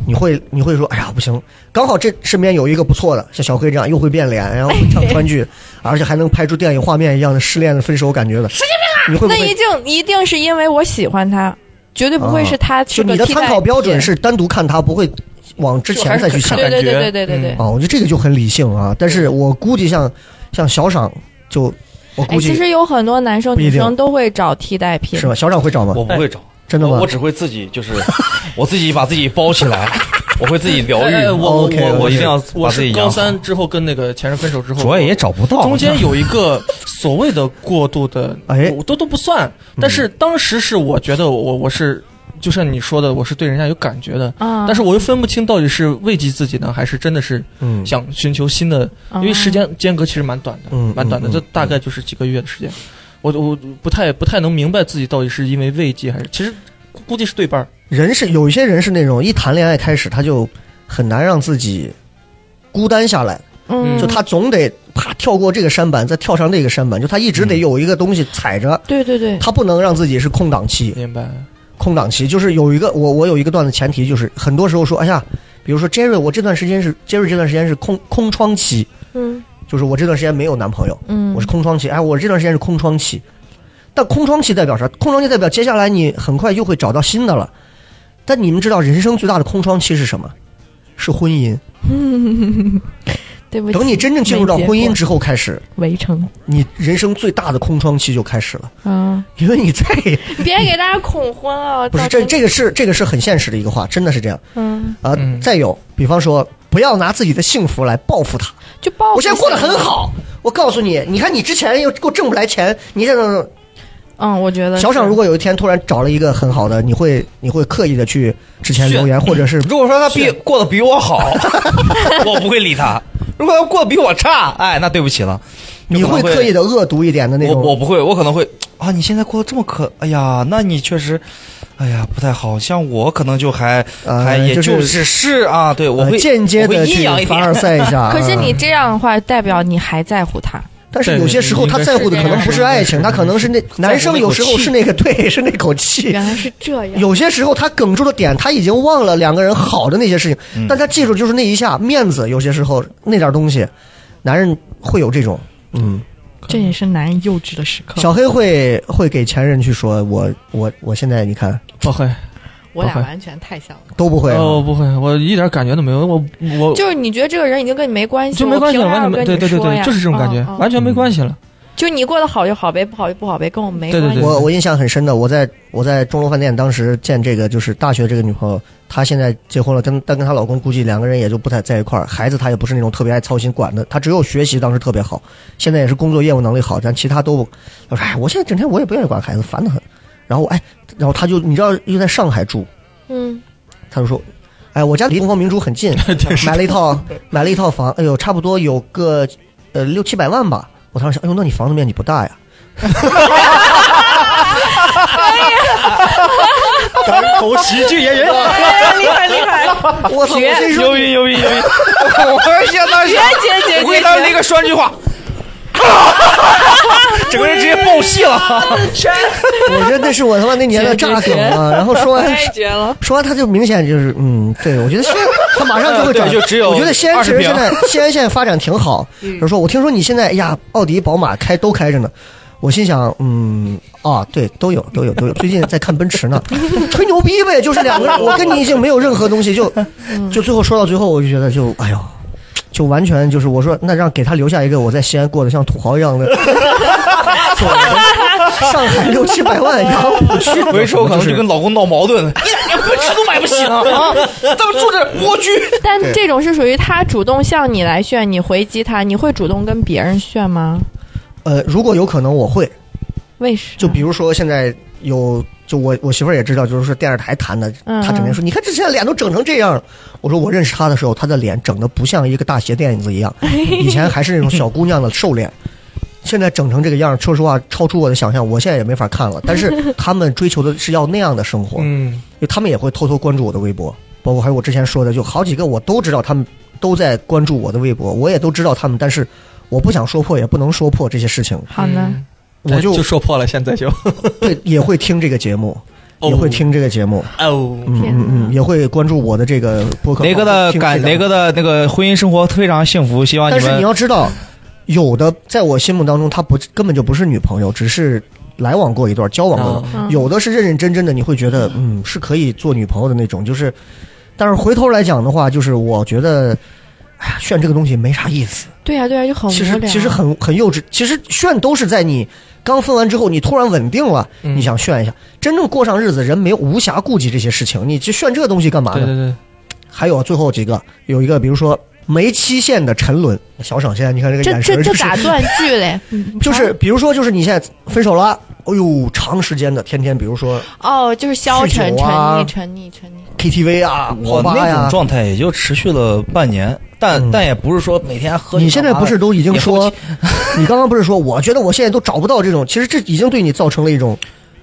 B: 你会你会说，哎呀不行，刚好这身边有一个不错的，像小黑这样又会变脸，然后会唱川剧，而且还能拍出电影画面一样的失恋的分手感觉的。神经病啊！你会不
D: 那一
B: 会？
D: 定一定是因为我喜欢他，绝对不会是他
B: 啊就是
D: 个
B: 你的
D: 替代
B: 参考标准
D: 品
B: 是单独看他，不会往之前再去想
C: 看。
D: 对对对
C: 感
D: 对
C: 觉
D: 对对对。
B: 哦，我觉得这个就很理性啊。但是我估计像像小赏就，我
D: 哎，
B: 估
D: 其
B: 计
D: 实有很多男生
B: 不一
D: 女
B: 定
D: 生都会找替代品，
B: 是吧？小赏会找吗？哎
G: 我不会找，
B: 真的
G: 我
B: 吗
G: 我？只会自己就是，哎我自己把自己包起来，我会自己疗愈。
C: 哎我我
B: OK，
C: 我
G: 我一定要
C: 我
G: 把自己
C: 是
G: 养
C: 高
G: 好
C: 三之后跟那个前任分手之后，
A: 主要也找不到，
C: 中间有一个所谓的过度的，
B: 哎
C: 我都都不算。但是当时是我觉得我我是，就像你说的，我是对人家有感觉的，
D: 啊，
C: 但是我又分不清到底是慰藉自己呢，还是真的是
B: 嗯，
C: 想寻求新的，
D: 哦
C: 因为时间间隔其实蛮短的
B: 嗯，
C: 蛮短的，
B: 嗯嗯
C: 这大概就是几个月的时间。我我不太不太能明白自己到底是因为慰藉还是，其实估计是对半儿。
B: 人是有一些人是那种一谈恋爱开始他就很难让自己孤单下来，
D: 嗯，
B: 就他总得啪跳过这个山板，再跳上那个山板，就他一直得有一个东西踩着，
D: 对对对，
B: 他不能让自己是空档期。
C: 明白？
B: 空档期就是有一个我我有一个段子前提就是很多时候说哎呀，比如说 Jerry 我这段时间是 Jerry 这段时间是空空窗期，
D: 嗯
B: 就是我这段时间没有男朋友，
D: 嗯，
B: 我是空窗期，哎我这段时间是空窗期，但空窗期代表啥？空窗期代表接下来你很快又会找到新的了，但你们知道人生最大的空窗期是什么？是婚姻。
D: 对不起，
B: 等你真正进入到
D: 没结
B: 婚姻
D: 果
B: 之后开始，
D: 围城，
B: 你人生最大的空窗期就开始了，
D: 嗯，
B: 因为你再也
D: 别给大家恐婚啊！
B: 不是
D: 造
B: 这
D: 成，
B: 这个是这个是很现实的一个话，真的是这样。
D: 嗯，
B: 啊、
C: 嗯
B: 再有，比方说，不要拿自己的幸福来报复他。
D: 就报复
B: 我现在过得很
D: 性，
B: 好，我告诉你，你看你之前又给我挣不来钱，你这种
D: 嗯，我觉得
B: 小
D: 是
B: 赏，如果有一天突然找了一个很好的，你会你会刻意的去之前留言，或者是
G: 如果说他比过得比我好，我不会理他；如果他过得比我差，哎，那对不起了。
B: 你会刻意的恶毒一点的那
G: 我
B: 种。
G: 我不会，我可能会啊，你现在过得这么可，哎呀，那你确实，哎呀，不太好。像我可能就还、
B: 呃
G: 还也
B: 就是
G: 只是啊，对我
B: 呃
G: 会、
B: 间接
G: 我
B: 的
G: 会阴
B: 去
G: 阳一
B: 凡尔
G: 点。
B: 赛一下。
D: 可是你
B: 嗯
D: 这样的话，代表你还在乎他，
B: 但是有些时候他在乎的可能不是爱情，他可能是那男生有时候是那个 对，是那口气。
D: 原来是这样，
B: 有些时候他哽住的点，他已经忘了两个人好的那些事情，但他记住就是那一下面子，有些时候那点东西，男人会有这种。嗯，
D: 这也是男人幼稚的时刻。
B: 小黑会会给前任去说，我我我现在你看
C: 不会，
D: 我俩
C: 不会
D: 完全太像了，
B: 都不会啊、
C: 哦，不会，我一点感觉都没有。我我
D: 就是你觉得这个人已经跟你没关系，
C: 就没关系了，
D: 我凭啥
C: 完
D: 要跟
C: 全没
D: 你
C: 对对对
D: 说
C: 对，
D: 呀
C: 就是这种感觉，
D: 嗯嗯
C: 完全没关系了。
D: 就你过得好就好呗，不好就不好呗，跟我没
C: 对
D: 关
C: 对
D: 系。
C: 对
B: 我我印象很深的，我在我在钟楼饭店当时见这个就是大学这个女朋友，她现在结婚了，跟但跟她老公估计两个人也就不太在一块儿，孩子她也不是那种特别爱操心管的，她只有学习当时特别好，现在也是工作业务能力好，但其他都不， 她说哎，我现在整天我也不愿意管孩子，烦得很。然后我哎，然后她就你知道又在上海住，
D: 嗯，
B: 她就说。哎，我家离东方明珠很 近，买了一套，买了一套房，哎呦，差不多有个呃六七百万吧。我当时想，哎呦，那你房子面积不大呀？
G: 口喜剧演员，
D: 嗯 厉害厉害，
B: 我操！我
D: 绝
B: 心
G: 鱿
B: 说
G: 鱼鱿鱼鱿鱼， 我现在当时啊
D: 姐姐
G: 我给他那个说一句 话。整个人直接爆气了，
B: 我觉得那是我他妈那年代炸梗啊！然后说完，
D: 太绝了。
B: 说完他就明显就是，嗯，对我觉 得西安他马上就会转，
G: 对就只有
B: 我觉得西安
G: 20
B: 其实
G: 平
B: 现在西安现在发展挺好。
G: 嗯
B: 就说我听说你现在哎呀，奥迪、宝马开都开着呢。我心想，嗯，啊，对，都有，都有，都有。最近在看奔 驰呢，吹牛逼呗，就是两个人，我跟你已经没有任何东西，就
G: 嗯
B: 就最后说到最后，我就觉得就，哎呦，就完全就是我说，那让给他留下一个我在西安过得像土豪 一样的做人，上海六七百万养虎区，
G: 回去我可能就跟老公闹矛盾了。一点奔驰都买不起呢啊！咱们住这蜗居，
D: 但这种是属于他主动向你来炫，你回击他，你会主动跟别人炫吗？
B: 呃，如果有可能，我会。
D: 为啥？
B: 就比如说现在有，就我我媳妇儿也知道，就是说电视台谈的，
D: 嗯
B: 她整天说，你看这现在脸都整成这样了。我说我认识她的时候，她的脸整的不像一个大鞋垫子一样，
D: 哎
B: 以前还是那种小姑娘的瘦脸。现在整成这个样儿，说实话超出我的想象，我现在也没法看了。 但是他们追求的是要那样的生活，因
C: 嗯，
B: 为他们也会偷偷关注我的微博，包括还有我之前说的，就好几个我都知道他们都在关注我的微博，我也都知道他们，但是我不想说破，也不能说破这些事情，
D: 好呢，
C: 嗯
B: 我就
C: 哎就说破了，现在 就
B: 对，也会听这个节目，
C: 哦
B: 也会听这个节目，
C: 哦，
B: 嗯
D: 天哪
B: 嗯嗯，也会关注我的这个播客。
A: 雷哥的
B: 听这
A: 感，
B: 个
A: 雷哥的那个婚姻生活非常幸福，希望
B: 但
A: 你
C: 嗯
B: 是你
A: 们
B: 要知道，有的在我心目当中，她不根本就不是女朋友，只是来往过一段，交往过
A: 哦
B: 一段。
D: 嗯
B: 有的是认认真真的，你会觉得嗯是可以做女朋友的那种，就是，但是回头来讲的话，就是我觉得，哎呀，炫这个东西没啥意思，
D: 对呀、对呀、就很无
B: 其实
D: 聊。啊
B: 其实很很幼稚，其实炫都是在你刚分完之后，你突然稳定了，
C: 嗯
B: 你想炫一下，真正过上日子，人没有无暇顾及这些事情，你去炫这个东西干嘛
C: 对
B: 呢？
C: 对对，
B: 还有最后几个，有一个比如说没期限的沉沦，小爽现在你看这个
D: 这
B: 眼神
D: 这
B: 儿
D: 这
B: 就是
D: 咋断句嘞？嗯
B: 就是比如说就是你现在分手了，哎呦，长时间的天天比如说
D: 哦，就是消沉、
B: 酗酒
D: 沉
B: 啊
D: 溺、沉溺、沉溺。
B: KTV 啊，
A: 我
B: 网吧
A: 那种
B: 呀。
A: 状态也就持续了半年，但、
B: 嗯
A: 但也不是说每天喝。
B: 你现在不是都已经说， 你刚刚不是说，我觉得我现在都找不到这种，其实这已经对你造成了一种，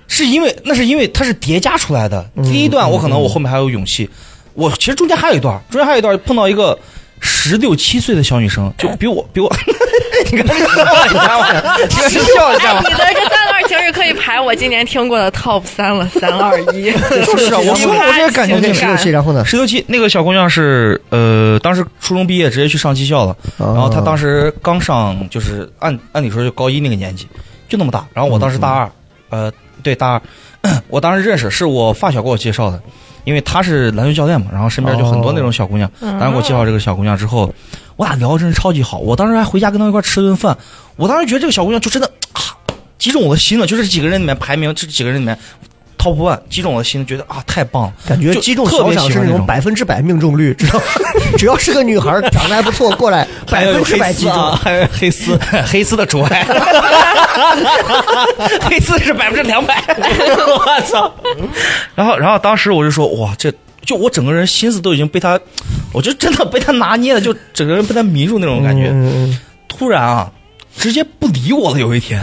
A: 是因为那是因为它是叠加出来
B: 嗯
A: 的。第一段我可能我后面还有勇气，我其实中间还有一段，中间还有一段碰到一个十六七岁的小女生，就比我比我，你看这个笑一下 嘛，你看这笑一下
D: 哎，
A: 嘛
D: 你。的这三段情是可以排我今年听过的 top 三了，三二一。
A: 就是啊，我说了我这个感觉
D: 有
B: 那
A: 就
B: 个
D: 点
A: 是
B: 十六期，然后呢，
A: 十六七那个小姑娘是呃，当时初中毕业直接去上技校了，然
B: 然
A: 后她当时刚上就是按按理说就高一那个年纪，就那么大。然后我当时大二，呃，对大二， 我当时认识是我发小给我介绍的，因为她是篮球教练嘛，然后身边就很多那种小姑娘，当时给我介绍这个小姑娘之后，我俩聊得真是超级好。我当时还回家跟她一块吃顿饭，我当时觉得这个小姑娘就真的啊，击中我的心了，就这几个人里面排名，这几个人里面 top one 击中我的心，觉得啊太棒了。
B: 哦感觉
A: 就
B: 击中
A: 特
B: 小
A: 别
B: 赏
A: 喜
B: 是
A: 欢
B: 那种
A: 那种
B: 百分之百命中率，知道吗？ 只要是个女孩儿长得还不错，过 来
A: 哎
B: 百分之百击中。
A: 还有黑丝， 黑丝的除外， 黑丝是百分之两百， 我操！然后，然后当时我就说，哇，这就我整个人心思都已经被他，我就真的被他拿捏了，就整个人被他迷住那种感觉。
B: 嗯，
A: 突然啊，直接不理我了。有 一天，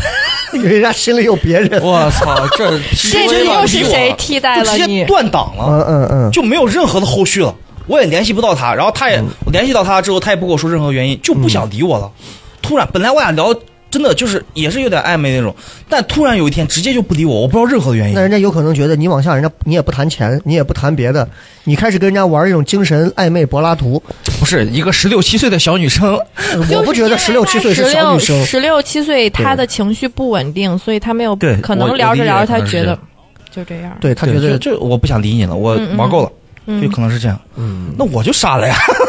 B: 因为人家心里有别人。
C: 我操，这
D: 这句又是谁替代
A: 就
D: 了
A: 直接
D: 你？
A: 断档 了。
B: 嗯嗯嗯，
A: 就没有任何的后续了，我也联系不到他，然后他也、我联系到他之后，他也不跟我说任何原因，就不想理我了。突然，本来我俩聊真的就是也是有点暧昧那种，但突然有一天直接就不理我，我不知道任何原
B: 那
A: 因。
B: 人家有可能觉得你往下，人家你也不谈钱，你也不谈别的，你开始跟人家玩一种精神暧昧柏拉 图。
A: 不是一个十六七岁的小女生，
B: 我不觉得十六七岁是小女生。
D: 十六七岁，她的情绪不稳定，所以她没有
A: 对
D: 可
A: 我
D: 能
A: 我
D: 聊着
A: 理解
D: 聊着，
A: 可
D: 她
A: 能是
D: 觉
A: 这
D: 得
A: 样
D: 就这样。
B: 对他
A: 对
B: 觉得，
A: 就就我不想理你了，我
D: 嗯嗯
A: 玩够了，
D: 嗯
A: 就可能是这样。嗯，那我就傻了呀，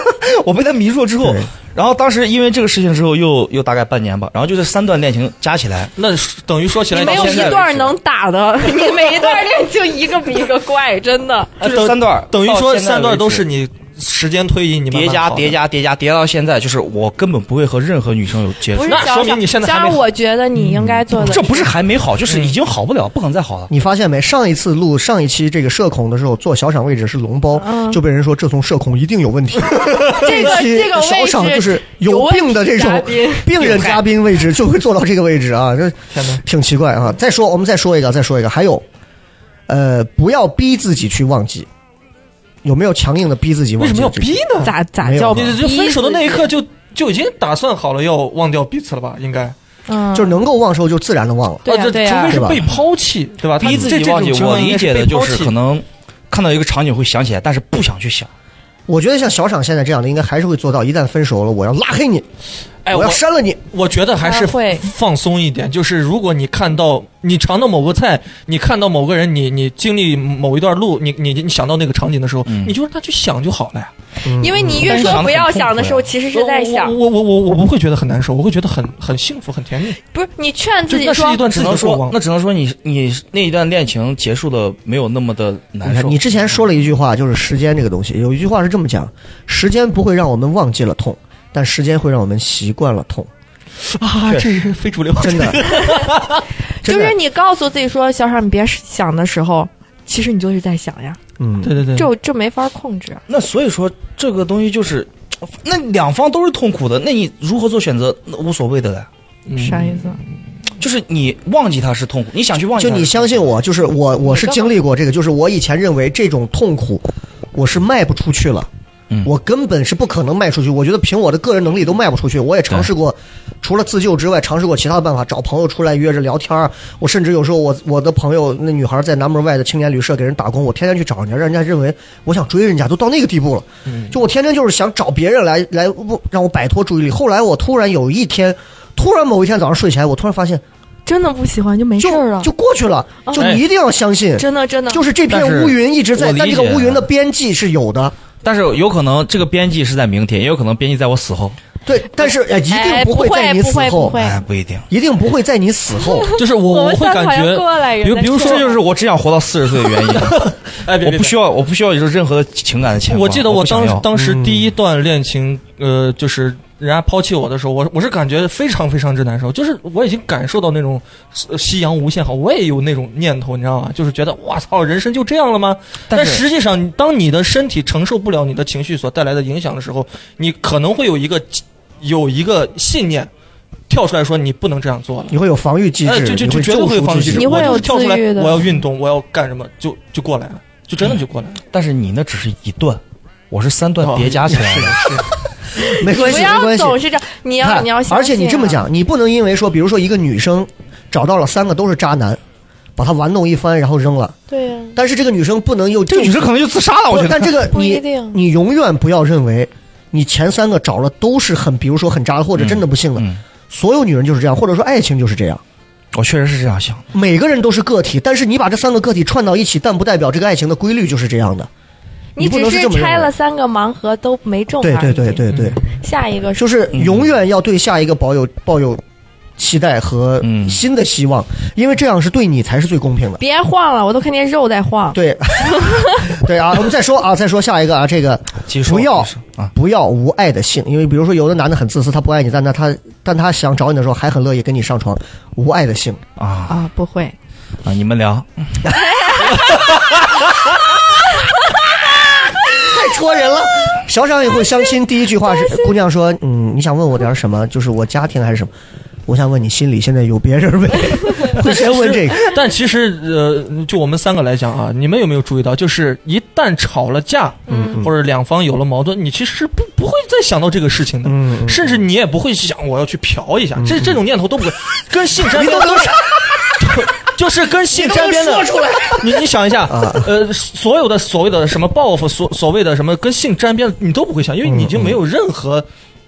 A: 我被他迷住了之后
B: 对，
A: 然后当时因为这个事情之后又又大概半年吧，然后就这三段恋情加起来，
C: 那等于说起来
D: 你没有
C: 到
D: 一
C: 现在
D: 段能打 的，你每一段恋情一个比一个怪，真的。
A: 就
C: 等
A: 是三段，
C: 呃等于
A: 到
C: 说
A: 现在
C: 三段
A: 为
C: 都
A: 止
C: 是你时间推移你慢慢
A: 叠加
C: 好的
A: 叠。加叠加叠到现在，就是我根本不会和任何女生有接触
D: 不是。
C: 那
D: 小
C: 说明你现在还
D: 小
C: 没嗯好
D: 我觉得你应该做的，
A: 这不是还没好，就是已经好不了，不可能再好
C: 嗯
A: 了。
B: 你发现没？上一次录上一期这个社恐的时候，坐小赏位置是龙包，就被人说这从社恐一定有问题。
D: 嗯 这个
B: 期
D: 这个
B: 小
D: 位
B: 赏
D: 置
B: 就是
D: 有
B: 有
D: 问
B: 病的
D: 题
B: 这
D: 嘉
B: 种
D: 宾
B: 病人嘉宾位置就会坐到这个位置啊，这 挺奇怪啊。再说，我们再说一个，再说一个，还有，呃，不要逼自己去忘记，有没有强硬的逼自己忘
C: 为
B: 记？
C: 什么要逼？呢？
D: 咋咋
B: 没有
D: 叫
B: 你
C: 你就分手的那一刻就就已经打算好了要忘掉彼此了吧？应该，
D: 嗯，
B: 就是能够忘受就自然的忘了。
D: 对呀
C: 啊这
D: 对
C: 除
D: 呀
C: 非
B: 是
C: 是
B: 吧
C: 被抛弃，对吧？他
A: 逼自
C: 这
A: 己忘记，
C: 这种情
A: 我
C: 况应该
A: 理解的
C: 被
A: 就
C: 抛
A: 是
C: 弃
A: 可能看到一个场景会想起来，但是不想去想。
B: 我觉得像小赏现在这样的，应该还是会做到。一旦分手了，我要拉黑你，
C: 哎，
B: 我
C: 我
B: 要删了你。
C: 我觉得还是
D: 啊会
C: 放松一点，就是如果你看到你尝到某个菜，你看到某个人，你你经历某一段路，你你你想到那个场景的时候，
A: 嗯
C: 你就让他去想就好了呀。
D: 因为你
C: 嗯
D: 越说不要想的时候，其实是在想，
C: 我我我我我不会觉得很难受，我会觉得很很幸福很甜蜜。
D: 不是你劝自
C: 就
D: 己
C: 那是
D: 说
C: 一，段自
A: 只
C: 己的
A: 能
C: 过
A: 说
C: 往，。
A: 那只能说你你那一段恋情结束的没有那么的难
B: 你
A: 受。
B: 看，你之前说了一句话，就是时间这个东西，有一句话是这么讲：时间不会让我们忘记了痛，但时间会让我们习惯了痛。
C: 啊，这是非主流，
B: 真的，
D: 就
B: 真的
D: 是你告诉自己说，小闪，你别想的时候，其实你就是在想呀，
B: 嗯，
C: 对对对，
D: 这这没法控制。
A: 那所以说这个东西就是，那两方都是痛苦的，那你如何做选择那无所谓的嘞。
C: 嗯
D: 啥意思？
A: 就是你忘记他是痛苦，你想去忘记
B: 就
A: 他，
B: 你相信我，就是我，我是经历过这个，就是我以前认为这种痛苦，我是迈不出去了。
A: 嗯
B: 我根本是不可能迈出去，我觉得凭我的个人能力都迈不出去。我也尝试过，除了自救之外，尝试过其他的办法，找朋友出来约着聊天儿。我甚至有时候我我的朋友那女孩在南门外的青年旅社给人打工，我天天去找人家，让人家认为我想追人家，都到那个地步了。
A: 嗯
B: 就我天天就是想找别人来来不让我摆脱注意力。后来我突然有一天，突然某一天早上睡起来，我突然发现，
D: 真的不喜欢就没事儿
B: 就
D: 了
B: 就，过去了，就你一定要相信，
D: 真的真的
B: 就是这片
G: 但是
B: 乌云一直在
G: 我，理
B: 但这个
G: 解
B: 乌云的边际是有的。
G: 但是有可能这个编辑是在明天，也有可能编辑在我死后，
B: 对，但是哎，一定
D: 哎
B: 不
D: 不
B: 会在
D: 会
B: 你
D: 不
B: 死
D: 会
B: 后
D: 不，会
G: 哎，不一定。
B: 一定不会在你死 后。
G: 就是我
D: 我
G: 我
D: 们
G: 会
D: 三个
G: 感
D: 好像
G: 觉
D: 过来，人
G: 比如
D: 在
G: 比如
D: 说
G: 说，这就是我只想活到四十岁的原因，
C: 哎，别
G: 我
C: 别
G: 不需要我不需要就是任何的情感的牵
C: 别！
G: 挂。
C: 我记得
G: 我
C: 我
G: 不想
C: 当
G: 要
C: 当时
B: 嗯
C: 第一段恋情，呃，就是人家抛弃我的时候，我我是感觉非常非常之难受，就是我已经感受到那种呃夕阳无限好，我也有那种念头，你知道吗？就是觉得哇操，人生就这样了吗？
G: 但
C: 但
G: 是
C: 实际上，当你的身体承受不了你的情绪所带来的影响的时候，你可能会有一个有一个信念跳出来说你不能这样做了。
B: 你会有防御机
C: 哎，
B: 制，
C: 就就
B: 你会
C: 就绝对
B: 救
C: 会
B: 赎
C: 放
B: 自
C: 弃，
B: 己
D: 你会
C: 我
D: 有
C: 就跳出来
D: 自愈，的
C: 我要运动，我要干什么，就就过来了，就真的就过来了。
G: 但是你那只是一段，我是三段叠加起来
C: 哦
G: 的。
B: 没关
D: 不
B: 系，没
D: 要
B: 关系。
D: 总是这样，你要
B: 看
D: 你要，相
B: 而且你
D: 信
B: 这么
D: 啊，
B: 讲，你不能因为说，比如说一个女生找到了三个都是渣男，把他玩弄一番然后扔了，
D: 对呀，
B: 但是这个女生不能又
G: 这个女生可能就自杀了，我
B: 不
G: 觉
B: 是，
G: 得。
B: 但这个
D: 不一
B: 你
D: 定
B: 你永远不要认为你前三个找了都是很，比如说很渣的或者真的不幸的，
G: 嗯，
B: 所有女人就是这样，或者说爱情就是这样，
G: 我确实是这样想。
B: 每个人都是个体，但是你把这三个个体串到一起，但不代表这个爱情的规律就是这样的。你不
D: 只
B: 能是
D: 是
B: 这么认
D: 拆
B: 为
D: 了三个盲盒都没中，
B: 对对对，对
D: 嗯
B: 对，
D: 下一个
B: 就是
G: 嗯
B: 永远要对下一个抱有抱有期待和
G: 嗯
B: 新的希望，因为这样是对你才是最公平的。
D: 别晃了，我都看见肉在晃，
B: 对， 对啊，我们再说啊，再说下一个啊，这个
G: 继续说
B: 不要
G: 继续说啊，
B: 不要无爱的性，因为比如说有的男的很自私，他不爱你，但他他但他想找你的时候还很乐意跟你上床，无爱的性。
G: 啊
D: 啊，不会，
G: 啊！你们聊，
B: 太戳人了。小冉以后相亲第一句话是：姑娘说，嗯，你想问我点什么？就是我家庭还是什么？我想问你心里现在有别人 没？会先问这个。
C: 但其实，呃，就我们三个来讲啊，你们有没有注意到，就是一旦吵了架，
B: 嗯
C: 或者两方有了矛盾，你其实是不不会再想到这个事情的，
B: 嗯，
C: 甚至你也不会想我要去嫖一下，这这种念头都不会，跟性沾
B: 你
C: 边
B: 都能
C: 就是跟性沾边的
B: 你能不能说出来，啊
C: 你你想一下，呃，所有的所谓的什么报复，所所谓的什么跟性沾边的，你都不会想，因为你已
B: 嗯
C: 经没有任何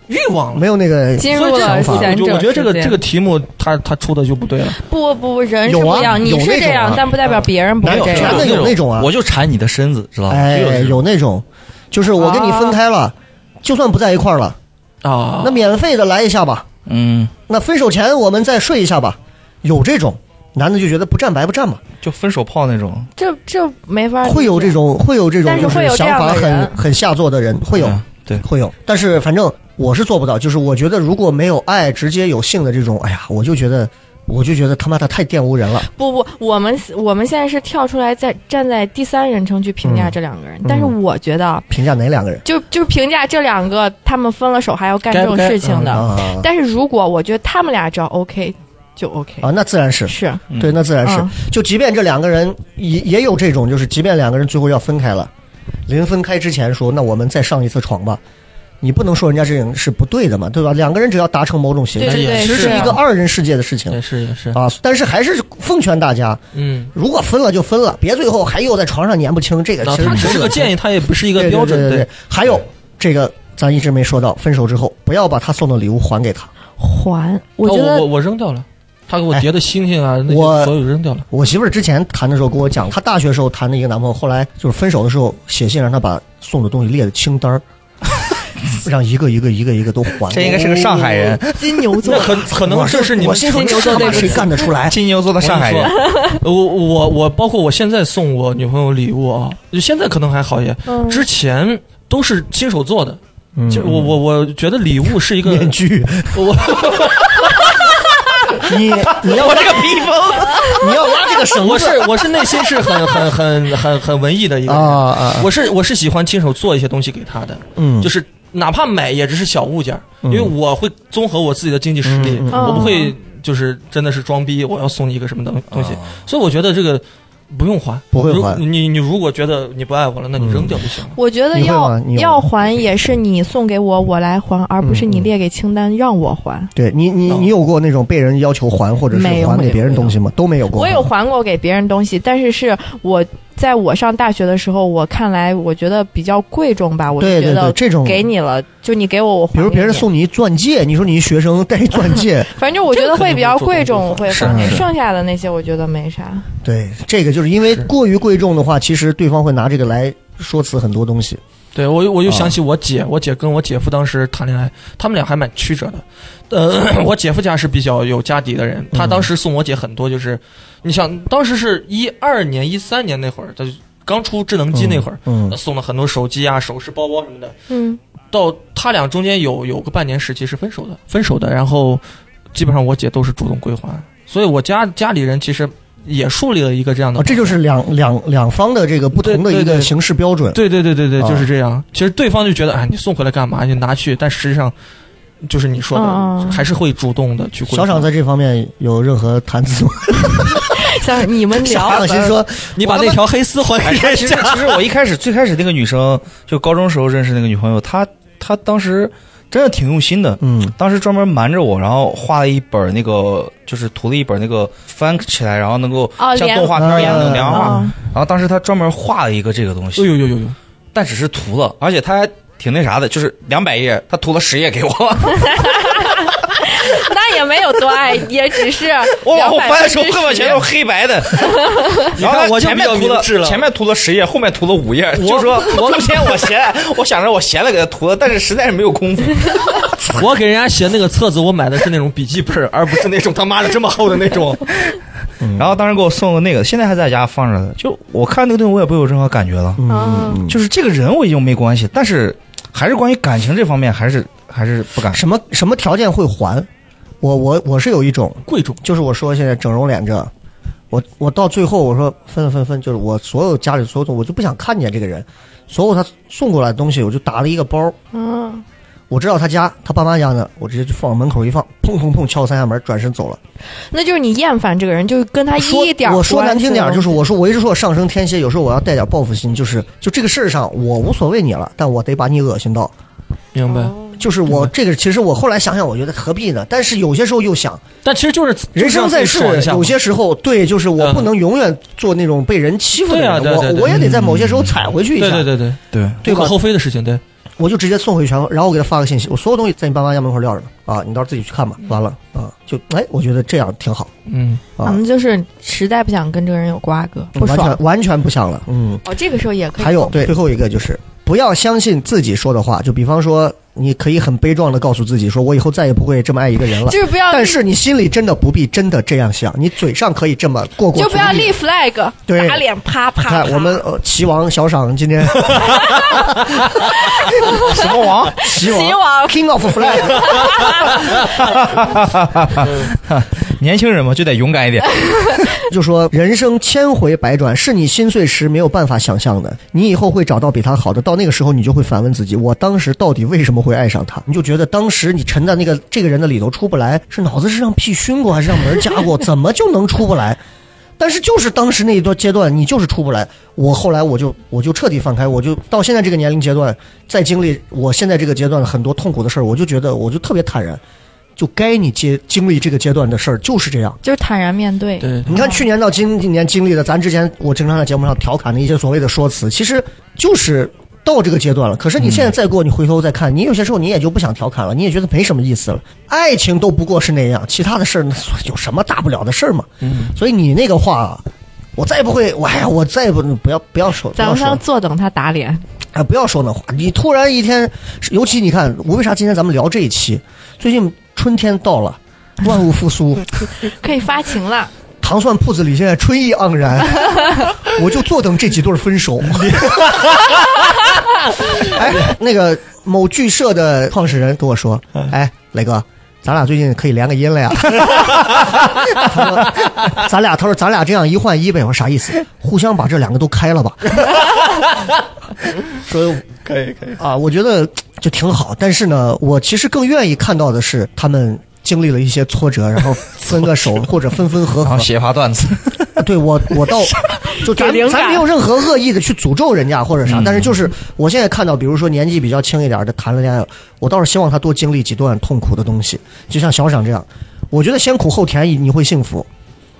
C: 欲望了。
B: 没有那个
D: 进
C: 所以
D: 入
C: 这
D: 了
C: 种
D: 贤者
C: 我就我觉得这个
D: 时间
C: 这个题目它，它出的就不对了。啊
D: 不不不，人是
B: 有
D: 不
B: 啊
D: 一样，
B: 有
D: 你
B: 那
D: 是这
B: 种
D: 样
B: 啊，
D: 但不代表别人不
B: 哪
D: 是
B: 有
D: 这
B: 男
D: 样
B: 的。有那种啊
G: 我就馋你的身子，知道吗？
A: 哦
B: 哎
G: 就这，种
B: 有那种，就是我跟你分开了，就算不在一块儿了，
C: 啊
B: 那免费的来一下吧。
G: 嗯，
B: 那分手前我们再睡一下吧。有这种男的就觉得不占白不占嘛，
G: 就分手炮那种。
D: 这这没法理解
B: 会有这种会有这种
D: 但是
B: 就
D: 会有这
B: 想
D: 样
B: 法
D: 的
B: 很
D: 人
B: 很下作的人会有
G: 嗯对，
B: 会有，但是反正我是做不到。就是我觉得如果没有爱，直接有性的这种，哎呀，我就觉得我就觉得他妈的太玷污人了。
D: 不不，我们我们现在是跳出来在站在第三人称去评价
B: 嗯
D: 这两个人，但是我觉得啊，
B: 评价哪两个人？
D: 就就评价这两个他们分了手还要干这种
C: 该不该
D: 事情的，
B: 啊
D: 但是如果我觉得他们俩只要 OK 就 OK，、
B: 啊，那自然是。
D: 是
G: 嗯
B: 对，那自然是。
D: 嗯
B: 就即便这两个人也也有这种，就是即便两个人最后要分开了，临分开之前说，那我们再上一次床吧。你不能说人家这种是不对的嘛，对吧？两个人只要达成某种协
D: 对
B: 议，
D: 对对，
C: 其实
B: 这是一
D: 啊
B: 个二人世界的事情
C: 也是也是，
B: 啊。但是还是奉劝大家，
C: 嗯，
B: 如果分了就分了，别最后还又在床上粘不清。这个
C: 那
B: 呃其实
C: 他
B: 不
C: 只是个建议，他也不是一
B: 对
C: 个
B: 对
C: 标准。哦
B: 对对对，还有这个咱一直没说到，分手之后不要把他送的礼物还给他。
D: 还，我
C: 那
B: 哦
D: 觉
C: 我
D: 得
C: 我我扔掉了，他给我
B: 哎
C: 叠的星星啊，那
B: 我
C: 些所有 扔掉了。
B: 我媳妇儿之前谈的时候跟我讲，她大学时候谈的一个男朋友，后来就是分手的时候写信让他把送的东西列的清 单儿，让一个一个一个一个都还。
G: 这应该是个上海人，
D: 金牛座
C: 那可可能
B: 我
C: 这是你
B: 我
C: 们
B: 心说
C: 纯
B: 这他妈谁干得出 来？
G: 金牛座的上海人。
C: 我我我包括我现在送我女朋友礼物啊，就现在可能还好一点，
D: 嗯
C: 之前都是亲手做的。
B: 嗯
C: 就我我我觉得礼物是一个
B: 面具，
C: 我
B: 你 你要
G: 我这个披风，
B: 你要拉这个绳
C: 我
B: 子
C: 是我是内心是很很很很很文艺的一个
B: 啊
C: 人，
B: 啊，啊
C: 我是我是喜欢亲手做一些东西给她的，
B: 嗯，
C: 就是是哪怕买也只是小物件儿，
B: 嗯
C: 因为我会综合我自己的经济实力，
B: 嗯嗯
D: 嗯
C: 我不会就是真的是装逼，我要送你一个什么东东西，所以我觉得这个哦不用还，
B: 不会
C: 如
B: 还
C: 你你如果觉得你不爱我了，那你扔掉就行了。
D: 我觉得
B: 你会
D: 要
B: 吗你有
D: 要还也是你送给我，我来还，而不是你
B: 嗯嗯
D: 列给清单让我还。
B: 对你你
C: 哦
B: 你有过那种被人要求还或者是
D: 没有
B: 还
D: 没
B: 给
D: 有
B: 别人
D: 没有
B: 东西吗？都没有过。
D: 我有还过给别人东西，但是是我在我上大学的时候，我看来我觉得比较贵重吧，我就
B: 对
D: 觉
B: 对
D: 得
B: 对，这种
D: 给你了，就你给我，我还
B: 比如别人
D: 给你，
B: 送你一钻戒，你说你一学生带一钻 戒，
D: 反正我觉得会比较贵重，我会
B: 是
D: 放给你
B: 是
D: 剩下的那些我觉得没啥。
B: 对，这个就是因为过于贵重的话，其实对方会拿这个来说辞很多东西。
C: 对我又我就想起我姐，我姐跟我姐夫当时谈恋爱，他们俩还蛮曲折的。呃， 我姐夫家是比较有家底的人，嗯他当时送我姐很多，就是、你想当时是一二年、一三年那会儿，他就刚出智能机那会儿，
B: 嗯
C: 呃送了很多手机啊、首饰、包包什么的。
D: 嗯，
C: 到他俩中间有有个半年时期是分手的，分手的，然后基本上我姐都是主动归还，所以我家家里人其实也树立了一哦个这样的、
B: 啊，这就是两两两方的这个不同的
C: 对对
B: 一个
C: 对
B: 行事标准。
C: 对对对对对，
B: 啊
C: 就是这样。其实对方就觉得，哎，你送回来干嘛？你拿去，但实际上就是你说的，
D: 嗯嗯
C: 还是会主动的去。
B: 小厂在，这方面有任何谈资吗？
D: 像你 们
B: 小
D: 聊，
B: 厂先说，
C: 你把那条黑丝还给
G: 哎其实
C: 人 家。
G: 其实我一开始最开始那个女生，就高中时候认识那个女朋友，她她当时真的挺用心的，
B: 嗯
G: 当时专门瞒着我，然后画了一本那个，就是涂了一本那个翻起来，然后能够
D: 哦
G: 像
D: 连
G: 动画片一样那种连环画。
D: 嗯
G: 然后当时她专门画了一个这个东
C: 哎
G: 西，
C: 呦呦呦呦！
G: 但只是涂了，而且她还挺那啥的，就是两百页，她涂了十页给我。
D: 那也没有多爱，也 只是
G: 我往后
D: 200
G: 翻的时候，
D: 分之
G: 后面全
D: 十
G: 都是黑 白的。
C: 看
G: 然后
C: 我就
G: 前面
C: 比较
G: 涂了
C: 明智了
G: 前面涂了十页，后面涂了五页。
C: 我
G: 就说中间我闲， 我想着我闲了给她涂了，但是实在是没有功夫。
C: 我给人家写那个册子，我买的是那种笔记本，而不是那种他妈的这么厚的那种。
G: 然后当时给我送了那个，现在还在家放着呢。就我看那个东西，我也不会有任何感觉了。
D: 哦
B: 嗯，
G: 就是这个人我已经没关系，但是还是关于感情这方面，还是还是不敢。
B: 什么什么条件会还？我我我是有一种，
C: 贵重，
B: 就是我说现在整容脸这，我我到最后我说分了分分，就是我所有家里所有东西我就不想看见这个人，所有他送过来的东西我就打了一个包，
D: 嗯。
B: 我知道他家他爸妈家呢，我直接就放门口一放，砰砰砰敲三下门，转身走了。
D: 那就是你厌烦这个人，就跟他
B: 说
D: 啊一点
B: 我说难听点儿，就是是我说我一直说我上升天蝎，有时候我要带点报复心，就是就这个事儿上我无所谓你了，但我得把你恶心到。
C: 明白？
B: 就是
D: 嗯
B: 我这个，其实我后来想想，我觉得何必呢？但是有些时候又想，
C: 但其实就是
B: 人生在世
C: 就是让自己爽一，下嘛嗯
B: 有些时候对，就是我不能永远做那种被人欺负的
C: 对啊对
B: 人，
C: 啊对啊
B: 我
C: 对啊
B: 我也得在某些时候踩回去一
C: 对对
B: 下，
C: 对对，
G: 对，
B: 对
C: 无
B: 吧
C: 可？厚非的事情，对。
B: 我就直接送回去，然后我给他发个信息，我所有东西在你爸妈家门口撂着呢啊，你到时候自己去看吧。完了啊，就哎，我觉得这样挺好
C: 嗯，
D: 咱
B: 啊
D: 们，就是实在不想跟这个人有瓜葛，不
B: 完
D: 爽
B: 全。完全不想了，嗯。
D: 哦，这个时候也可以。
B: 还有对最后一个就是不要相信自己说的话，就比方说，你可以很悲壮的告诉自己说，我以后再也不会这么爱一个人了。
D: 就是不要，
B: 但是你心里真的不必真的这样想，你嘴上可以这么过过
D: 就不要
B: 足力
D: 立 flag，
B: 对
D: 打脸啪
B: 你
D: 啪啪。
B: 看，我们呃齐王小赏今 天
G: 什么王？
B: 齐
D: 齐
B: 王
D: 王
B: King of Flag，
G: 年轻人嘛，就得勇敢一点。
B: 就说人生千回百转，是你心碎时没有办法想象的。你以后会找到比他好的，到那个时候你就会反问自己，我当时到底为什么会爱上他？你就觉得当时你沉在那个这个人的里头出不来，是脑子是让屁熏过还是让门夹过？怎么就能出不来？但是就是当时那一段阶段，你就是出不来。我后来我就我就彻底放开，我就到现在这个年龄阶段，再经历我现在这个阶段的很多痛苦的事儿，我就觉得我就特别坦然，就该你接经历这个阶段的事儿就是这样。
D: 就是坦然面对。
C: 对。
B: 你看去年到今今年经历的，咱之前我经常在节目上调侃的一些所谓的说辞，其实就是到这个阶段了。可是你现在再过，你回头再看，你有些时候你也就不想调侃了，你也觉得没什么意思了。
D: 嗯
B: 爱情都不过是那样，其他的事儿有什么大不了的事儿嘛？所以你那个话啊，我再也不会，我哎呀，我再也不不要不要说，哎不
D: 咱
B: 要
D: 们
B: 说
D: 上，坐等他打脸，
B: 哎，不要说那话。你突然一天，尤其你看，我为啥今天咱们聊这一期？最近春天到了，万物复苏。
D: 可以发情了。
B: 糖蒜铺子里现在春意盎然，我就坐等这几对儿分手。哎，那个某剧社的创始人跟我说：“哎，磊哥，咱俩最近可以连个音了呀。”他说：“咱俩，他说咱俩这样一换一呗。”我说：“啥意思？互相把这两个都开了吧。”所以
C: 可以可以，
B: 啊，我觉得就挺好。但是呢，我其实更愿意看到的是他们经历了一些挫折，然后分个手或者分分合
G: 然后
B: 合。
G: 写一发段子，
B: 啊 对我，我倒就咱
D: 给灵感
B: 咱没有任何恶意的去诅咒人家或者啥，但是就是我现在看到，比如说年纪比较轻一点的谈了恋爱，我倒是希望他多经历几段痛苦的东西，就像小赏这样，我觉得先苦后甜，你会幸福。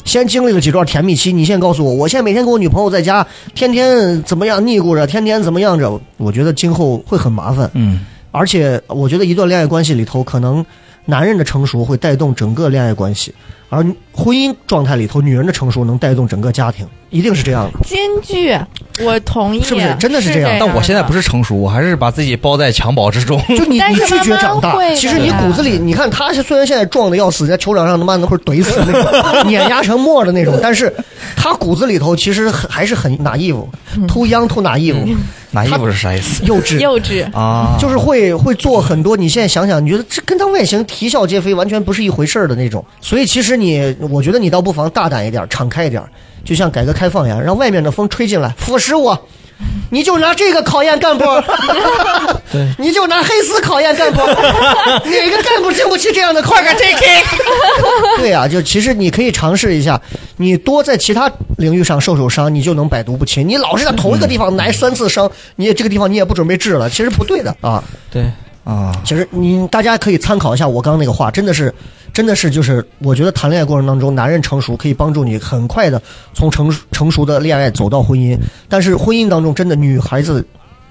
B: 先经历了几段甜蜜期，你现在告诉我，我现在每天跟我女朋友在家，天天怎么样腻咕着，天天怎么样着，我觉得今后会很麻烦。
A: 嗯，
B: 而且我觉得一段恋爱关系里头，可能男人的成熟会带动整个恋爱关系，而婚姻状态里头，女人的成熟能带动整个家庭，一定是这样的。
D: 金句，我同意，
B: 是不是真的是
D: 是
B: 这样
G: 但我现在不
D: 是
G: 是成熟，我还是把自己包在襁褓之中。
B: 就你
D: 但
B: 你拒
D: 是
B: 绝
D: 慢慢
B: 长大
D: 会，的
B: 其实你骨子里，你看他是虽然现在壮的要死，在球场上他妈能会怼死那种，碾压成沫的那种，但是他骨子里头其实很还是很 naive，too
D: 嗯
B: young too naive，
G: 拿衣服是啥意思
B: 幼稚。
D: 幼稚。
G: 啊？
B: 就是会会做很多，你现在想想，你觉得这跟他外形啼笑皆非，完全不是一回事儿的那种。所以其实你，我觉得你倒不妨大胆一点，敞开一点，就像改革开放一样，让外面的风吹进来，腐蚀我。你就拿这个考验干部，你就拿黑丝考验干部，哪个干部经不起这样的快感 JK？对啊，就其实你可以尝试一下，你多在其他领域上受受伤，你就能百毒不侵。你老是在同一个地方挨三次伤，你也这个地方你也不准备治了，其实不对的啊。
C: 对，
G: 啊，
B: 其实你大家可以参考一下我刚刚那个话，真的是，真的是就是，我觉得谈恋爱过程当中，男人成熟可以帮助你很快的从成熟成熟的恋爱走到婚姻，但是婚姻当中真的女孩子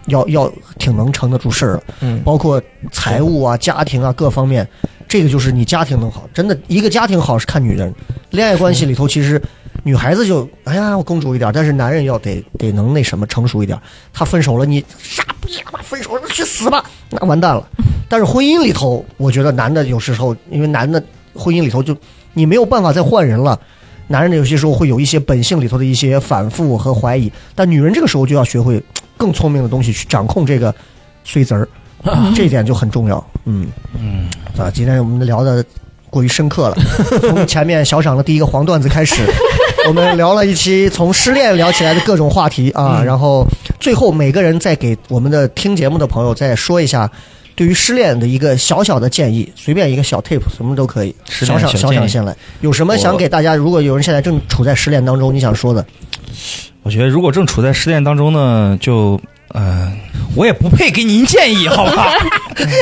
B: 要要挺能撑得住事儿的，
C: 嗯，
B: 包括财务啊、家庭啊各方面，这个就是你家庭能好，真的一个家庭好是看女人，恋爱关系里头其实。女孩子就哎呀，我公主一点，但是男人要得得能那什么成熟一点。他分手了，你傻逼他妈分手了，去死吧，那完蛋了。但是婚姻里头，我觉得男的有时候，因为男的婚姻里头就你没有办法再换人了，男人的有些时候会有一些本性里头的一些反复和怀疑，但女人这个时候就要学会更聪明的东西去掌控这个碎子儿，
G: 啊
B: 这一点就很重要。嗯嗯，啊，今天我们聊的过于 深刻了，从前面小赏的第一个黄段子开始。 我们聊了一期从失恋聊起来的各种话题啊，
G: 嗯
B: 然后最后每个人再给我们的听节目的朋友再说一下对于失恋的一个小小的建议，随便一个小 tip，什么都可以。
G: 失
B: 小
G: 恋
B: 赏
G: 小
B: 小
G: 建
B: 赏
G: 议
B: 先来，有什么想给大家？如果有人现在正处在失恋当中，你想说的，
G: 我觉得如果正处在失恋当中呢，就呃，我也不配给您建议，好吧？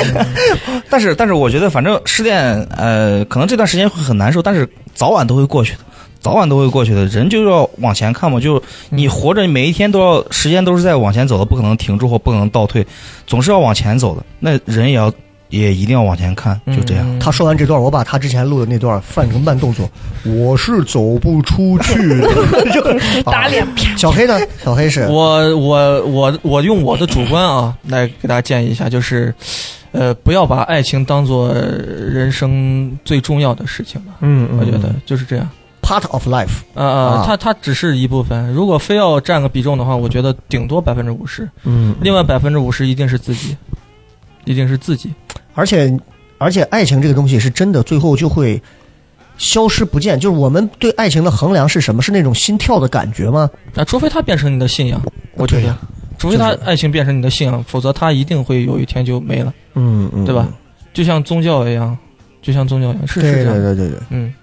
G: 但是，但是我觉得，反正失恋，呃，可能这段时间会很难受，但是早晚都会过去的，早晚都会过去的。人就要往前看嘛，
C: 嗯
G: 就你活着每一天都要，时间都是在往前走的，不可能停住或不可能倒退，总是要往前走的。那人也要，也一定要往前看，就这
C: 嗯
G: 样。
B: 他说完这段，我把他之前录的那段换成慢动作，我是走不出去 的，就
D: 打脸。
B: 啊小黑呢？小黑是
C: 我我我我用我的主观啊 来给大家建议一下，就是，呃，不要把爱情当做人生最重要的事情吧。
B: 嗯，嗯
C: 我觉得就是这样。
B: part of life，
C: 啊
B: 啊
C: 啊，它它只是一部分。如果非要占个比重的话，我觉得顶多百分之五十，
B: 嗯
C: 另外百分之五十一定是自己，一定是自己。
B: 而且而且爱情这个东西是真的，最后就会消失不见。就是我们对爱情的衡量是什么？是那种心跳的感觉吗？
C: 那啊除非它变成你的信仰，我觉
B: 对
C: 得
B: 呀，
C: 除非它
B: 就是
C: 爱情变成你的信仰，否则它一定会有一天就没了，
B: 嗯嗯，
C: 对吧？？就像宗教一样，就像宗教一样，是
B: 对对
C: 是这样。
B: 对对对
C: 嗯，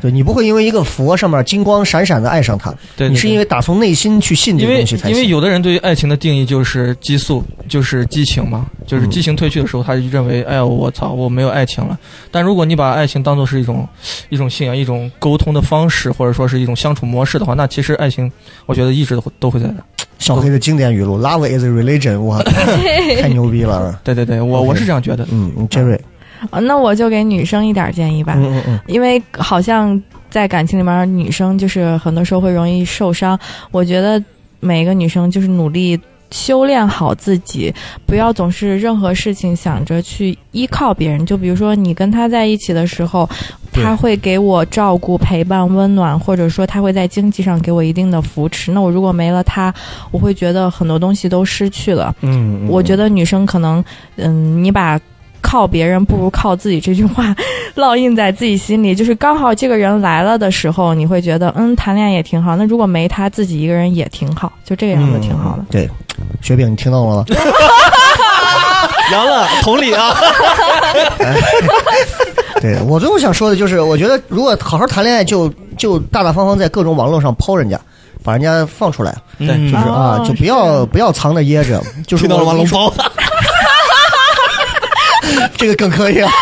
B: 对，你不会因为一个佛上面金光闪闪的爱上他，
C: 对，
B: 你是
C: 对
B: 因为打从内心去信这
C: 因
B: 个
C: 为
B: 东西才
C: 因为
B: 行。
C: 有的人对于爱情的定义就是激素，就是激情嘛，就是
B: 嗯
C: 激情褪去的时候，他就认为，哎呦我操，我没有爱情了。但如果你把爱情当做是一种一种信仰、一种沟通的方式，或者说是一种相处模式的话，那其实爱情，我觉得一直都会都会在的。
B: 小黑的经典语录，“Love is a religion”，我 太牛逼了。
C: 对对对，我
B: OK
C: 我是这样觉得的。
B: 嗯，Jerry，
D: 啊那我就给女生一点建议吧，
B: 嗯嗯嗯，
D: 因为好像在感情里面，女生就是很多时候会容易受伤。我觉得每一个女生就是努力修炼好自己，不要总是任何事情想着去依靠别人。就比如说你跟他在一起的时候，
G: 对
D: 他会给我照顾、陪伴、温暖，或者说他会在经济上给我一定的扶持。那我如果没了他，我会觉得很多东西都失去了。
B: 嗯，
D: 我觉得女生可能，嗯，你把靠别人不如靠自己这句话烙印在自己心里，就是刚好这个人来了的时候，你会觉得，嗯，谈恋爱也挺好。那如果没他，自己一个人也挺好，就这样就挺好的。
B: 嗯。对，雪饼，你听到了吗？
C: 凉了，同理啊。
B: 哎 对我最后想说的就是，我觉得如果好好谈恋爱就，就大大方方在各种网络上抛人家，把人家放出来，
C: 对
G: 嗯
B: 就是啊，
D: 哦
B: 就不要不要藏着掖着，就是我
C: 包？
B: 这个更可以啊。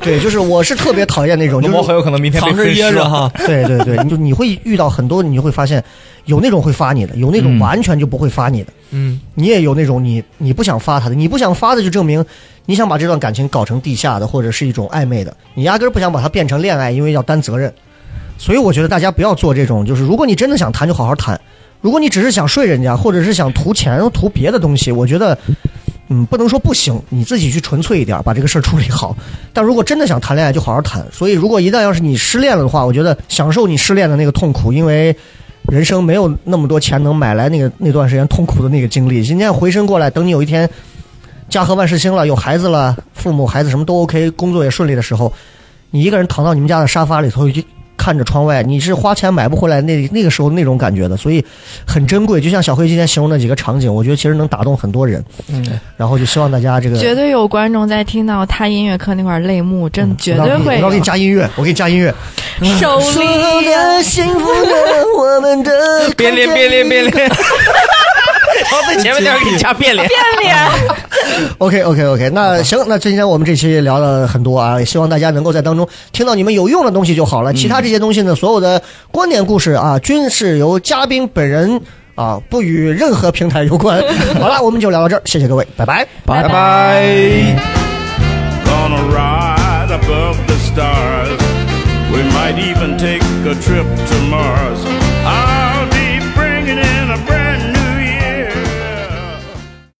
B: 对，就是我是特别讨厌那种，就
G: 龙猫很
B: 是
G: 有可能明天被
C: 藏着
G: 分尸
C: 掖着
G: 了。
C: 哈，
B: 对对对，你就你会遇到很多，你会发现有那种会发你的，有那
G: 嗯
B: 种完全就不会发你的，
C: 嗯，
B: 你也有那种你你不想发他的，你不想发的就证明你想把这段感情搞成地下的或者是一种暧昧的，你压根儿不想把它变成恋爱，因为要担责任。所以我觉得大家不要做这种，就是如果你真的想谈就好好谈，如果你只是想睡人家或者是想图钱图别的东西，我觉得。嗯，不能说不行，你自己去纯粹一点，把这个事儿处理好。但如果真的想谈恋爱，就好好谈。所以，如果一旦要是你失恋了的话，我觉得享受你失恋的那个痛苦，因为人生没有那么多钱能买来那个那段时间痛苦的那个经历。今天回身过来，等你有一天家和万事兴了，有孩子了，父母孩子什么都 OK，工作也顺利的时候，你一个人躺到你们家的沙发里头，就看着窗外，你是花钱买不回来那那个时候那种感觉的，所以很珍贵。就像小黑今天形容的几个场景，我觉得其实能打动很多人。
C: 嗯，
B: 然后就希望大家这个
D: 绝对有观众在听到他音乐课那块儿泪目，真
B: 嗯
D: 的绝对
B: 我
D: 会
B: 给你我给你加音乐，我给你加音乐。
D: 有手里 的
B: 幸福的我们的
G: 啊 别连别连别连，然后在前面那样给你加变脸。
D: 变脸。
B: OK OK OK，那行，那今天我们这期聊了很多啊，也希望大家能够在当中听到你们有用的东西就好了。其他这些东西呢，所有的观点故事啊，均是由嘉宾本人啊，不与任何平台有关。好了，我们就聊到这儿，谢谢各位，拜拜。
C: 拜
D: 拜
C: 拜。
F: Gonna ride above the stars. We might even take a trip to Mars. I